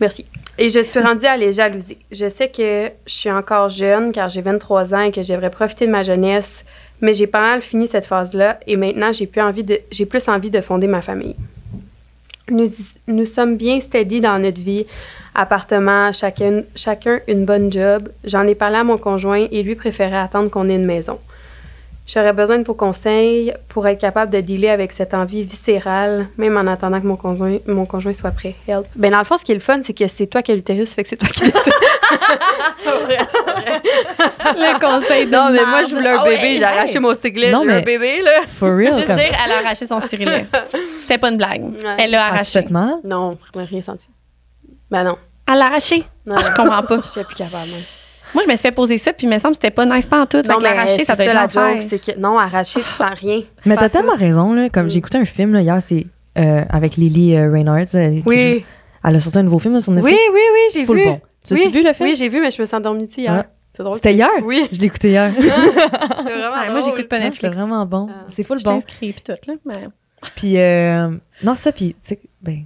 Merci. Et je suis rendue à les jalouser. Je sais que je suis encore jeune car j'ai 23 ans et que j'aimerais profiter de ma jeunesse, mais j'ai pas mal fini cette phase-là et maintenant j'ai plus envie de j'ai plus envie de fonder ma famille. Nous, nous sommes bien steady dans notre vie, appartement, chacun, chacun une bonne job. J'en ai parlé à mon conjoint et lui préférait attendre qu'on ait une maison. J'aurais besoin de vos conseils pour être capable de dealer avec cette envie viscérale, même en attendant que mon conjoint, mon conjoint soit prêt. Help. Ben dans le fond, ce qui est le fun, c'est que c'est toi qui as l'utérus, fait que c'est toi qui décides.
Le conseil de marde. Ah ouais, hey.
mon ciglet,
Non, mais-
bébé, là.
For
Je veux
real,
Juste
comme...
dire, elle a arraché son stylet. C'était pas une blague.
Ouais.
Elle l'a
Ah, tu te
arraché.
fais mal?
Non, je n'ai rien senti. Ben non.
Elle l'a arraché.
Non,
Je comprends pas.
je suis plus capable. moi.
Moi, je me suis fait poser ça, puis il me semble que c'était pas nice pas en tout. Fait
Non,
que l'arracher,
c'est
ça doit être
la
l'enfer.
joke, c'est que non, arracher, tu sens rien.
Mais
Pas
t'as
tout.
tellement raison, là. Comme
Mm.
j'ai écouté un film, là, hier, c'est euh, avec Lily euh, Reinhardt. euh, qui joue-
Oui,
Elle a sorti un nouveau film là, sur
oui,
Netflix.
oui, oui, j'ai
Full
vu.
bon. Tu
oui.
as vu le film?
Oui, j'ai vu, mais je me suis endormie dessus hier.
Ah.
C'est drôle.
C'était hier?
Oui,
Je l'ai écouté hier.
c'est vraiment
Ouais, moi,
drôle.
j'écoute pas
Non, C'était
Netflix.
vraiment bon.
Ah.
C'est full
Je
bon.
t'inscris, puis tout, là. mais-
Puis, euh, non, c'est ça, puis, tu sais, ben.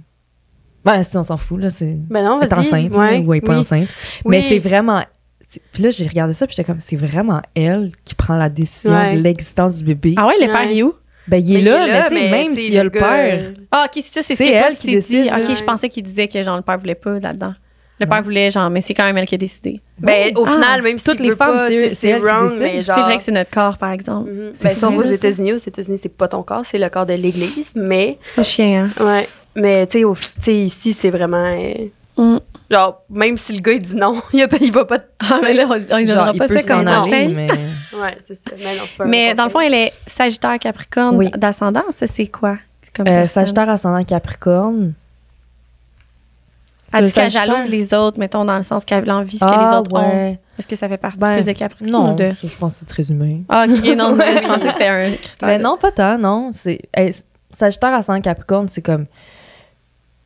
Ben, si on s'en fout, là, c'est.
Ben non, vas-y.
Être enceinte, là,
ouais.
ou elle est pas
oui.
enceinte. Mais c'est vraiment. c'est- Puis là, j'ai regardé ça, puis j'étais comme, c'est vraiment elle qui prend la décision
Ouais.
de l'existence du bébé.
Ah ouais, le
Ouais.
père, il est où?
Ben, il est
Mais
là,
il est
mais tu sais, même
tu sais,
s'il y a le
gars,
père.
Ah, OK, c'est ça, c'est ce
C'est
que toi,
elle
tu
qui
t'es
décide,
dit. OK,
ouais.
je pensais qu'il disait que, genre, le père voulait pas là-dedans. Le père voulait, genre, mais c'est quand même elle qui a décidé.
Ben, au
Ah.
final, même si
Toutes les femmes, c'est- c'est elles qui décident.
mais genre.
C'est vrai que c'est notre corps, par exemple.
Mhm.
C'est
Ben, sauf
fou,
aux
là, ça.
États-unis, aux États-Unis, c'est pas ton corps, c'est le corps de l'Église, mais.
C'est chiant, hein?
Ouais. Mais, tu sais, au- tu sais, ici, c'est vraiment. euh,
Mm.
Genre, même si le gars, il dit non, il, a- il va pas.
Ah, mais là, on, on lui donnera
Genre, il
pas
peut
ça
s'en
comme
aller,
conseil.
mais.
Ouais, c'est ça. Mais non, c'est pas un
Mais dans le fond,
conseil.
elle est Sagittaire Capricorne
Oui.
d'ascendance. Ça, C'est quoi? Comme
Euh,
personne?
Sagittaire ascendant Capricorne.
Elle dit
Sur le
qu'elle
Sagittaire-
jalouse les autres, mettons, dans le sens qu'elle a envie ce que les
Ah,
autres ont.
ouais.
Est-ce que ça fait partie
Ben,
plus de Capricorne
Non,
ou de...
ça, je pense que c'est très humain.
Ah, OK, ok, non, je pensais que c'était un critère.
Ben non, pas tant, non. C'est, eh, Sagittaire ascendant Capricorne, c'est comme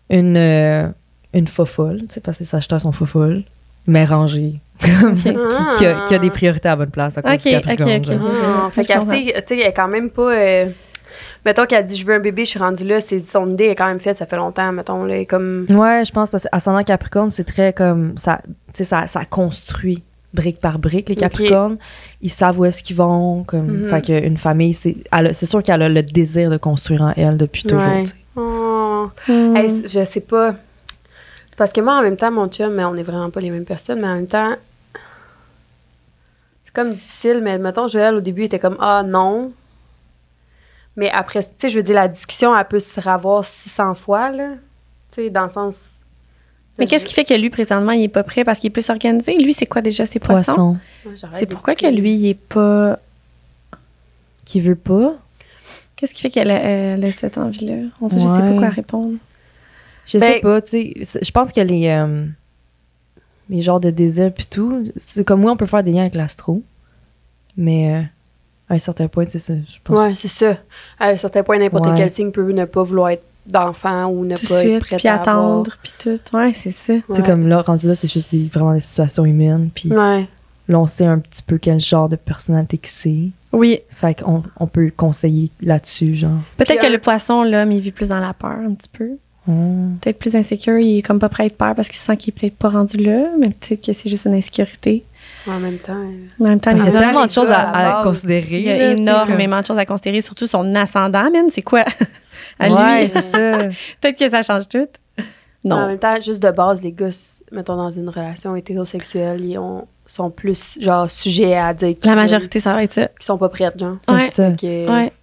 une, euh, une fofolle, tu sais, parce que les Sagittaires sont fofolles, mais rangées. Comme qui, qui a, qui a des priorités à la bonne place à cause
Ok,
du Capricorne.
ok, ok.
genre.
Ah, fait
Je
qu'elle
comprends.
sait, tu sais, elle est quand même pas. euh, mettons qu'elle dit je veux un bébé, je suis rendue là, c'est son idée est quand même faite, ça fait longtemps, mettons, là, comme.
Ouais, je pense parce que ascendant Capricorne, c'est très comme ça, tu sais, ça, ça construit brique par brique les
Ok.
Capricornes. Ils savent où est-ce qu'ils vont, comme
Mhm.
fait que une famille, c'est elle a- c'est sûr qu'elle a le désir de construire en elle depuis toujours.
Ouais.
tu sais.
Oh.
Hmm.
Hey, c- je sais pas. C'est Parce que moi, en même temps, mon chum, mais on est vraiment pas les mêmes personnes, mais en même temps. C'est comme difficile, mais mettons, Joël, au début, il était comme Ah non. Mais après, tu sais, je veux dire, la discussion, elle peut se ravoir 600 fois, là. Tu sais, dans le sens.
Mais qu'est-ce qui fait que lui, présentement, il est pas prêt parce qu'il est plus organisé? Lui, c'est quoi déjà ses poissons?
Poisson
J'arrête
C'est
de-
pourquoi que lui, il est pas...
qui veut pas.
Qu'est-ce qui fait qu'elle a, elle a cette envie-là? On dirait, je sais
Ouais.
pas quoi répondre.
Je
Ben-
sais pas, tu sais, c'est- je pense que les, euh, les genres de désirs pis tout, c'est comme moi, on peut faire des liens avec l'astro, mais euh, à un certain point, tu sais, ça, je pense.
Ouais, c'est ça. À un certain point, n'importe
Ouais.
quel signe peut ne pas vouloir être d'enfant ou ne
Tout de
pas être
suite,
prêt
puis
à avoir.
attendre, puis tout. Ouais, c'est ça.
Tu sais,
Ouais.
comme là, rendu là, c'est juste des- vraiment des situations humaines, puis
Ouais.
là, on sait un petit peu quel genre de personnalité que c'est.
Oui.
Fait qu'on on peut conseiller là-dessus, genre.
Peut-être
Puis
que
un-
le poisson, l'homme, il vit plus dans la peur un petit peu.
Hmm.
Peut-être plus insécure, il est comme pas prêt à être peur parce qu'il sent qu'il est peut-être pas rendu là, mais peut-être que c'est juste une insécurité.
En même temps. euh,
En même temps,
Il y
les
a
c'est
hommes,
tellement de choses à,
à la
à
Ah
base.
considérer.
il y a
là, tu sais,
énormément de choses à considérer, surtout son ascendant, man, c'est quoi? à
comme- Ouais,
lui,
c'est ça.
peut-être que ça change tout.
En
Non.
même temps, juste de base, les gars, s- mettons, dans une relation hétérosexuelle, ils ont- sont plus, genre, sujets à dire qu'ils
La majorité, ça va être ça.
qu'ils sont pas prêts, genre.
Ouais.
Ah, C'est ça.
Fait que- euh,
Ouais.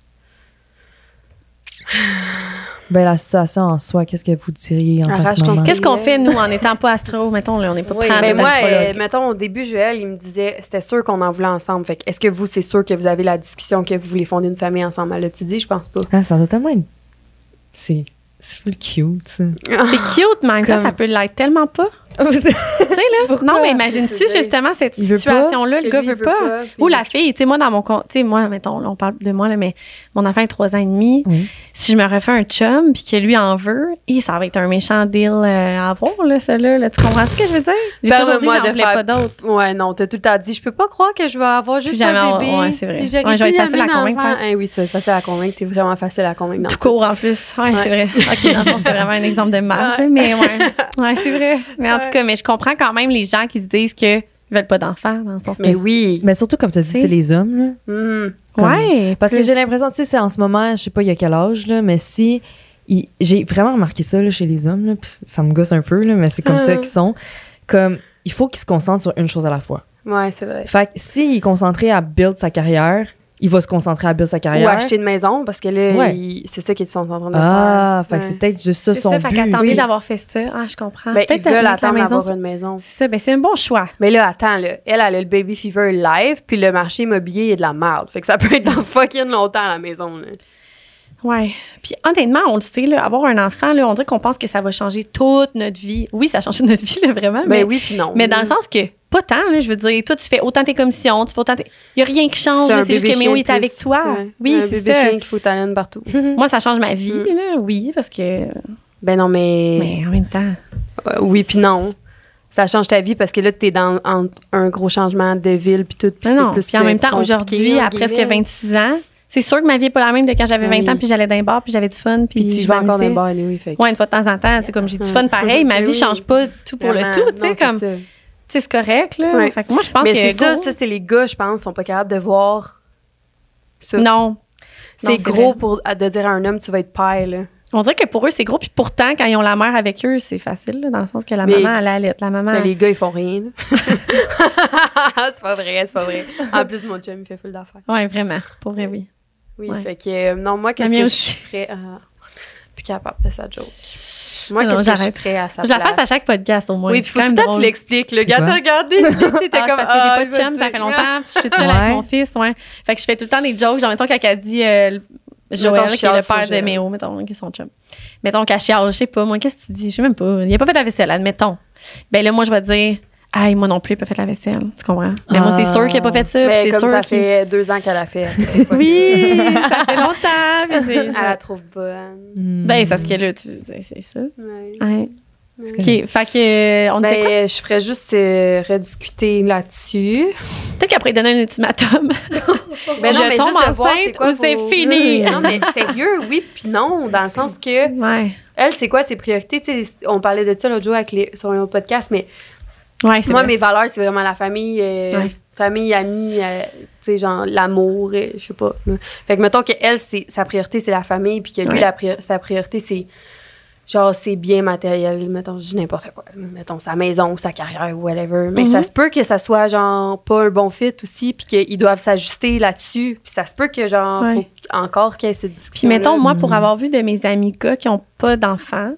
Ben, la situation en soi, qu'est-ce que vous diriez en tant
Arrache
que
ton
maman?
Qu'est-ce qu'on fait, nous, en n'étant pas astro? Mettons, là, on n'est pas
Ah, Oui,
prêts à
mais
être
moi, euh,
astrologue.
mettons, au début, Joël, il me disait, c'était sûr qu'on en voulait ensemble. Fait que, est-ce que vous, c'est sûr que vous avez la discussion que vous voulez fonder une famille ensemble? Elle a-tu dit? Je pense pas.
Ah, ça doit tellement être... C'est... C'est full cute, ça.
euh,
C'est cute, mais en même temps,
Comme-
ça peut l'être tellement pas. tu sais, là. non, mais imagines-tu
Je sais.
justement cette
Il veut pas.
situation-là? Le
Que
gars
lui, il
veut pas.
puis-
Ou la fille, tu sais, moi, dans mon compte, tu sais, moi, mettons, là, on parle de moi, là, mais mon enfant est trois ans et demi.
Oui.
Si je me refais un chum puis que lui en veut, et ça va être un méchant deal euh, à avoir, là, ça, là, là. Tu comprends ce que je veux dire? J'ai
Ben,
toujours dit,
moi,
j'en
de
voulais
faire-
pas d'autres.
Ouais, non, t'as tout le temps dit, je peux pas croire que je vais avoir juste
Puis jamais
un
avoir-
bébé.
ouais, c'est vrai.
puis j'aurai
Ouais, je vais
plus
être facile à
jamais
convaincre,
d'enfant.
hein.
Hein, oui, tu vas être facile à convaincre, t'es vraiment facile à convaincre. dans
Tout court, en plus. Ouais, c'est vrai. OK, dans le fond, c'était vraiment un exemple de marque,
Ouais.
là, mais ouais. Ouais, c'est vrai. Mais en
Ouais.
tout cas, mais je comprends quand même les gens qui se disent qu'ils veulent pas d'enfants, dans le sens
Mais
que-
oui.
Mais surtout, comme tu as dit,
Tu sais.
c'est les hommes, là.
Mhm.
comme-
Ouais.
Parce que
plus-
j'ai l'impression, tu sais, c'est en ce moment, je sais pas il y a quel âge, là, mais si. il- J'ai vraiment remarqué ça là, chez les hommes, là, puis ça me gosse un peu, là, mais c'est comme ça
Ah.
qu'ils sont. Comme, il faut qu'ils se concentrent sur une chose à la fois.
Ouais, c'est vrai.
Fait que s'il est concentré à build sa carrière, il va se concentrer à build sa carrière.
Ou acheter une maison, parce que là,
Ouais.
il- c'est ça qu'ils sont en train de
Ah, fait
faire.
que c'est
Ouais.
peut-être juste ça
C'est
son
ça, fait
but.
qu'attendre
tu sais.
d'avoir fait ça. Ah, je comprends.
Ben, ils
que
veulent
la
attendre
maison.
d'avoir une maison.
C'est ça, ben c'est un bon choix.
Mais là, attends, là. Elle, elle a le baby fever live, puis le marché immobilier il est de la merde. Fait que ça peut être dans fucking longtemps, la maison, là.
Ouais. Puis honnêtement, on le sait, là, avoir un enfant, là, on dirait qu'on pense que ça va changer toute notre vie. Oui, ça a changé notre vie, là, vraiment. mais,
Ben oui, puis non.
mais dans le sens que, pas tant, là, je veux dire, toi, tu fais autant tes commissions, tu fais autant tes... Il n'y a rien qui change,
C'est
là,
un
c'est juste
bébé
que
chien
Méo
de
est
plus.
avec toi.
Ouais.
Oui,
Un
c'est
bébé
ça.
chien qu'il faut talonner partout.
Moi, ça change ma vie,
Mm.
là, oui, parce que...
Ben non, mais...
Mais en même temps...
Euh, oui puis non. Ça change ta vie parce que là, t'es dans entre un gros changement de ville puis tout. Puis
Non,
c'est
non.
plus
Puis en
euh,
même temps,
compliqué,
aujourd'hui,
entre
à presque
guillemets.
26 ans, c'est sûr que ma vie n'est pas la même de quand j'avais 20
Oui.
ans, puis j'allais d'un bar, puis j'avais du fun, puis,
Puis tu y
je
vas encore d'un
m'amusais.
bar, anyway, fait que-
Ouais, une fois de temps en temps, tu sais, comme j'ai du fun pareil, ma
Ben
vie
oui.
change pas tout pour
Vraiment,
le tout, tu
non,
sais,
c'est
comme, tu
ça.
sais, c'est correct, là.
Ouais.
Fait que moi, je pense
Mais
que.
c'est ça,
go.
ça, c'est les gars, je pense, sont pas capables de voir ça.
Non. Non,
C'est gros
vrai.
pour à- de dire à un homme, tu vas être père, là.
On dirait que pour eux, c'est gros, puis pourtant, quand ils ont la mère avec eux, c'est facile, là, dans le sens que la
Mais-
maman, elle allait. La maman.
Mais les gars, ils font rien, là. c'est pas vrai, c'est pas vrai. En plus, mon chum, il fait full d'affaires.
Ouais, vraiment. Pour vrai, oui.
Oui,
Ouais.
fait que, euh, non, moi, qu'est-ce
mienne
que
aussi.
je ferais... Ah, plus capable de sa joke. Moi,
Non,
qu'est-ce que je
Ah, j'arrête.
ferais à sa
Je la
place?
passe à chaque podcast, au moins.
Oui,
C'est
puis faut
quand
tout
même
le temps
drôle.
tu l'expliques. Le
C'est
gars,
quoi?
t'as regardé, là, t'étais
Ah, c'est
comme.
parce que
ah,
j'ai pas de
je vais
chum,
te
ça
dire.
fait longtemps, puis je suis toute seule avec
Ouais.
mon fils, ouais. Fait que je fais tout le temps des jokes, genre mettons quand elle dit euh,
Mettons,
Joël
je
qui est
chiale
le
sur
père de
Joël.
Méo, mettons qui est son chum. Mettons qu'elle chiale, je sais pas moi, qu'est-ce que tu dis, je sais même pas, il a pas fait la vaisselle, admettons. Ben là moi je vais dire Aïe, moi non plus, il a pas fait la vaisselle. Tu comprends? Mais moi, c'est
Ah.
sûr qu'il a pas fait ça.
Mais
puis c'est
Ben,
sûr
comme ça
qu'il.
fait euh, deux ans qu'elle a fait.
Oui, ça fait longtemps. mais c'est-
Elle la trouve bonne.
Hmm.
Ben, c'est parce que là, tu... c'est c'est ça.
Ouais.
Ouais.
Ouais.
OK. Fait que, euh, on disait quoi?
Ben, je ferais juste euh, rediscuter là-dessus.
Peut-être qu'après, il donnait un ultimatum.
Ben
Je tombe
juste de voir
enceinte ou c'est
vos-
fini?
Non, mais sérieux, oui, puis non, dans le sens que,
ouais.
elle, c'est quoi ses priorités? Tu sais, on parlait de ça l'autre jour avec les, sur un autre podcast, mais
Ouais, c'est
moi,
vrai.
mes valeurs, c'est vraiment la famille, euh,
Ouais.
famille, amis, euh, tu sais, genre l'amour, euh, je sais pas. là. Fait que mettons que elle, c'est- sa priorité, c'est la famille, puis que lui,
Ouais.
la prior- sa priorité, c'est genre ses biens matériels, mettons, je dis n'importe quoi, mettons sa maison, sa carrière, whatever. Mais
Mhm.
ça se peut que ça soit genre pas un bon fit aussi, puis qu'ils doivent s'ajuster là-dessus, puis ça se peut que genre
Ouais.
faut qu- encore qu'il y ait cette
Puis
discussion.
mettons, moi, pour
Mhm.
avoir vu de mes amis gars qui n'ont pas d'enfants,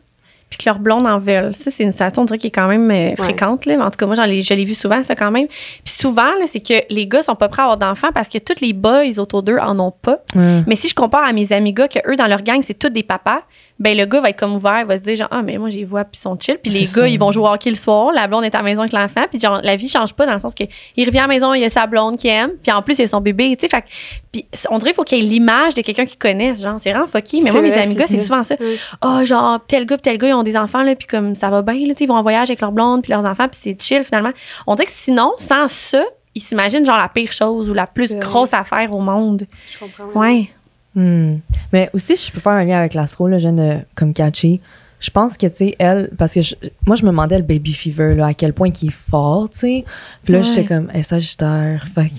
puis que leurs blondes en veulent. Ça, c'est une situation, on dirait, qui est quand même euh, fréquente. Là. En tout cas, moi, j'en ai- je l'ai vu souvent, ça, quand même. Puis souvent, là, c'est que les gars sont pas prêts à avoir d'enfants parce que tous les boys autour d'eux en ont pas.
Hum.
Mais si je compare à mes amis gars, que eux, dans leur gang, c'est tous des papas, ben le gars va être comme ouvert, il va se dire genre, ah, mais moi, j'ai vois, puis ils sont chill. Puis les gars,
C'est ça.
ils vont jouer au hockey le soir, la blonde est à la maison avec l'enfant, puis genre, la vie change pas dans le sens que il revient à la maison, il y a sa blonde qui aime, puis en plus, il y a son bébé, tu sais. Fait que- puis on dirait qu'il faut qu'il y ait l'image de quelqu'un qui connaît, genre, c'est vraiment fucky. Mais
C'est
moi, mes
vrai,
amis
c'est
gars, c'est
ça.
souvent ça. Ah, genre, tel gars, puis tel gars, ils ont des enfants, là, puis comme ça va bien, là, tu sais, ils vont en voyage avec leur blonde, puis leurs enfants, puis c'est chill, finalement. On dirait que sinon, sans ça, ils s'imaginent genre la pire chose ou la plus
C'est vrai.
grosse affaire au monde.
Je comprends.
Ouais.
Hmm. Mais aussi, je peux faire un lien avec l'astro, là, je viens de comme catcher. Je pense que, tu sais, elle, parce que je- moi, je me demandais le baby fever, là, à quel point il est fort, tu sais. Puis là,
Ouais.
j'étais comme, hey, Sagittaire, fuck.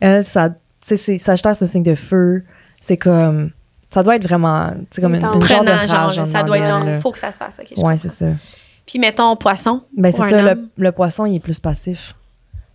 Elle, ça, tu sais, c'est- Sagittaire, c'est un signe de feu. C'est comme, ça doit être vraiment, tu sais, comme une, une genre de
prenant, genre,
rage
là,
en
ça doit être
dedans,
genre,
là.
faut que ça se fasse. ok, je
Ouais,
comprends.
c'est ça.
Puis mettons poisson.
Ben,
pour
c'est
un
ça, le,
homme.
le poisson, il est plus passif.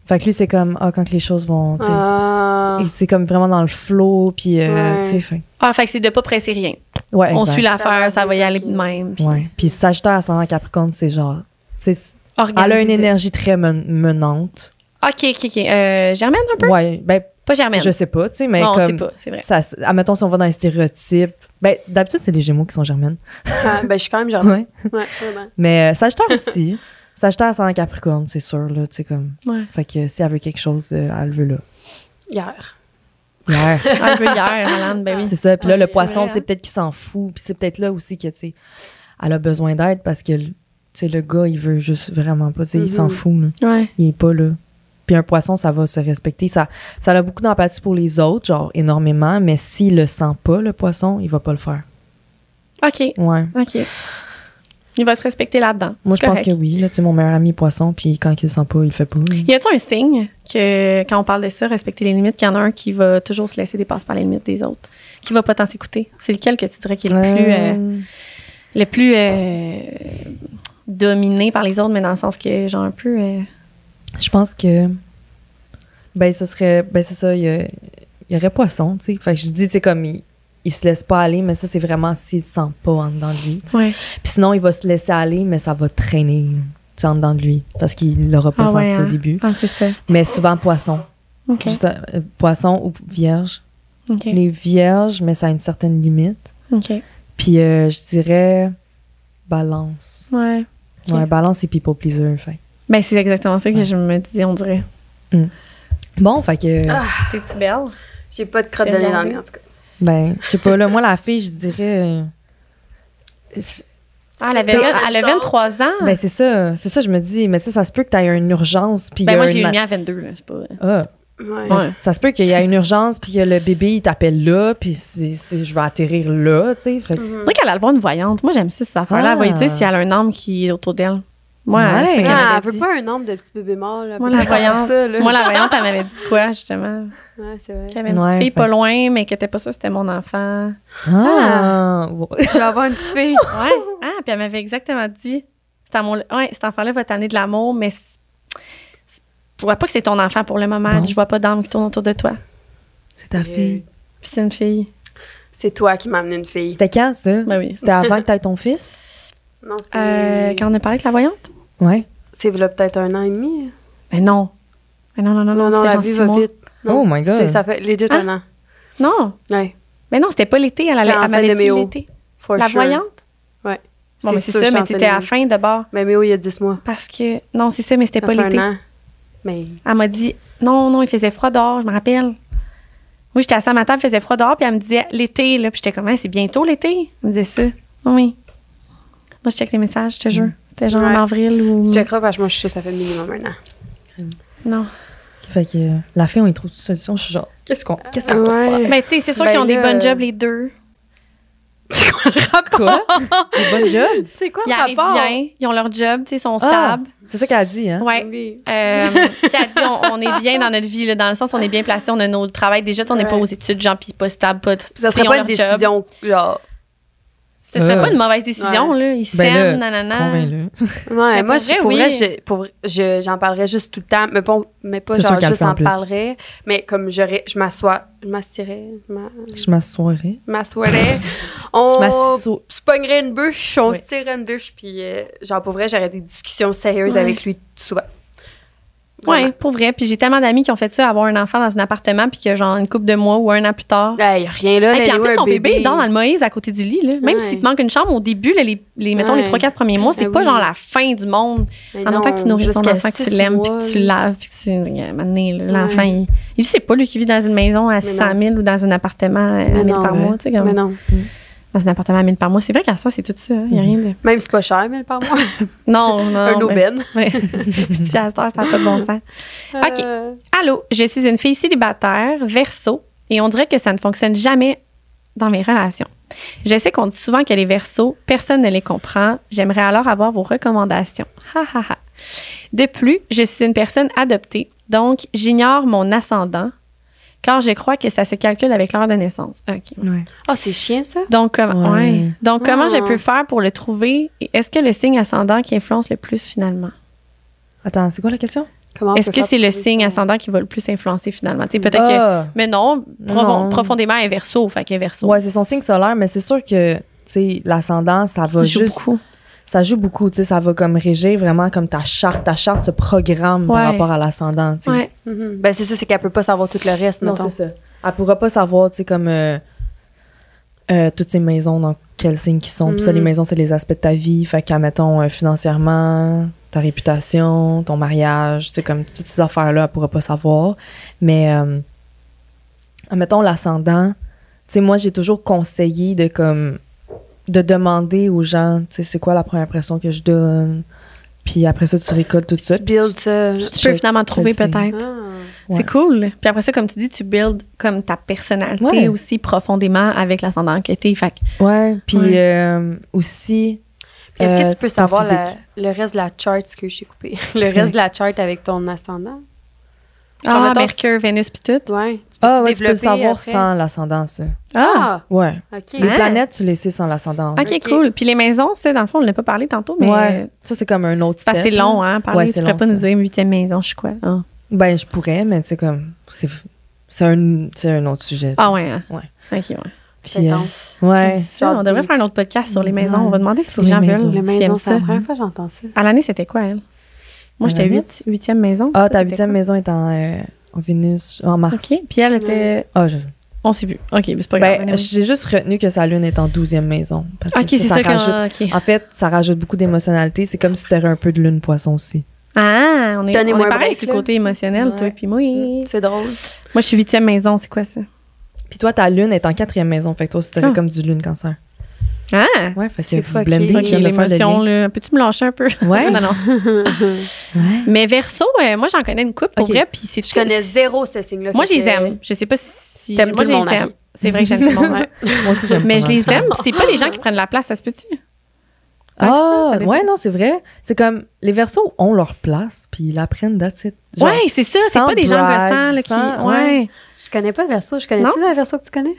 Fait que lui, c'est comme, ah, quand que les choses vont, tu sais.
Ah.
Et C'est comme vraiment dans le flow, puis, euh,
Ouais.
tu sais, fait-
Ah, fait que c'est de pas presser rien.
Ouais,
On
exact.
suit
Ça va
l'affaire, ça va y
bien,
aller
ok.
de même. Puis
Ouais. Puis Sagittaire ascendant Capricorne, c'est genre. tu sais, Elle
organiser
a une
de-
énergie très men- menante.
Ok, ok, ok. Euh, Germaine un peu?
Ouais, ben,
Pas Germaine.
je sais pas, tu sais, mais
non, on sait
comme.
pas, c'est vrai.
Ça, s- admettons, si on va dans les stéréotypes. Ben, d'habitude, c'est les Gémeaux qui sont germaines.
Ah, ben, je suis quand même genre.
Ouais.
Ouais, vraiment.
Mais euh, Sagittaire aussi. Sagittaire ascendant Capricorne, c'est sûr, là, tu sais, comme.
Ouais.
Fait que si elle veut quelque chose, euh, elle le veut là.
Hier.
Hier.
Un peu hier, Alan, ben oui.
c'est ça. Puis là,
Ouais,
le
c'est
poisson,
vrai,
tu sais, peut-être qu'il s'en fout. Puis c'est peut-être là aussi que, tu sais, elle a besoin d'aide parce que, tu sais, le gars, il veut juste vraiment pas, tu sais, il s'en
Mhm.
fout, là.
Ouais.
il est pas là. Puis un poisson, ça va se respecter. Ça, ça a beaucoup d'empathie pour les autres, genre énormément, mais s'il le sent pas, le poisson, il va pas le faire.
Ok,
Ouais.
ok. Il va se respecter là-dedans.
Moi,
C'est
je pense
correct.
que oui. Là, tu sais, mon meilleur ami est poisson, puis quand il le sent pas, il le fait pas.
Y a-t-il un signe que, quand on parle de ça, respecter les limites, qu'il y en a un qui va toujours se laisser dépasser par les limites des autres, qui va pas tant s'écouter? C'est lequel que tu dirais qui est le plus. euh,
Euh,
le plus euh, dominé par les autres, mais dans le sens que, genre, un peu. euh,
Je pense que. Ben, ce serait. Ben, c'est ça, il y, a- il y aurait poisson, tu sais. Fait que je dis, tu sais, comme il, il se laisse pas aller, mais ça, c'est vraiment s'il se sent pas en dedans de lui. tu sais. Puis sinon, il va se laisser aller, mais ça va traîner, tu sais, en dedans de lui, parce qu'il l'aura pas
Ah ouais,
senti
hein?
au début.
Ah, c'est ça.
Mais souvent, poisson.
OK.
Juste un- euh, poisson ou vierge.
OK.
Les vierges, mais ça a une certaine limite.
OK.
Puis euh, je dirais balance.
Ouais. Ok.
Ouais, balance et people pleaser. Fait.
Ben, c'est exactement ça que je me disais, on dirait.
Bon, fait que,
Ah.
T'es-tu belle?
J'ai pas de crotte de
T'es
nez dans le
blindée.
nez, en tout cas.
ben, je sais pas, là, moi, la fille, je dirais. euh, je-
Ah, elle, avait
T'sais,
vingt- elle a 23 ans.
Ben,
Ben,
c'est ça, c'est ça, je me dis. Mais tu sais, ça se peut que t'aies une urgence. Puis il y a
Ben, moi,
un
j'ai eu le
a-
mien à 22, là. C'est pas.
Ah,
Ouais.
Ouais.
Ça se peut qu'il y ait une urgence, puis que le bébé, il t'appelle là, puis c'est, c'est- je vais atterrir là, tu sais. Fait que-
Mhm.
On dirait qu'elle a le voir une voyante. Moi, j'aime ça, cette affaire-là. Elle va
Ah.
y dire si elle a un homme qui est autour d'elle. Moi, c'est
Ouais.
ça qu'elle
Ah,
Ah,
m'avait
elle veut
dit.
pas un nombre de petits bébés morts. Là,
Moi,
Elle
la
peut pas faire
voyante.
ça, là.
Moi, la voyante, elle m'avait dit quoi, justement?
Ouais, c'est vrai.
Qu'elle avait une
Ouais,
petite fille
fait-
pas loin, mais qu'elle était pas sûre que c'était mon enfant.
Ah! Ouais.
Je vais avoir une petite fille.
Ouais. Ah, puis elle m'avait exactement dit cet, amour- ouais, cet enfant-là va t'amener de l'amour, mais c'est- c'est- je vois pas que c'est ton enfant pour le moment.
Bon.
Je vois pas d'âme qui tourne autour de toi.
C'est ta fille.
Puis c'est une fille.
C'est toi qui m'as amené une fille.
C'était quand, ça?
Ben oui.
C'était avant que t'aies ton fils?
Non, c'est.
Euh, quand on a parlé avec la voyante?
Ouais.
C'est là peut-être un an et demi.
Mais non. Mais non, non, non, non,
Non, non,
c'était
la
genre
vie
six
va
mois.
vite. Non.
Oh my God.
C'est- Ça fait legit
Hein?
un an.
Non.
Ouais.
Mais non, c'était pas l'été. Elle,
J'étais
allait, elle
enceinte
m'avait
de
dit
Méo.
l'été.
For
La
sure.
voyante?
Ouais.
Bon, mais c'est
sûr que
ça,
je
mais
t'en
t'étais à la
sais
fin de bord.
Mais Méo, il y a 10 mois.
Parce que. Non, c'est ça, mais c'était
Ça
pas
fait
l'été.
un an. Mais
Elle m'a dit non, non, il faisait froid dehors, je me rappelle. Oui, j'étais assise à ma table, il faisait froid dehors, puis elle me disait l'été, là. Puis j'étais comme, Hein, c'est bientôt l'été. Elle me disait ça. Oui. Moi, je check les messages, je te jure. C'était genre en
Ouais.
avril ou.
tu checkeras parce que moi, je suis sûre que ça fait minimum un an.
Non.
Fait que euh, la fille, on y trouve toute solution. Je suis genre, qu'est-ce qu'on. Qu'est-ce
Ah,
qu'on peut faire?
Ouais.
Mais tu sais, c'est sûr
Ben
qu'ils ont des
là,
bonnes
euh,
jobs, les deux.
Quoi? C'est bon job?
C'est quoi
Ils arrivent bien, ils ont leur job, tu sais, ils sont stables.
Ah, c'est ça qu'elle a dit, hein?
Ouais.
Oui.
Euh, tu sais, elle dit, on, on est bien dans notre vie, là, dans le sens, on est bien placé, on a notre travail déjà, tu sais, on n'est pas
Ouais.
aux études, genre, puis pas stable, pas.
Ça
tu sais,
serait
ils ont
pas une
leur job.
décision, genre,
Ce serait
Euh.
pas une mauvaise décision, là. Ils
Ben
s'aiment,
là,
nanana.
Convainc-le.
Ouais,
Mais
moi,
pour
je,
vrai,
pour
oui.
vrai, je- pour vrai, je- j'en parlerais juste tout le temps. Mais, bon, mais pas
C'est sûr
genre
qu'elle le
juste
fait en
en
plus.
parlerais. Mais comme j'aurais, je m'assois, je m'assirais, je m'a-
Je m'assoirais.
je m'assoirais.
Je
on
m'assois.
se pognerait une bûche, on
Oui.
se tirerait une bûche. Puis euh, genre, pour vrai, j'aurais des discussions sérieuses
Ouais.
avec lui souvent.
Ouais,
Vraiment.
pour vrai. Puis j'ai tellement d'amis qui ont fait ça, avoir un enfant dans un appartement, puis que genre une couple de mois ou un an plus tard.
Il n'y a rien là.
Et puis
là,
en
il y a
plus,
eu
ton
un
bébé, est dans, dans le Moïse à côté du lit. Là. Même
Ouais.
s'il te manque une chambre au début, là, les, les- mettons les
Ouais.
3-4 premiers mois, c'est
Ben
pas
oui.
genre la fin du monde.
Mais
En autant que tu
non,
nourris ton
jusqu'à
enfant, que tu
six
l'aimes, puis
mois,
que tu le laves, puis que tu. euh, à un moment donné, L'enfant,
Ouais.
il, il sait pas, lui, qui vit dans une maison à 600 000 ou dans un appartement euh, à 1000
non,
par
ouais.
mois. tu sais,
Mais
comme-
non. Mm-hmm.
Dans un appartement à 1000 par mois. C'est vrai qu'à ça, c'est tout ça. hein. Il y a rien de.
Même si c'est pas cher, mais par mois.
Non, non.
un
ben-
aubaine.
Ouais. Je dis à cette heure, ça n'a pas de bon sens. OK.
Euh,
Allô, je suis une fille célibataire, verso, et on dirait que ça ne fonctionne jamais dans mes relations. Je sais qu'on dit souvent que les versos, personne ne les comprend. J'aimerais alors avoir vos recommandations. Ha ha ha. De plus, je suis une personne adoptée, donc j'ignore mon ascendant, car je crois que ça se calcule avec l'heure de naissance. OK.
Ouais.
Ah, c'est chiant, ça.
Donc, comment-
Ouais.
ouais. donc comment je
Ah.
peux faire pour le trouver? Et Est-ce que le signe ascendant qui influence le plus finalement?
Attends, c'est quoi la question?
Comment on
Est-ce
peut
que
faire
c'est le
pour trouver
signe
son-
ascendant qui va le plus influencer finalement? Tu sais, peut-être que
Ah!
mais non, profond-
Non.
profondément est verso, fait qu'elle est verso.
Ouais, c'est son signe solaire, mais c'est sûr que tu sais, l'ascendant, ça va
Joue
juste.
beaucoup.
Ça joue beaucoup, tu sais, ça va comme régir vraiment comme ta charte. Ta charte se programme
Ouais.
par rapport à l'ascendant, tu sais.
Ouais.
Mhm. Ben, c'est ça, c'est qu'elle peut pas savoir tout le reste,
Mm-hmm. Non,
mettons.
c'est ça. Elle pourra pas savoir, tu sais, comme euh, euh, toutes ces maisons, dans quel signe qu'ils sont. Puis ça,
Mhm.
les maisons, c'est les aspects de ta vie. Fait qu'à, mettons, euh, financièrement, ta réputation, ton mariage, tu sais, comme toutes ces affaires-là, elle pourra pas savoir. Mais, euh, mettons, l'ascendant, tu sais, moi, j'ai toujours conseillé de, comme, de demander aux gens, tu sais, c'est quoi la première impression que je donne. Puis après ça, tu récoltes tout ça.
Tu
puis
builds ça.
Tu peux finalement trouver
sais.
peut-être.
Ah.
Ouais.
C'est cool. Puis après ça, comme tu dis, tu builds comme ta personnalité
Ouais.
aussi profondément avec l'ascendant que t'es. Fait que-
tu- Ouais, puis
Ouais.
euh, aussi...
Puis Est-ce
euh,
que tu peux
ton
savoir la-
physique.
le reste de la chart ce que j'ai coupé? Le
C'est
reste de la chart avec ton ascendant? Genre,
ah,
mettons,
Mercure, Vénus, puis tout.
Ouais. Tu peux
Ah ouais, tu peux le
développer
savoir
après?
sans l'ascendant, ça.
Ah,
Ah,
Ouais.
OK.
Les
Hein?
planètes, tu les sais sans l'ascendant.
Ah, ok,
Ok.
cool. Puis les maisons, ça, dans le fond, on l'a pas parlé tantôt, mais
ouais.
euh,
Ça, c'est comme un autre
c'est
step.
assez
là.
long, hein, à parler.
Ouais,
tu
c'est
pourrais
long,
pas
ça.
nous dire huitième maison, je suis quoi. Ah,
Ben, je pourrais, mais tu sais, comme. C'est c'est un, c'est un autre sujet. tu sais.
Ah ouais. hein.
Ouais.
Ok, ouais.
Puis,
C'est
euh,
dense.
ouais.
Ça, on devrait faire un autre podcast sur les maisons.
Ouais.
On va demander si
Sur
les
les
gens
maisons.
veulent.
Les
s'ils aiment
maisons, c'est
ça.
la première fois que j'entends ça.
À l'année, c'était quoi, elle? Moi,
À
j'étais
l'année?
huit- huitième maison.
Ah,
Toi,
ta
t'étais
huitième
quoi?
maison est en, euh, en Vénus, en Mars.
OK. Puis elle était.
Ah, je-
On sait plus. OK, mais c'est pas grave.
Ben, j'ai juste retenu que sa lune est en douzième maison. Parce que
OK, c'est
ça,
ça,
ça rajoute.
que. OK.
En fait, ça rajoute beaucoup d'émotionnalité. C'est comme si tu avais un peu de lune poisson aussi.
Ah, on est, on
Donnez-moi
est
un
pareil
break,
sur le
là. Mm.
côté émotionnel, toi
Ouais.
et puis moi. Moi,
C'est drôle.
je suis huitième maison. C'est quoi ça?
Puis toi, ta lune est en quatrième maison. Fait que toi aussi, t'aurais
Ah.
comme du lune cancer.
Ah!
Ouais, fait que
C'est
vous
fucké.
blendez,
Ok,
je viens de faire le lien.
l'émotion, là. Peux-tu me lâcher un peu?
Ouais.
non, non.
Ouais.
Mais verso, euh, moi, j'en connais une coupe pour
Ok.
vrai, puis c'est
Je connais zéro ce signe-là.
Moi, je
fait
les
que-
aime. Je sais pas si.
T'aimes
moi,
tout
je
le
les
monde,
aime.
Marie.
C'est vrai que j'aime tout le monde.
Ouais.
Moi aussi, j'aime
Mais
pas
je
mal
les
ça.
aime, puis c'est pas les gens qui prennent la place, ça se peut-tu?
Ah,
ça, ça
ouais,
dépend.
non, c'est vrai. C'est comme les versos ont leur place, puis ils la prennent that's it. Genre,
Ouais, c'est ça, c'est
sans
pas des gens
brag,
gossants, là, qui.
sans-
ouais.
Je connais pas Verso. Je connais-tu le Verso que tu connais?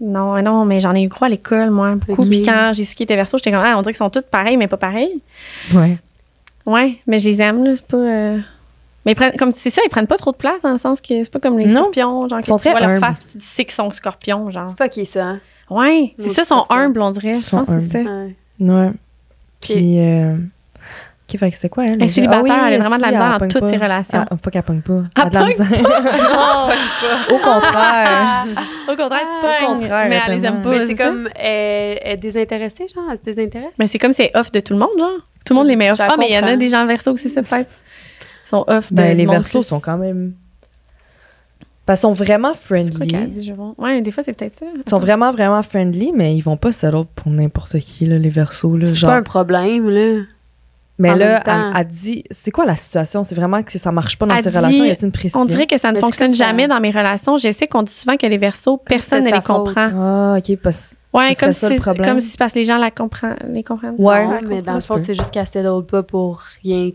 Non, non, mais j'en ai eu gros à l'école, moi, beaucoup.
Ok.
Puis quand j'ai su qu'ils étaient verso, j'étais comme, ah, on dirait qu'ils sont tous pareils, mais pas pareils.
ouais.
Ouais, mais je les aime, là, c'est pas. euh, Mais ils prennent, comme c'est ça, ils prennent pas trop de place dans le sens que c'est pas comme les
Non.
scorpions, genre,
Ils sont
que tu vois
très
leur
humbles.
face, puis tu sais qu'ils sont scorpions, genre.
C'est pas qui ça, hein?
Ouais,
Nos
c'est ça, ils sont
scorpions.
humbles, on dirait. Je
sont
pense que c'est ça.
Ouais.
Ouais.
Puis-
Puis euh... OK, fait que c'était quoi elle
Elle est
déjà?
célibataire,
Ah oui,
elle a vraiment de la
si,
misère
pogne
dans toutes
pas.
ses relations.
Ah, pas qu'elle pogne pas.
Elle
a de la
pogne
misère. Au contraire.
Au contraire,
Ah,
tu peux.
au contraire,
mais elle les aime
tellement.
pas.
Mais c'est
ça?
comme. Elle elle est désintéressée, genre? Elle se désintéresse?
Mais c'est comme c'est off de tout le monde, genre. Tout le
Mm.
monde les met off.
Je la
Ah, mais il y en a
comprends.
des gens verso aussi, c'est peut-être. Ils sont off de
ben,
du
les
monde
versos
plus-
sont quand même... Ben, ils sont vraiment
C'est quoi qu'elle a
friendly.
dit, je vois? Ouais, des fois, c'est peut-être ça.
Ils sont vraiment, vraiment friendly, mais ils vont pas settle pour n'importe qui, là, les versos. Là,
C'est
genre,
pas un problème, là.
Mais
En
là,
même temps.
elle, elle dit, c'est quoi la situation? C'est vraiment que ça marche pas dans
Elle
ces
dit,
relations. Y a-t-il une précision?
On dirait que ça ne
Mais c'est
fonctionne
comme ça.
jamais dans mes relations. Je sais qu'on dit souvent que les versos, personne
c'est
ne
sa
les
faute.
comprend.
Ah, ok, parce
Ouais,
ce
comme
serait ça,
si,
le problème.
comme si c'est parce que les gens la comprennent, les comprennent.
Ouais.
Non, mais dans
Ça
le
se
fond,
peut.
c'est juste qu'elle s'édole pas pour rien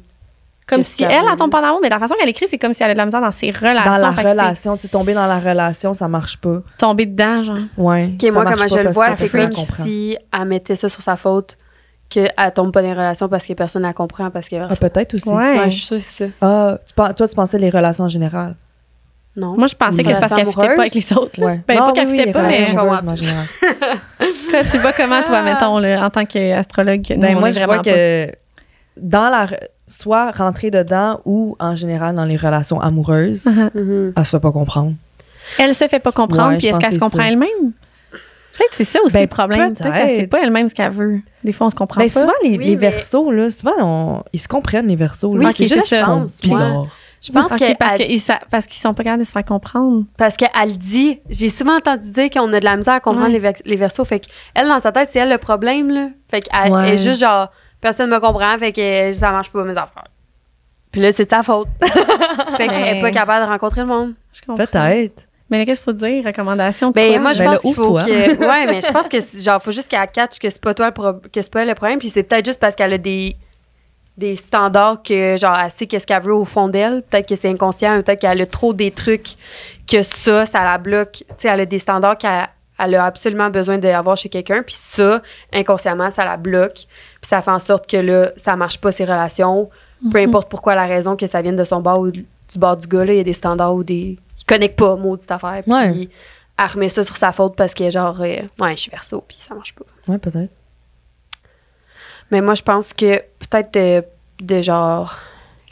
Comme
Qu'est-ce
si
qu'elle
elle,
veut?
elle tombe pas en amour, mais la façon qu'elle écrit, c'est comme si elle a de la misère dans ses relations.
Dans la
Fait que c'est
relation, tu sais, tomber dans la relation, ça marche pas.
Tomber dedans, genre.
Ouais.
Ok,
ça
moi,
marche
comment
pas
je le
parce
vois,
que
c'est
personne
que
la comprend.
si elle mettait ça sur sa faute, qu'elle tombe pas dans les relations parce que personne la comprend, parce que.
Ah, peut-être aussi.
Ouais.
Ouais, je suis sûre que c'est ça.
Ah, tu pen- toi, tu pensais les relations en général.
Non.
Moi, je pensais que c'est parce qu'elle
Relation
fitait pas avec
amoureuse?
les autres. là.
Ouais.
Ben,
Non,
pas qu'elle
oui,
fitait
oui,
pas,
relations
mais-
amoureuses, moi, en général.
Toi, tu vas comment, toi, mettons, là, en tant qu'astrologue?
Ben, moi, je vois que dans la. re- Soit rentrer dedans ou en général dans les relations amoureuses,
Uh-huh.
Mhm.
elle se fait pas comprendre.
Elle se fait pas comprendre,
Ouais,
puis
je
est-ce
pense
qu'elle se
que c'est
comprend
ça.
elle-même? Peut-être que c'est ça aussi
Ben,
le problème. Peut-être qu'elle sait
peut-être.
pas elle-même ce qu'elle veut. Des fois, on se comprend
Ben,
pas.
souvent, les,
Oui,
les
mais-
versos, là, souvent, on- ils se comprennent, les versos.
Oui,
là.
c'est
ça,
juste qu'ils
je
sont
pense,
bizarres.
Je pense
Ok,
que
parce
elle-
qu'ils sa- parce qu'ils sont pas capables de se faire comprendre.
Parce qu'elle dit, j'ai souvent entendu dire qu'on a de la misère à comprendre
Ouais.
les, vex- les versos. Fait qu'elle, dans sa tête, c'est elle le problème, là. Fait qu'elle
Ouais.
est juste genre, personne me comprend, fait que ça marche pas, mes affaires. Puis là, c'est de sa faute. fait qu'elle est
Mais-
pas capable de rencontrer le monde.
Je comprends.
Peut-être.
Mais là, qu'est-ce qu'il faut dire? Recommandations?
Ben,
quoi?
moi, je
Ben là,
pense qu'il faut
ouvre-toi.
que. Ouais, mais je pense que, c'est- genre, faut juste qu'elle catch que c'est pas toi le pro- que c'est pas elle le problème. Puis c'est peut-être juste parce qu'elle a des, des standards que, genre, elle sait qu'est-ce qu'elle veut au fond d'elle. Peut-être que c'est inconscient, mais peut-être qu'elle a trop des trucs que ça, ça la bloque. Tu sais, elle a des standards qu'elle elle a absolument besoin d'avoir chez quelqu'un. Puis ça, inconsciemment, ça la bloque. Puis ça fait en sorte que là, ça marche pas, ses relations. Peu
Mhm.
importe pourquoi la raison que ça vienne de son bord ou du bord du gars, là, il y a des standards ou des. qui connectent pas, maudite affaire. Puis
Ouais.
elle remet ça sur sa faute parce que, genre, euh, ouais, je suis verso, puis ça marche pas.
Ouais, peut-être.
Mais moi, je pense que peut-être de, de genre.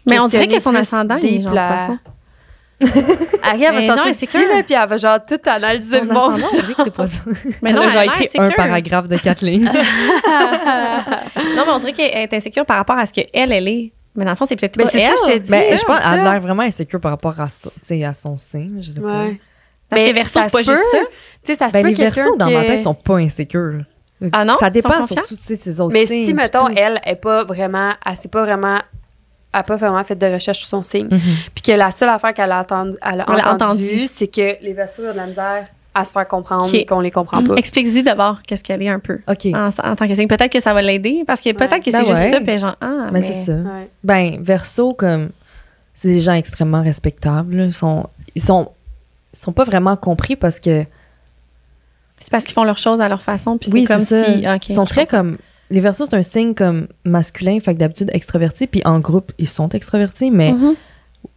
Mais on dirait que son
questionner
ascendant,
plus
il est
deep
genre
la-
poisson.
Ariel, elle
Mais
va
genre,
sortir
c'est
d'ici,
que-
là, puis elle va, genre, tout analyser le
Son
monde.
ascendant, on dirait que c'est pas ça.
Mais non,
Ben, Là,
elle a l'air sécure.
de quatre lignes.
Ah,
Non, mais on dirait qu'elle est insécure par rapport à ce qu'elle, elle est. Mais dans le fond, c'est peut-être
Ben,
pas
c'est ça,
elle.
je te dis.
Mais
C'est
je pense
ça.
qu'elle a l'air vraiment insécure par rapport à, son- tu sais, à son signe. Je sais pas.
Ouais.
Parce
Mais
que verso,
ça
c'est pas
se peut.
juste ça.
Tu sais, ça se
Ben,
peut
les
quelqu'un
versos, dans
que-
ma tête, sont pas insécures.
Ah non?
Ça
Ils
dépend
sont
surtout
confiants?
tu sais, de ses autres
Mais
signes.
si,
puis
mettons,
tout.
elle est pas vraiment. Elle s'est pas vraiment. Elle a pas vraiment fait de recherche sur son signe.
Mhm.
Puis que la seule affaire qu'elle a, entend- elle a
Elle a
entendue,
entendu.
c'est que les versos ont de la misère à se faire comprendre
Ok. Mm,
et qu'on les comprend pas.
Explique-y d'abord qu'est-ce qu'elle est un peu.
OK.
En, en tant que signe. Peut-être que ça va l'aider parce que peut-être que c'est
Ben
juste
ouais.
ça, puis genre, ah,
mais c'est ça.
Ouais.
Ben, verso, comme, c'est des gens extrêmement respectables. là. Ils sont, ils sont, ils sont pas vraiment compris parce que,
C'est parce qu'ils font leurs choses à leur façon, puis
oui,
c'est comme
ça.
si. ok,
ils sont
je
très comme, les versos, c'est un signe comme masculin, fait que d'habitude extraverti, puis en groupe, ils sont extravertis, mais
Mhm.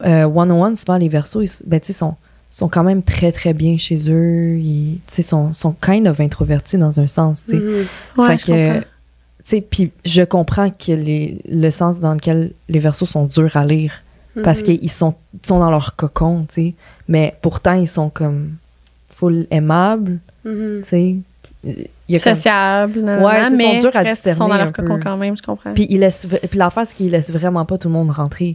euh, one-on-one, souvent, les versos, ils, s- ben, tu sais, sont, sont quand même très, très bien chez eux. Ils, tu sais, sont, sont kind of introvertis dans un sens, tu sais.
Mhm.
comprends. Mm. Ouais,
fait
je
que, euh,
comprends.
tu sais, puis je comprends que les, le sens dans lequel les versos sont durs à lire
Mm-hmm.
parce
Mhm.
qu'ils sont, ils sont dans leur cocon, tu sais. Mais pourtant, ils sont comme full aimables,
Mhm.
tu sais. Il y a comme-
Sociable, nan,
Ouais,
nan,
tu sais, ils sont
mais
durs à
restent- Ils sont dans
discerner
leur
un peu.
cocon quand même, je comprends.
Puis ils laissent, v- puis l'affaire, c'est qu'ils laissent vraiment pas tout le monde rentrer.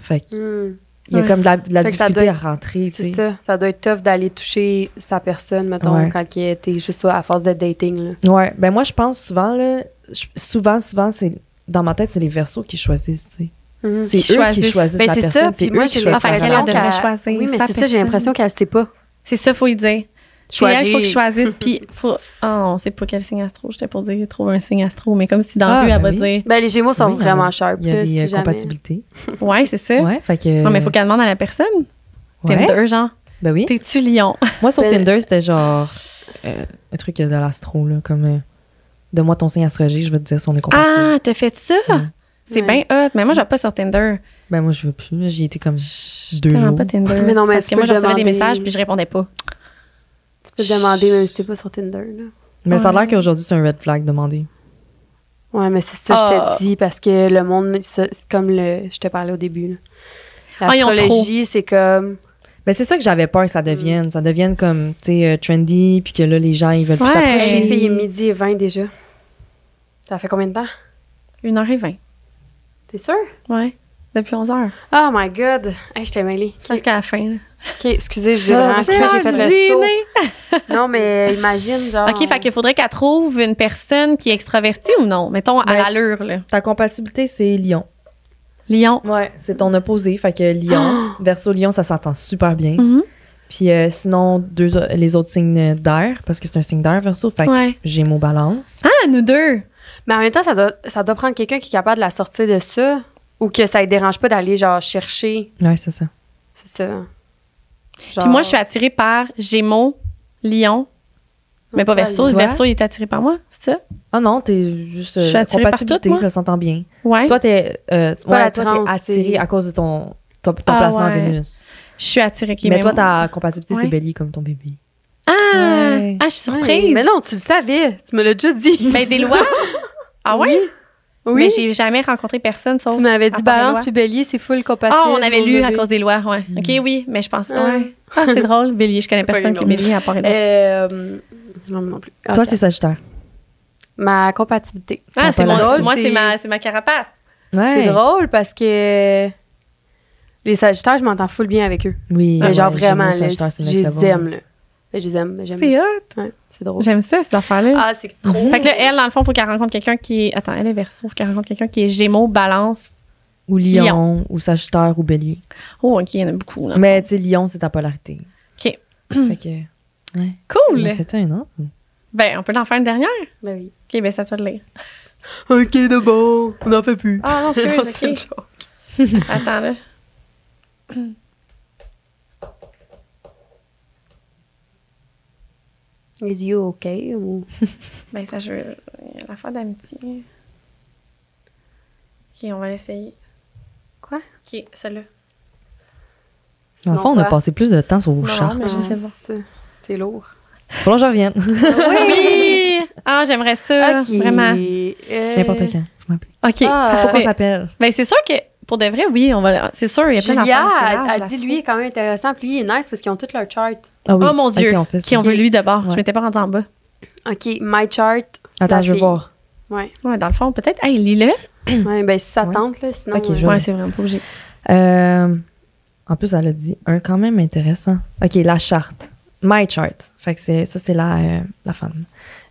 Fait qu'il
Mhm.
il y a
Ouais.
comme de la, de la
Fait que ça
difficulté
doit-
à rentrer, tu
C'est
sais.
ça. Ça doit être tough d'aller toucher sa personne, mettons,
Ouais.
quand il est- t'es juste à force de dating. là.
Ouais, ben moi, je pense souvent, là, je- souvent, souvent, c'est dans ma tête, c'est les versos qui choisissent, tu sais.
Mhm.
C'est
Qui
eux qui
choisissent.
choisissent
Ben,
la
c'est ça,
personne,
puis
Mm-hmm. c'est
moi,
eux qui
j'ai
choisissent la
l'impression
elle
relation.
qu'elle-
devrait choisir.
Oui, mais
sa
c'est ça, j'ai
personne.
l'impression qu'elle sait pas.
C'est ça, faut y dire. C'est
Choisir.
elle, faut qu'ils choisissent, puis faut. Ah, on sait pas quel signe astro, j'étais pour dire, trouve un signe astro, mais comme si dans la
Ah,
rue, elle
ben
va
oui.
dire,
Ben, les Gémeaux sont
Oui,
vraiment
ben,
sharp.
Il y a
là, si
des euh,
jamais.
compatibilités.
ouais, c'est ça.
Ouais, fait que.
Euh? Non, mais faut qu'elle demande à la personne.
Ouais.
Tinder, genre,
Ben oui.
t'es-tu lion?
Moi, sur
Ben-
Tinder, c'était genre euh, un truc de l'astro, là, comme euh, de moi ton signe astrologique, je veux te dire si on est compatible.
Ah, t'as fait ça?
Ouais.
C'est
Ouais.
bien hot, mais moi, je vais pas sur Tinder.
Ben moi, je veux plus. là, J'y étais comme deux
Tellement
jours.
pas Tinder.
Mais non, mais
parce que
tu peux
moi, je recevais des
demander.
messages puis je répondais pas.
Tu peux te demander, même si t'es pas sur Tinder. Là.
Mais ça a
Ouais.
l'air qu'aujourd'hui, c'est un red flag demandé.
Ouais, mais c'est ça,
Ah.
je te dis, parce que le monde, c'est c'est comme le, je te parlais au début. là.
Ah, ils ont trop.
L'astrologie, c'est comme.
Ben c'est ça que j'avais peur que ça devienne.
Mm.
Ça devienne comme, tu sais, euh, trendy, puis que là, les gens, ils veulent plus
Ouais.
s'approcher.
Hey, les filles, il est midi et 20 déjà. Ça fait combien de temps?
1h20.
T'es sûr?
Ouais. Depuis 11h.
Oh my god! Hey, je t'ai Ah, mêlée.
Jusqu'à la fin. là.
Ok, excusez, je vous ai vraiment
C'est
j'ai fait
l'heure
le
du
saut.
dîner.
Non, mais imagine, genre.
OK, fait qu'il faudrait qu'elle trouve une personne qui est extravertie ou non? Mettons, à
Ben-
l'allure, là.
Ta compatibilité, c'est Lion.
Lyon.
Ouais. C'est ton opposé. Fait que Lion, verso Lion, ça s'entend super bien.
Mm-hmm.
Mhm.
Puis euh, sinon, deux, o- les autres signes d'air, parce que c'est un signe d'air verso. Fait que
Ouais.
j'ai mon balance.
Ah, nous deux!
Mais en même temps, ça doit, ça doit prendre quelqu'un qui est capable de la sortir de ça. ou que ça ne dérange pas d'aller genre chercher.
Hein?
Ouais, c'est ça.
C'est ça.
Puis moi, je suis attirée par Gémeaux, Lion, mais pas
Ouais,
Verseau.
toi?
Verseau, il est attiré par moi, c'est ça?
Ah non, t'es
Je
juste
suis
euh,
attirée par
compatibilité,
tout, moi.
ça s'entend bien.
Ouais.
Toi, t'es euh,
pas la
ouais, toi, t'es
transe,
attirée
c'est-
à cause de ton, ton, ton
Ah
placement à
ouais.
Vénus.
je suis attirée. ok,
mais toi,
mon-
ta compatibilité, c'est
Ouais.
bélier comme ton bébé.
Ah!
Ouais.
Ah, je suis surprise.
surprise. Mais non, tu le savais. Tu me l'as déjà dit.
Mais des lois? ah ouais? Mais
Oui.
j'ai jamais rencontré personne sauf.
tu m'avais dit
à part les
balance
lois.
puis bélier, c'est full compatible.
Ah, on avait
mon
lu à
bébé.
cause des lois, ouais. OK, oui, mais je pense.
Ah.
Ouais. Ah, c'est drôle, Bélier. Je connais
pas
personne qui est
une autre.
Bélier à part les lois.
Euh, non, non plus.
Toi,
Ok.
c'est Sagittaire.
ma compatibilité.
Ah, c'est
pas
mon
la-
Moi,
c'est-
c'est ma, c'est ma carapace.
Ouais.
C'est drôle parce que les Sagittaires, je m'entends full bien avec eux.
Oui.
Mais
Ah ouais,
Ah
genre
Gémeaux,
vraiment, là,
Sagittaire,
je
c'est
les
next level.
aime. Là. Mais Je les aime. J'aime.
C'est hot.
Ouais, c'est drôle.
J'aime ça, cette affaire-là.
Ah, c'est trop.
Fait que là, elle, dans le fond, faut qu'elle rencontre quelqu'un qui est. Attends, elle est verso. Faut qu'elle rencontre quelqu'un qui est Gémeaux, Balance.
Ou lion, ou Sagittaire, ou bélier.
Oh, OK, il y en a beaucoup. Là.
Mais tu sais, lion, c'est ta polarité.
OK.
fait que. Ouais.
Cool.
On a fait ça un an.
Ben, on peut en faire une dernière.
Ben oui.
OK, ben, ça te lire.
Ok, de bon, on n'en fait plus.
Ah, non,
Non,
excuse,
c'est une
OK. Attends, là.
Is you okay? Ou...
Ben, ça, je. Il y a l'affaire d'amitié. OK, on va l'essayer.
Quoi?
OK, celle-là.
Dans le fond, on a passé plus de temps sur vos
Non,
chats.
mais je sais pas.
Ah, C'est lourd.
Faut que je revienne.
Euh, Oui! Ah, j'aimerais ça. Vraiment.
Euh,
N'importe quand. Faut m'appeler.
OK.
Ah,
Faut qu'on
Mais-
s'appelle.
ben, c'est sûr que, pour de vrai, oui, on va. C'est sûr, il y a plein d'enfants.
Julia a, dit lui est quand même intéressant. Puis lui il est nice parce qu'ils ont tout leur chart.
Ah oui.
Oh mon Dieu.
Ok, on fait ça.
Qui on veut lui d'abord. Je
Ouais.
m'étais pas rendue en bas.
Ok, my chart.
Attends,
la
je veux
fille.
voir.
Ouais,
Ouais, dans le fond, peut-être. Hey, lis-le.
ouais ben si ça
Ouais.
tente, là, sinon.
Ok,
euh,
je-
Ouais, c'est vraiment pas obligé.
Euh, en plus, elle a dit un quand même intéressant. OK, la charte. My chart. Fait que c'est, ça, c'est la, euh, la femme.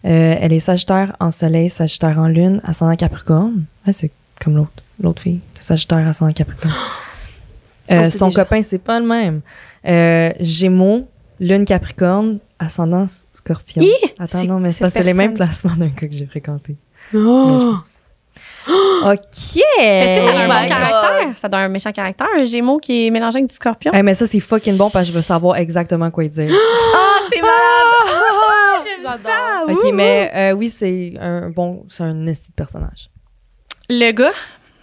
Euh, elle est Sagittaire en soleil, Sagittaire en lune, ascendant Capricorne. Ouais, c'est comme l'autre, l'autre fille. C'est Sagittaire, ascendant Capricorne. Euh,
Oh,
On sait
son
déjà.
copain, c'est pas le même. Euh, Gémeaux, lune Capricorne, ascendant Scorpion. Attends,
C'est-
non, mais
c'est
c'est parce que c'est les
personne.
mêmes placements d'un gars que j'ai fréquenté. Mais je
Oh!
pense que c'est- OK!
Est-ce que ça a un
Oh
bon
my
caractère?
God.
Ça a un méchant caractère, un gémeau qui est mélangé avec du scorpion.
Hey, mais ça, c'est fucking bon parce que je veux savoir exactement quoi dire.
Ah, c'est malade! J'aime ça!
ok,
Ouh.
mais euh, oui, c'est un bon, c'est un esti de personnage.
Le gars?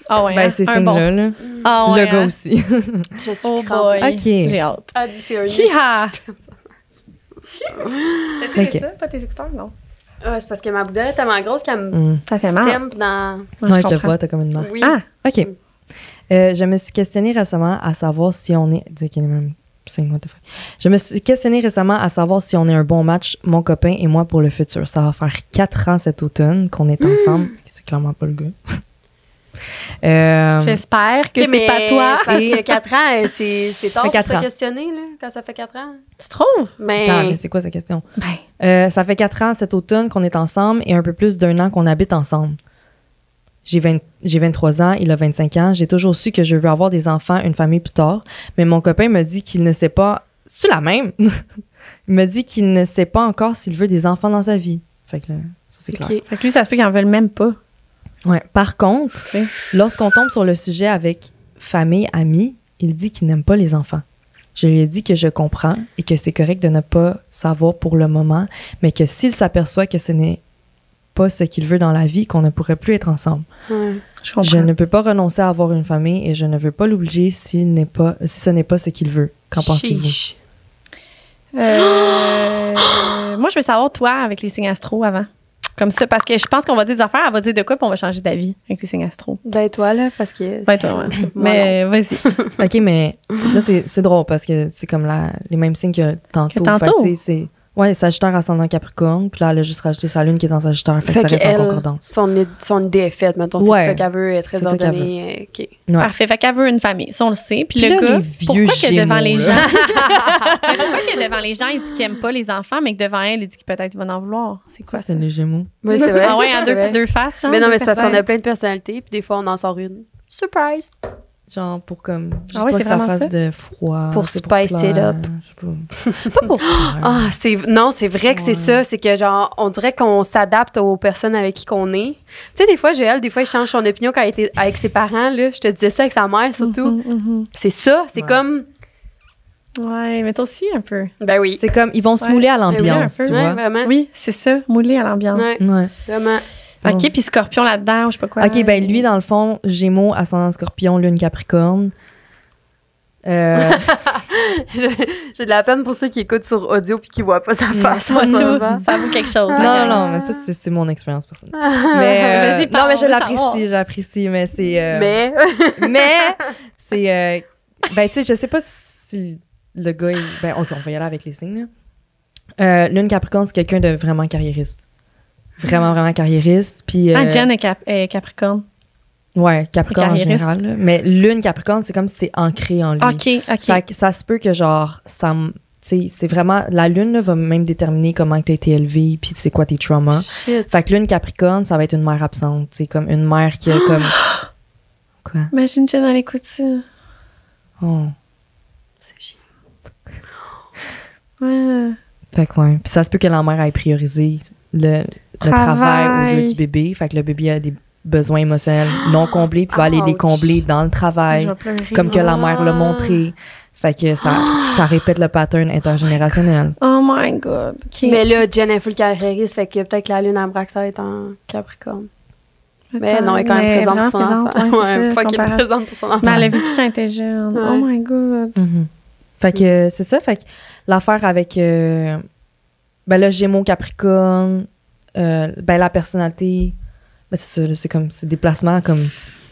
Ah ouais,
ben,
hein,
c'est
un
signe-là,
bon.
là.
Ah ouais,
le gars
hein.
aussi.
Je suis
Oh
crampée.
boy.
Ok.
J'ai hâte.
Ah, dis, c'est un
Hi-ha!
Ok.
ça? Pas tes écouteurs, non?
Ah, c'est parce que ma bouteille est tellement grosse qu'elle me
Mm.
Ça fait mal.
stempe dans.
Ouais, je
Ouais, je le
comprends.
vois, t'as comme une marque.
Oui.
Ah,
Ok. Euh, je me suis questionnée récemment à savoir si on est. Dieu, qu'il est même signe, what the fuck. Je me suis questionnée récemment à savoir si on est un bon match, mon copain et moi, pour le futur. Ça va faire quatre ans cet automne qu'on est
Mmh!
ensemble. C'est clairement pas le gars. Euh,
j'espère que
Ok,
c'est
mais
pas toi.
c'est Parce que 4 ans, euh, c'est c'est tard
fait
de
quatre ans.
se questionner, là, quand ça fait 4 ans.
Tu trouves?
Mais.
Attends, mais c'est quoi sa question?
Ben,
Euh, ça fait quatre ans cet automne qu'on est ensemble et un peu plus d'un an qu'on habite ensemble. J'ai 20 j'ai 23 ans, il a 25 ans. J'ai toujours su que je veux avoir des enfants, une famille plus tard, mais mon copain me dit qu'il ne sait pas. C'est la même. il me dit qu'il ne sait pas encore s'il veut des enfants dans sa vie. Fait que là, ça c'est clair.
Ok.
fait que lui, ça se peut qu'ils en veulent même pas.
Ouais. Par contre,
tu sais.
Lorsqu'on tombe sur le sujet avec famille, amis, il dit qu'il n'aime pas les enfants. Je lui ai dit que je comprends et que c'est correct de ne pas savoir pour le moment, mais que s'il s'aperçoit que ce n'est pas ce qu'il veut dans la vie, qu'on ne pourrait plus être ensemble.
Ouais.
Je comprends.
Je ne peux pas renoncer à avoir une famille et je ne veux pas l'obliger s'il n'est pas, si ce n'est pas ce qu'il veut. Qu'en pensez-vous?
Chiche.
Euh, moi, je veux savoir, toi, avec les signes astro avant. Comme ça, parce que je pense qu'on va dire des affaires, elle va dire de quoi, puis on va changer d'avis avec les signes astro.
Ben, toi, là, parce que.
Ben, toi, ouais.
Moi,
Mais euh, vas-y.
OK, mais là, c'est c'est drôle parce que c'est comme la, les mêmes signes que tantôt.
Que tantôt.
Fait tu sais, c'est. Ouais, Sagittaire ascendant Capricorne, puis là, elle a juste rajouté sa lune qui est dans Sagittaire, fait,
Fait
que ça reste
qu'elle,
en concordance.
Son, id- son idée est faite, mettons.
Ouais.
C'est ça qu'elle veut, elle est très
C'est ça qu'elle
ordonnée. euh, ok.
Ouais.
Parfait. Fait qu'elle veut une famille. Ça, on le sait. Puis
Puis
le
là,
gars,
les vieux
pourquoi que devant
Gémeaux,
les gens.
là.
Mais pourquoi que devant les gens, il dit qu'il aime pas les enfants, mais que devant elle, il dit qu'il peut-être va en vouloir? C'est quoi
Ça,
ça?
c'est les Gémeaux.
Oui, c'est vrai.
Ah ouais, en
C'est
deux,
vrai.
deux faces, genre,
Mais non,
deux
mais c'est parce qu'on
personnes.
a plein de personnalités, puis des fois, on en sort une. Surprise!
Genre pour comme. Juste
Ah ouais,
pas
c'est
que ça
vraiment
fasse
ça?
de froid.
Pour
c'est
spice it
plaire,
up.
je sais Pas, pas pour. plaire.
Ah, c'est non, c'est vrai que
Ouais.
c'est ça, c'est que genre on dirait qu'on s'adapte aux personnes avec qui qu'on est. Tu sais des fois Joël, des fois il change son opinion quand il était avec ses parents là, je te disais ça avec sa mère surtout.
Mm-hmm. Mm,
C'est ça, c'est
Ouais.
comme
Ouais, mais toi aussi un peu.
ben oui.
C'est comme, ils vont se
Ouais.
mouler à
Ben oui, un
l'ambiance,
peu,
tu
ouais,
vois.
vraiment.
Oui, c'est ça, moulé à l'ambiance.
Ouais,
Ouais.
vraiment.
OK, puis Scorpion là-dedans, je sais pas quoi.
Ok, ben lui, dans le fond, Gémeaux, ascendant scorpion, lune capricorne. Euh,
J'ai de la peine pour ceux qui écoutent sur audio puis qui voient pas sa face.
Moi,
en ce
tout,
moment.
ça vaut quelque chose.
non,
la gang.
non, non, mais ça, c'est- c'est mon expérience personnelle. Mais, euh,
Ah. Vas-y, parle,
non, mais je
on veut savoir.
l'apprécie, j'apprécie, mais c'est. euh,
Mais
mais c'est euh, ben tu sais je sais pas si le gars il- ben ok on va y aller avec les signes là. Euh, lune capricorne c'est quelqu'un de vraiment carriériste vraiment vraiment carriériste puis
Ah,
euh,
Jen est, cap- est Capricorne.
ouais capricorne en
Carriériste.
général là. mais lune capricorne c'est comme si c'est ancré en lui
OK, OK.
fait que ça se peut que genre ça m- tu sais c'est vraiment la lune là, va même déterminer comment tu as été élevé puis c'est quoi tes traumas
Shit.
fait que lune capricorne ça va être une mère absente c'est comme une mère qui a
Oh!
comme quoi
Imagine Jen, elle écoute ça.
Oh.
Ouais.
Fait que ouais. Puis ça se peut que la mère aille prioriser le, le
Travail.
travail au lieu du bébé. Fait que le bébé a des besoins émotionnels non comblés, puis va aller les
Ouch.
combler dans le
Je
travail,
vais pleurer.
comme que la mère l'a
Ah.
montré. Fait que ça, ça répète le pattern intergénérationnel.
Oh my God. OK.
mais là Jen est full carriériste, fait que peut-être que la lune à Braxa est en Capricorne. Mais
Attends,
non, elle est quand même
mais
présente pour
vraiment
son
présente,
enfant.
ouais, c'est ça,
fucking
comparé-
présente pour son enfant.
Mais elle a vécu quand elle était jeune.
Ouais.
Oh my God.
Mhm. Fait que
Mm.
euh, c'est ça. Fait que l'affaire avec. euh, ben là, Gémeaux, Capricorne, euh, ben la personnalité. Ben c'est ça, là, c'est comme. C'est des placements comme.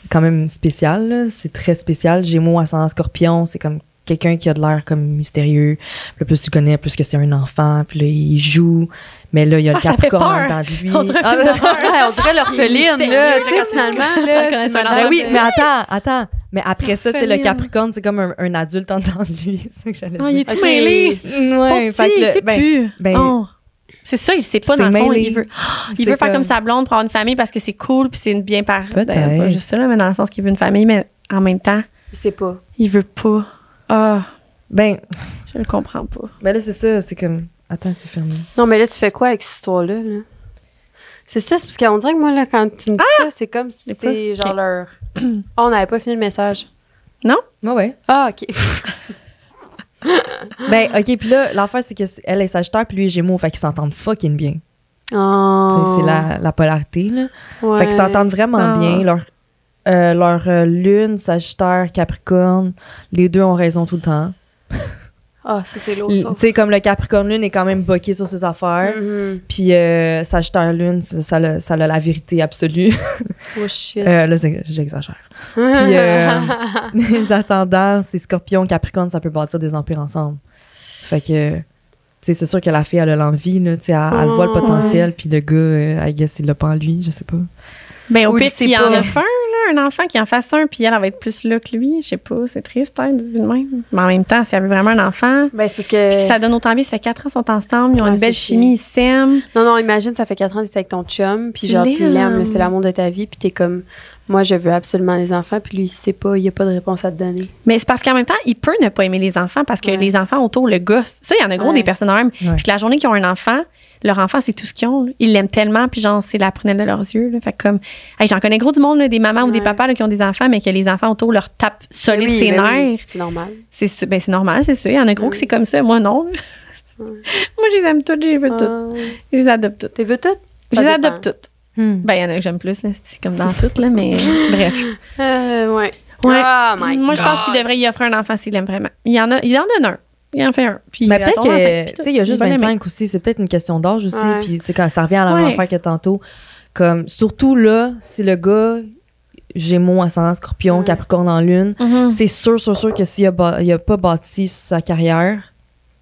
Quand même spécial, là. C'est très spécial. Gémeaux, ascendant scorpion, c'est comme quelqu'un qui a de l'air comme mystérieux. Le plus tu connais, plus que c'est un enfant. Puis là, il joue. Mais là, il y a le
Ah, ça fait
Capricorne
peur.
dans lui.
On dirait
Ah,
un film
non.
d'horreur.
Ouais, on dirait l'orpheline, là, tu sais, finalement, là.
Elle connaît
c'est
son
madame,
Ben oui,
euh,
mais attends, attends. Mais après ça, tu sais, le
Orpheline.
Capricorne, c'est comme un, un adulte en dedans de lui. C'est ça que j'allais
Oh,
dire.
il est tout
Ok.
mêlé. Pas
Ouais, fait
petit,
que
il
le-
sait
ben,
plus.
ben,
Oh. C'est ça, il sait pas
c'est
dans le fond.
mêlé. Ah,
Il veut, oh,
C'est
il veut faire comme sa blonde pour avoir une famille parce que c'est cool puis c'est une bien par. ben,
Peut-être.
pas juste ça, là, mais dans le sens qu'il veut une famille, mais en même temps,
Il sait pas.
il veut pas. Ah,
Ben,
je le comprends pas.
ben là, c'est ça, c'est comme. Attends, c'est fermé.
Non, mais là, tu fais quoi avec cette histoire-là, là? C'est ça, c'est parce qu'on dirait que moi, là, quand tu me dis
Ah!
ça, c'est comme si
C'est quoi?
c'est genre
Ok.
leur. Oh, on n'avait pas fini le message.
Ouais, ouais.
Ah, OK.
Ben, ok, puis là, l'affaire, c'est que c'est- elle est Sagittaire, puis lui est Gémeaux, fait qu'ils s'entendent fucking bien. Tu sais,
Oh.
C'est la, la polarité, là.
Ouais.
Fait qu'ils s'entendent vraiment
Ah.
bien. Leur, euh, leur euh, lune, Sagittaire, Capricorne, les deux ont raison tout le temps.
Ah, ça, c'est
Oh,
l'autre.
Tu
ça.
sais, comme le Capricorne lune est quand même boqué sur ses affaires.
Mhm.
Puis euh, Sagittaire lune, ça, ça, l'a- ça a la vérité absolue.
Oh, shit.
Euh, là, c'est- j'exagère. Puis euh, les ascendants, c'est scorpion, capricorne, ça peut bâtir des empires ensemble. Fait que, tu sais, c'est sûr que la fille, elle a l'envie, là, tu sais, elle, elle voit le
Ouais.
potentiel, puis le gars, euh, I guess, il l'a pas en lui, je sais pas.
Ben, au
Ou il
pire,
sait
qu'il y en
pas.
a un, là, un enfant qui en fasse un, puis elle, elle va être plus là que lui. Je sais pas, c'est triste, peut-être, vu de même. Mais en même temps, si elle veut vraiment un enfant,
Ben, c'est
puis
parce que.
ça donne autant bien, ça fait quatre ans qu'ils sont ensemble, ils ont
Ah,
une belle
c'est
chimie, ils s'aiment.
Non, non, imagine, ça fait 4 ans que t'es avec ton chum, puis
Tu
genre, tu
l'aimes.
l'aimes, là, c'est l'amour de ta vie, puis t'es comme, moi, je veux absolument les enfants, puis lui, il sait pas, il y a pas de réponse à te donner.
Mais c'est parce qu'en même temps, il peut ne pas aimer les enfants parce que
Ouais.
les enfants autour le gosse. Ça, il y en a gros
Ouais.
des personnes même.
Ouais.
Puis que la journée qu'ils ont un enfant, leur enfant, c'est tout ce qu'ils ont. là. Ils l'aiment tellement, puis genre, c'est la prunelle de leurs yeux. là. Fait que comme, hey, j'en connais gros du monde, là, des mamans ou des
Ouais.
papas là, qui ont des enfants, mais que les enfants autour leur tapent solide
Ben oui,
ses
ben oui,
nerfs.
C'est normal.
C'est sûr- ben, c'est normal, c'est sûr. Il y en a gros que c'est comme ça. Moi, non. là. Moi, je les aime toutes, je les veux toutes.
Ah,
Je les adopte toutes.
T'es vu tout?
Je les adopte toutes.
Hmm.
Ben, il y en a que j'aime plus, là, c'est comme dans toutes, là, mais bref.
Euh, ouais.
Ouais.
Oh my
Moi, je pense
God.
qu'il devrait y offrir un enfant s'il l'aime vraiment. Il y en a, il en donne un. Il en fait un. Puis
Mais
elle
peut-être
tombe enceinte,
que,
puis
tu
tout.
sais, il y a juste
va l'aimer.
25 aussi, c'est peut-être une question d'âge aussi,
Ouais.
puis c'est quand ça revient à la même
Ouais.
affaire que tantôt. Comme, surtout là, si le gars, Gémeaux, ascendant, scorpion,
Ouais.
capricorne en lune,
Mhm.
c'est sûr, sûr, sûr que s'il a, ba- il a pas bâti sa carrière,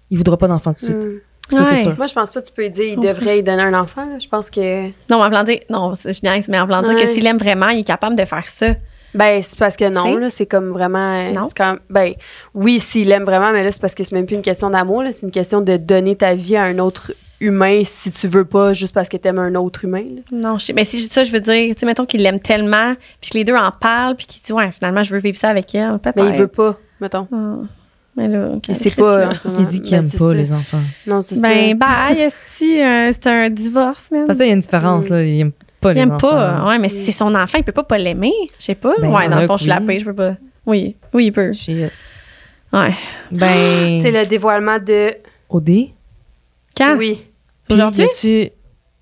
il voudra pas d'enfant tout de suite.
Mm.
Ça, c'est
Ouais.
sûr.
Moi, je pense pas que tu peux lui dire, il devrait y donner un enfant. là. Je pense que.
Non, mais en voulant dire, non, c'est- je niaise, mais en voulant dire
Ouais.
que s'il aime vraiment, il est capable de faire ça.
Ben, c'est parce que non,
T'sais?
là, c'est comme vraiment.
Non.
c'est quand- ben, oui, s'il aime vraiment, mais là, c'est parce que c'est même plus une question d'amour, là, c'est une question de donner ta vie à un autre humain si tu veux pas juste parce que t'aimes un autre humain. là.
Non, je sais. Mais si je dis ça, je veux dire, tu sais, mettons qu'il l'aime tellement, puis que les deux en parlent, puis qu'il dit, ouais, finalement, je veux vivre ça avec elle. peut-être.
Mais Ben, il veut pas, mettons.
Ah. Mais là,
Il sait
calcresse,
pas.
là.
en ce moment.
Il dit qu'il
Ben,
aime
c'est
pas
ça.
les enfants.
Non, c'est
Ben,
ça.
bye, esti, euh, c'est un divorce, man.
Parce que ça, il y a une différence, là. Il aime pas
Il
les
aime
enfants.
pas. hein. Ouais, mais si c'est son enfant, il peut pas pas l'aimer. Je sais pas.
Ben, il y
ouais,
en
dans
a
le fond,
que
je suis la
oui.
paix, je peux pas. Oui, oui, il peut.
Shit.
Ouais. Ah,
Ben.
C'est le dévoilement de.
OD.
Quand?
Oui.
Aujourd'hui?
Tu...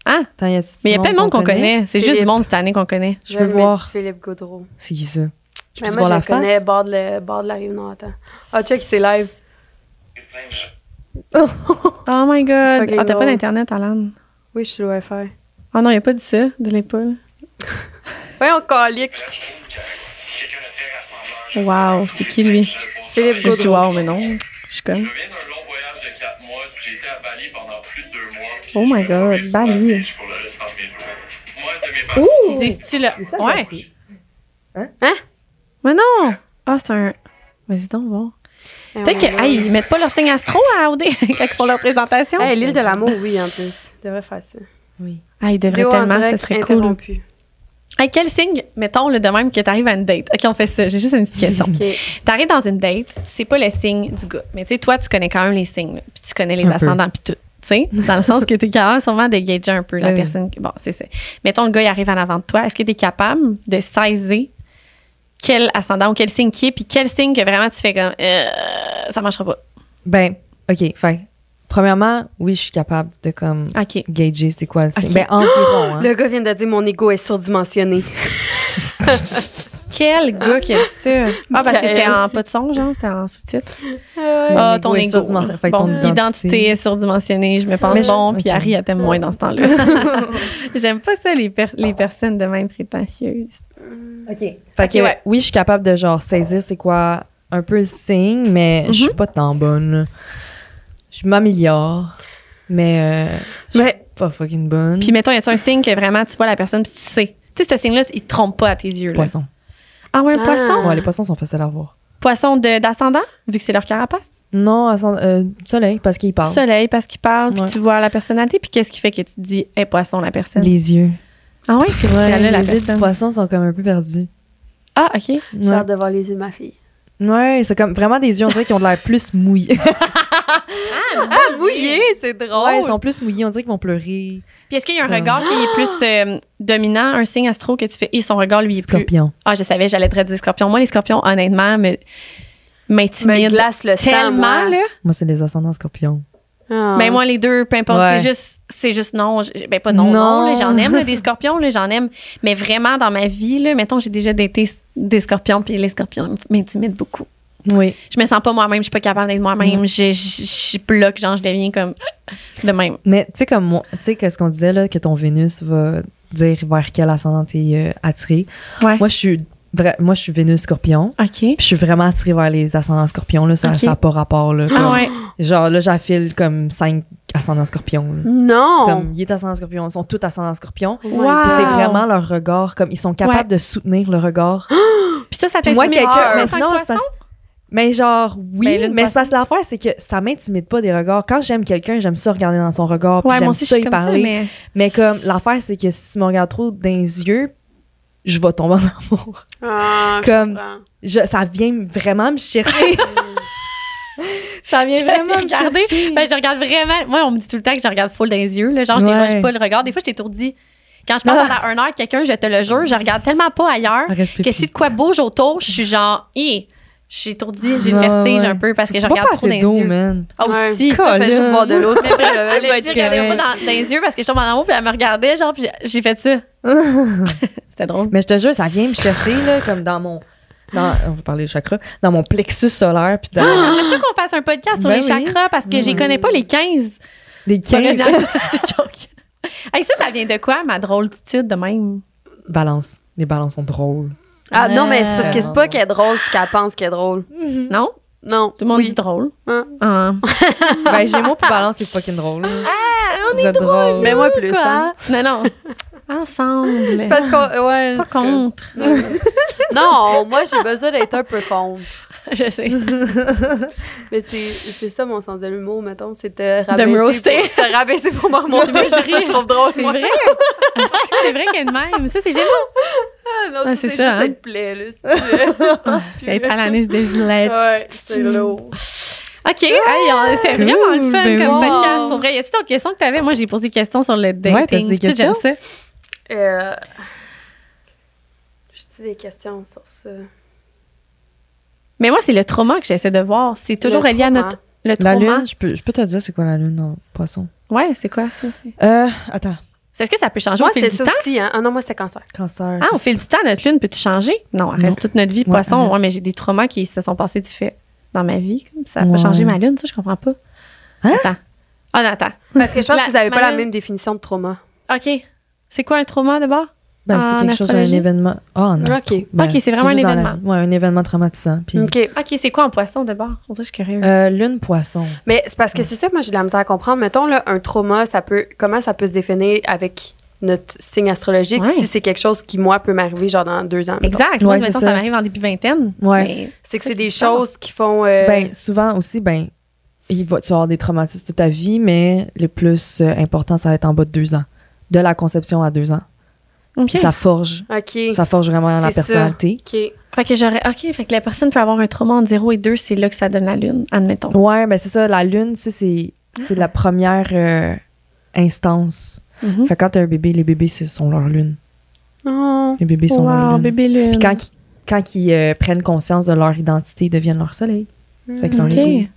Ah.
Attends, y a-tu du
Mais il y a plein de monde qu'on connaît. C'est juste du
Philippe.
monde cette année qu'on connaît.
Je veux
le
voir.
Philippe Gaudreau.
C'est qui ça?
Ben,
Je
Mais
peux
moi,
voir
je
la
le connais,
face?
bord de, la- bord de la rive nord. Attends. Ah, check, c'est live.
Oh my god.
fucking
Ah, t'as pas
drôle.
d'internet, Alan.
Oui, je suis le Wi-Fi.
Ah non, il a pas dit ça, de l'épaule.
Voyons, calique.
Wow, c'est qui lui?
Philippe
Je dis
Gaudreau.
wow, mais non. Je suis
Je
comme.
reviens d'un long voyage de 4 mois, puis j'ai été à Bali pendant plus de 2 mois. puis
Oh
je
my
vais mourir
God,
sur la
Bali.
plage pour le restant de mes jours. Moi, de mes passions,
Dis-tu le. Ouais.
Hein?
Mais non! Ah, c'est un. Vas-y donc, bon.
Eh,
Peut-être
mon
qu'ils
gars.
mettent pas leur signe astro à OD quand ils font leur présentation.
Eh, l'île de l'amour, oui, en plus. Je devrais faire ça.
Ah, ils devraient
Vidéo en
tellement, ça
direct
serait cool.
interrompue.
Hey, quel signe, mettons, le de même que t'arrives à une date? OK, on fait ça. J'ai juste une petite question.
Ok.
T'arrives dans une date, tu sais pas le signe du gars. Mais tu sais, toi, tu connais quand même les signes, là, puis tu connais les
Un peu.
ascendants, puis tout. Tu sais, dans le sens que t'es capable sûrement de gager un peu la
Oui.
personne. Bon, c'est ça. Mettons, le gars, il arrive en avant de toi. Est-ce que t'es capable de saisir quel ascendant ou quel signe qui est, puis quel signe que vraiment tu fais comme euh, ça marchera pas?
Ben, OK, fait. Premièrement, oui, je suis capable de comme
OK.
gager c'est quoi le signe.
Ah. Ok.
Ben, environ, hein.
Le gars vient de dire mon ego est surdimensionné.
Quel gars qui a dit ça? Ah, parce que
Michael.
c'était en pas de son, genre, c'était en sous-titre.
Ah
Mon
Ah,
ego
ton
est
ego.
surdimensionné. Fait que
Bon,
ton
l'identité
identité
est surdimensionnée. Je me pense
Mais je-
bon, puis
ok.
Harry, elle t'aime moins dans ce temps-là. J'aime pas ça, les, per- les personnes de même prétentieuses.
Fait que
Ok, ouais.
oui, je suis capable de genre saisir c'est quoi un peu le signe, mais je suis pas tant bonne. Je m'améliore, mais euh, je suis
Mais-
pas fucking bonne.
Puis mettons, y a-tu un signe que vraiment tu vois la personne, puis tu sais. Tu sais, ce signe-là, il te trompe pas à tes yeux. Là.
poisson.
Ah ouais, un
Ah.
poisson.
Ouais, les poissons sont faciles à voir.
Poisson de- d'ascendant, vu que c'est leur carapace.
Non, à son- euh, soleil, parce qu'ils parlent.
Soleil, parce qu'il parle, puis
Ah. Ouais.
tu vois la personnalité. Puis qu'est-ce qui fait que tu te dis, hey, poisson, la personne.
Les yeux.
Ah ouais, c'est vrai.
les
là,
hein.
la
yeux du
personne.
poisson sont comme un peu perdus.
Ah, OK.
J'ai
Ouais,
hâte de voir les yeux de ma fille.
Ouais, c'est comme vraiment des yeux, on dirait qu'ils ont de l'air plus mouillés.
Ah, mouillé, c'est drôle.
ouais, ils sont plus mouillés, on dirait qu'ils vont pleurer.
Puis est-ce qu'il y a un
Comme-
regard qui est plus euh, dominant, un signe astro que tu fais, et son regard, lui, il est plus
Scorpion.
Ah, je savais, j'allais te dire scorpion. Moi, les scorpions, honnêtement, me,
me
m'intimident
glace le sang,
tellement,
moi.
là.
Moi, c'est les ascendants scorpions.
Ah.
Mais moi, les deux, peu importe,
Ouais.
c'est juste, c'est juste non. Je- Ben, pas non, non,
Non.
là, j'en aime, là, des scorpions, là, j'en aime. Mais vraiment, dans ma vie, là, mettons, j'ai déjà daté des scorpions, puis les scorpions m'intimident beaucoup.
Oui.
Je me sens pas moi-même, je suis pas capable d'être
Mm.
moi-même. Je, je, je bloque, genre, je deviens comme de même.
Mais tu sais, comme moi- tu sais, que ce qu'on disait, là, que ton Vénus va dire vers quel ascendant t'es euh, attiré.
Ouais.
Moi, je suis vra- moi, je suis Vénus scorpion.
OK.
Puis je suis vraiment attirée vers les ascendants scorpions, là. Ça
Ok.
n'a pas rapport, là.
Ah
comme-
ouais.
Genre, là, j'affile comme cinq ascendants scorpions, là.
Non. Oh
Comme, il est ascendant scorpion, ils sont tous ascendants scorpions.
Wow.
Puis c'est vraiment leur regard, comme ils sont capables de soutenir le regard.
Ah, Puis ça, ça t'intimide.
Puis moi, quelqu'un.
Ah,
Mais
cinq
non,
poissons?
c'est parce- Mais genre,
Ben,
oui,
là, une
mais c'est parce que l'affaire, c'est que ça m'intimide pas des regards. Quand j'aime quelqu'un, j'aime ça regarder dans son regard, puis
Ouais, moi
j'aime
aussi, je
ça
suis
y
comme
parler.
ça, mais...
Mais comme l'affaire, c'est que si tu me regardes trop dans les yeux, je vais tomber en amour.
Ah, je
Comme-
comprends.
Je- ça vient vraiment me chercher. ça vient vraiment me
Regardez,
chercher.
Ben, je regarde vraiment. Moi, on me dit tout le temps que je regarde full dans les yeux. Là. Genre, je
Ouais.
déroge pas le regard. Des fois, je t'étourdis. Quand je parle pendant une heure, quelqu'un, je te le jure, je regarde tellement pas ailleurs
Ah, Respire
que
plus.
si de quoi bouge autour, je suis genre, hé, je suis étourdie, j'ai le
Ouais,
vertige
ouais.
un peu parce que
C'est
je
pas
regarde trop dans
passé
les
d'eau,
yeux.
man.
Ah,
Ouais.
aussi.
Colle,
Fait juste
là.
boire de l'eau. t'es prêt, là.
Elle
Elle
me
dit,
regardait pas
correct.
dans, dans les yeux parce que je tombe en amour, puis elle me regardait, genre, puis j'ai fait ça. C'était drôle.
Mais je te jure, ça vient me chercher, là, comme dans mon. Dans, on va parler de chakra. Dans mon plexus solaire, puis dans
J'aimerais ça qu'on fasse un podcast sur
Ben
les
oui.
chakras parce que j'y connais pas les 15.
des
Pas que je-
quinze
C'est joke. Hey, ça, ça vient de quoi, ma drôlitude de même?
balances. Les balances sont drôles.
Ah non, mais c'est parce que
Euh,
c'est pas qu'elle est drôle ce qu'elle pense qu'elle est drôle.
Hmm.
Non?
Non.
Tout le monde
oui.
dit drôle.
Hein?
Ah.
ben, Gémeaux puis balance, c'est fucking drôle. Ah, on est drôle.
Mais moi plus.
Quoi?
hein.
Non, non. Ensemble.
C'est parce qu'on. Ouais,
pas
en tout cas.
contre.
Non, moi, j'ai besoin d'être un peu contre.
Je sais.
Mais c'est c'est ça mon sens de l'humour, mettons. C'est de rabaisser.
roaster.
Pour, te rabaisser pour me remonter.
Mais je
ça,
ris.
je trouve drôle,
C'est
moi.
vrai. Ah, c'est vrai qu'elle est de même. Ça, c'est gênant.
Ah, non,
Ah,
c'est
c'est
juste
ça, hein.
cette plaie, là. c'est plus-
C'est être Alanis Desilets.
Ouais, c'est lourd.
OK. Hey, on- c'était
Cool,
vraiment le fun
ben
comme
wow.
podcast. Pour vrai, y a-t-il d'autres questions que t'avais? Moi, j'ai posé des questions sur le dating.
Ouais, t'as-tu des
Tu sais, j'aime
questions?
ça.
Euh, J'ai-tu des questions sur ça?
Mais moi, c'est le trauma que j'essaie de voir. C'est toujours
Le
relié à
trauma.
notre. Le
La
trauma.
lune, je peux, je peux te dire c'est quoi la lune en poisson.
Ouais, c'est quoi ça?
Euh, attends,
C'est- Est-ce que ça peut changer
Moi,
au fil
c'était
du
ça
temps?
aussi, hein? Ah non, moi, c'était cancer.
cancer.
Ah,
je
au fil du temps, notre lune, peut-tu changer? Non, elle
Non.
reste toute notre vie
Ouais,
poisson.
elle
Ouais,
reste.
mais j'ai des traumas qui se sont passés du fait dans ma vie. comme Ça peut
Ouais.
changer ma lune, ça, je comprends pas.
Hein?
Attends. Ah, non, attends.
Parce que je pense
La-
que vous n'avez pas
ma
la
lune.
même définition de trauma.
OK. C'est quoi un trauma d'abord?
Ben,
En
c'est quelque chose, un
astrologie?
événement. Ah, non.
Ok.
Ok, c'est vraiment un événement.
Ouais, un événement traumatisant. Puis,
OK.
OK, c'est quoi un poisson d'abord? On dirait que je suis curieuse.
euh, lune poisson.
Mais c'est parce que c'est ça, moi, j'ai de la misère à comprendre. Mettons, là, un trauma, ça peut, comment ça peut se définir avec notre signe astrologique
Ouais.
si c'est quelque chose qui, moi, peut m'arriver, genre, dans deux ans. mettons.
exact. Moi,
Euh, ouais,
mettons,
c'est
ça
ça.
m'arrive en début vingtaine.
Ouais.
mais-
C'est que c'est des choses qui font. euh,
Ben, souvent aussi, ben, il va, tu vas avoir des traumatismes toute ta vie, mais le plus euh, important, ça va être en bas de deux ans. De la conception à deux ans.
OK.
Puis ça forge.
OK.
Ça forge vraiment la
C'est ça.
personnalité.
OK.
Fait que j'aurais. OK, fait que la personne peut avoir un trauma en 0 et 2, c'est là que ça donne la lune, admettons.
Ouais, ben, c'est ça. La lune, tu sais, c'est, c'est la première euh, instance.
Mhm.
Fait que quand t'as un bébé, les bébés, c'est sont leur lune.
Oh.
Les bébés sont leur
Wow,
lune.
bébé lune.
Puis quand, ils- quand ils euh, prennent conscience de leur identité, ils deviennent leur soleil. Fait que leur
Mm, OK.
ego.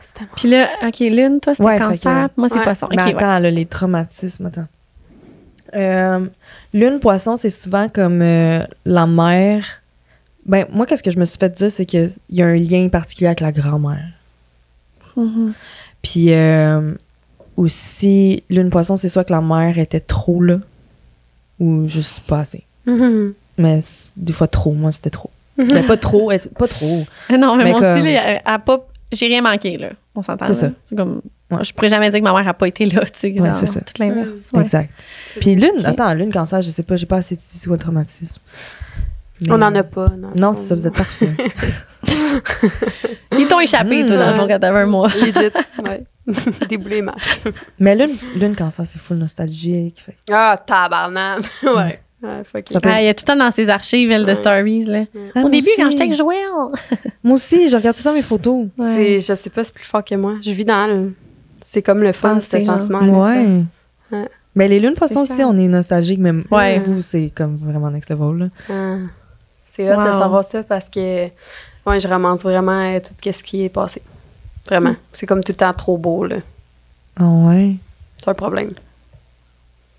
C'est tellement-
Puis là, OK, lune, toi, c'était
Ouais, fait
cancer, moi, c'est
ouais.
poisson. Ben, OK,
Mais
ouais.
attends, là, les traumatismes, attends. Euh, lune poisson, c'est souvent comme euh, la mère. Ben, moi, qu'est-ce que je me suis fait dire, c'est qu'il y a un lien particulier avec la grand-mère.
Mhm.
Puis euh, aussi, lune poisson, c'est soit que la mère était trop là ou juste pas assez.
Mhm.
Mais c- des fois, trop. Moi, c'était trop. Mais pas trop, elle- pas trop.
Ah Non, mais,
Mais
mon
comme-
style, elle- elle a pas. J'ai rien manqué, là. On s'entend.
C'est
là.
ça.
C'est comme.
Ouais.
Je pourrais jamais dire que ma mère a pas été là, tu sais.
Ouais,
genre,
c'est ça.
Tout l'inverse.
Mm.
ouais.
Exact.
C'est
Puis
bon.
lune,
Ok.
attends, lune cancer, je sais pas, j'ai pas assez de tissu au traumatisme.
On
Mais-
n'en a pas. Non,
Non, c'est ça, vous êtes parfait.
Ils t'ont échappé,
Mm.
toi, dans le fond, quand t'avais un mois.
Legit. Ouais. Débouler marche.
Mais lune, lune cancer, c'est full nostalgique. Fait que-
Ah, tabarnak. ouais. Ouais, fuck
Ça
it.
peut-
Ah, il y a tout le temps dans ses archives, elle, de
Ouais.
stories, là.
Ah,
Au
moi
début,
aussi.
quand j'étais avec Joël.
Moi aussi, je regarde tout le temps mes photos.
C'est- Je sais pas, c'est plus fort que moi. Je vis dans le. C'est comme le fun,
Pensez,
ce
là.
sentiment.
Ouais.
Ouais.
Mais les lunes, de toute façon, aussi,
Spécial.
on est nostalgique, même
Ouais.
vous, c'est comme vraiment next level. Là.
Ah, C'est hot
Wow.
de savoir ça parce que ouais, je romance vraiment euh, tout ce qui est passé. Vraiment.
Mm.
C'est comme tout le temps trop beau. là.
Ah ouais.
C'est un problème.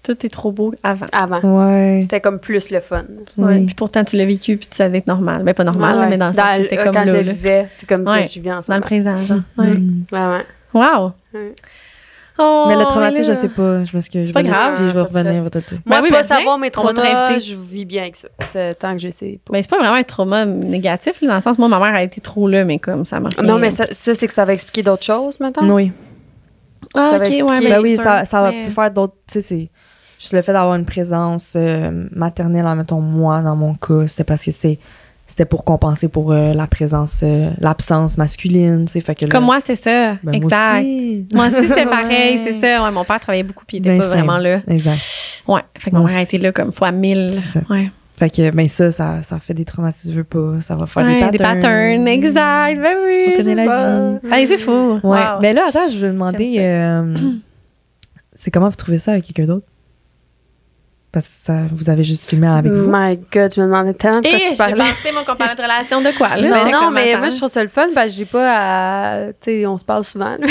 Tout est trop beau avant.
Avant,
Ouais.
c'était comme plus le fun.
Ouais.
Oui.
Puis pourtant, tu l'as vécu, puis tu savais être normal. Ben, pas normal,
Ouais.
mais dans le sens que c'était comme là,
quand je
là.
le vivais, c'est comme
Ouais.
que je vis en ce
Dans le
moment.
présent, genre. Ouais.
Mm.
Vraiment.
Wow!
Ouais.
Oh,
mais le traumatisme,
là-
je sais pas. Je m'excuse. Je
pas
vais
grave.
l'étudier, je vais
Pas de
revenir.
stress.
je vais te le dire.
Moi,
Ben oui,
pas
mais bien,
savoir mes
trop de
traumas,
rêveté.
je vis bien avec ça. C'est tant que j'essaie. pas.
Ben, c'est pas vraiment un trauma négatif, là, dans le sens, moi, ma mère a été trop là, mais comme ça marche.
Ah, non, mais ça, ça, c'est que ça va expliquer d'autres choses maintenant.
Oui.
Ah, ok,
ça va
ouais,
expliquer.
mais
Ben oui,
c'est
ça,
sûr.
ça va
Mais-
plus faire d'autres. Tu sais, c'est juste le fait d'avoir une présence euh, maternelle, mettons, moi, dans mon cas, c'était parce que c'est. C'était pour compenser pour euh, la présence, euh, l'absence masculine, tu sais. Fait que là-
Comme moi, c'est ça.
Ben, moi
exact.
aussi.
Moi aussi, c'était pareil,
Ouais.
c'est ça. Ouais, mon père travaillait beaucoup, puis il était
Ben,
pas
c'est-
vraiment là.
Exact.
Ouais, fait que ma
Moi
mère a
aussi.
été là comme fois mille.
C'est ça.
Ouais.
Fait que, ben, ça, ça, ça fait des traumatismes, je veux pas. Ça va faire
Ouais,
des patterns.
exact. Ben oui.
On connaît
c'est
la
ça.
vie.
Hey, c'est fou.
Ouais. Ben,
Wow.
Mais là, attends, je veux demander. euh, c'est comment vous trouvez ça avec quelqu'un d'autre? Parce que ça, vous avez juste filmé avec
Euh,
vous.
My God, Eh, je me demandais tellement de quoi
Et
tu
j'ai
parlais.
pensé, moi, qu'on parlait de relation de quoi, là?
Ben
Mais
J'étais
non,
comme,
mais
attends.
moi, je trouve ça le fun parce que j'ai pas à. Tu sais, on se parle souvent. là.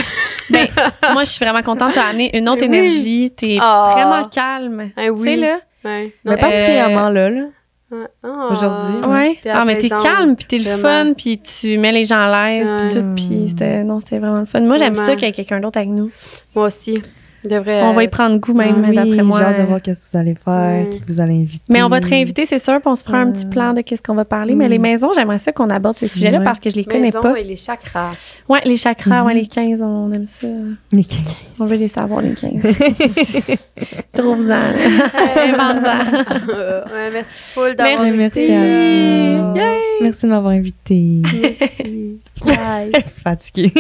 Ben, moi, je suis vraiment contente. T'as amené une autre
Ben
Oui.
énergie. T'es
Ah.
vraiment calme.
Hein,
Tu
oui.
sais, là?
Ouais.
Mais
Euh,
particulièrement là, là.
Ouais.
Aujourd'hui,
Ah.
Ouais.
Puis
Ah, mais t'es
apaisante,
calme, puis t'es le
vraiment.
fun, puis tu mets les gens à l'aise, puis
Ouais.
Mm.
tout. Puis c'était, non, c'était vraiment le fun. Moi, j'aime
Vraiment.
ça qu'il y ait quelqu'un d'autre avec nous.
Moi aussi. euh, devrait.
On va y prendre goût même,
Euh, Ah Oui,
Ben d'après moi.
J'ai hâte de voir qu'est-ce que vous allez faire,
Mm.
qui vous allez inviter.
Mais on va te réinviter, c'est sûr, puis on se fera un petit plan de qu'est-ce qu'on va parler. Mais
Mm.
les maisons, j'aimerais ça qu'on aborde ce sujet-là
Ouais.
parce que je les connais
Maison
pas.
et les chakras.
Ouais, les chakras,
Mhm.
ouais, les 15, on aime ça.
Mais-
On veut les savoir, les 15. Trouve-en. Invente-en.
Euh, ouais, merci full d'avoir euh,
Merci.
Merci à vous. Merci de m'avoir invité.
Merci. Bye.
Fatiguée.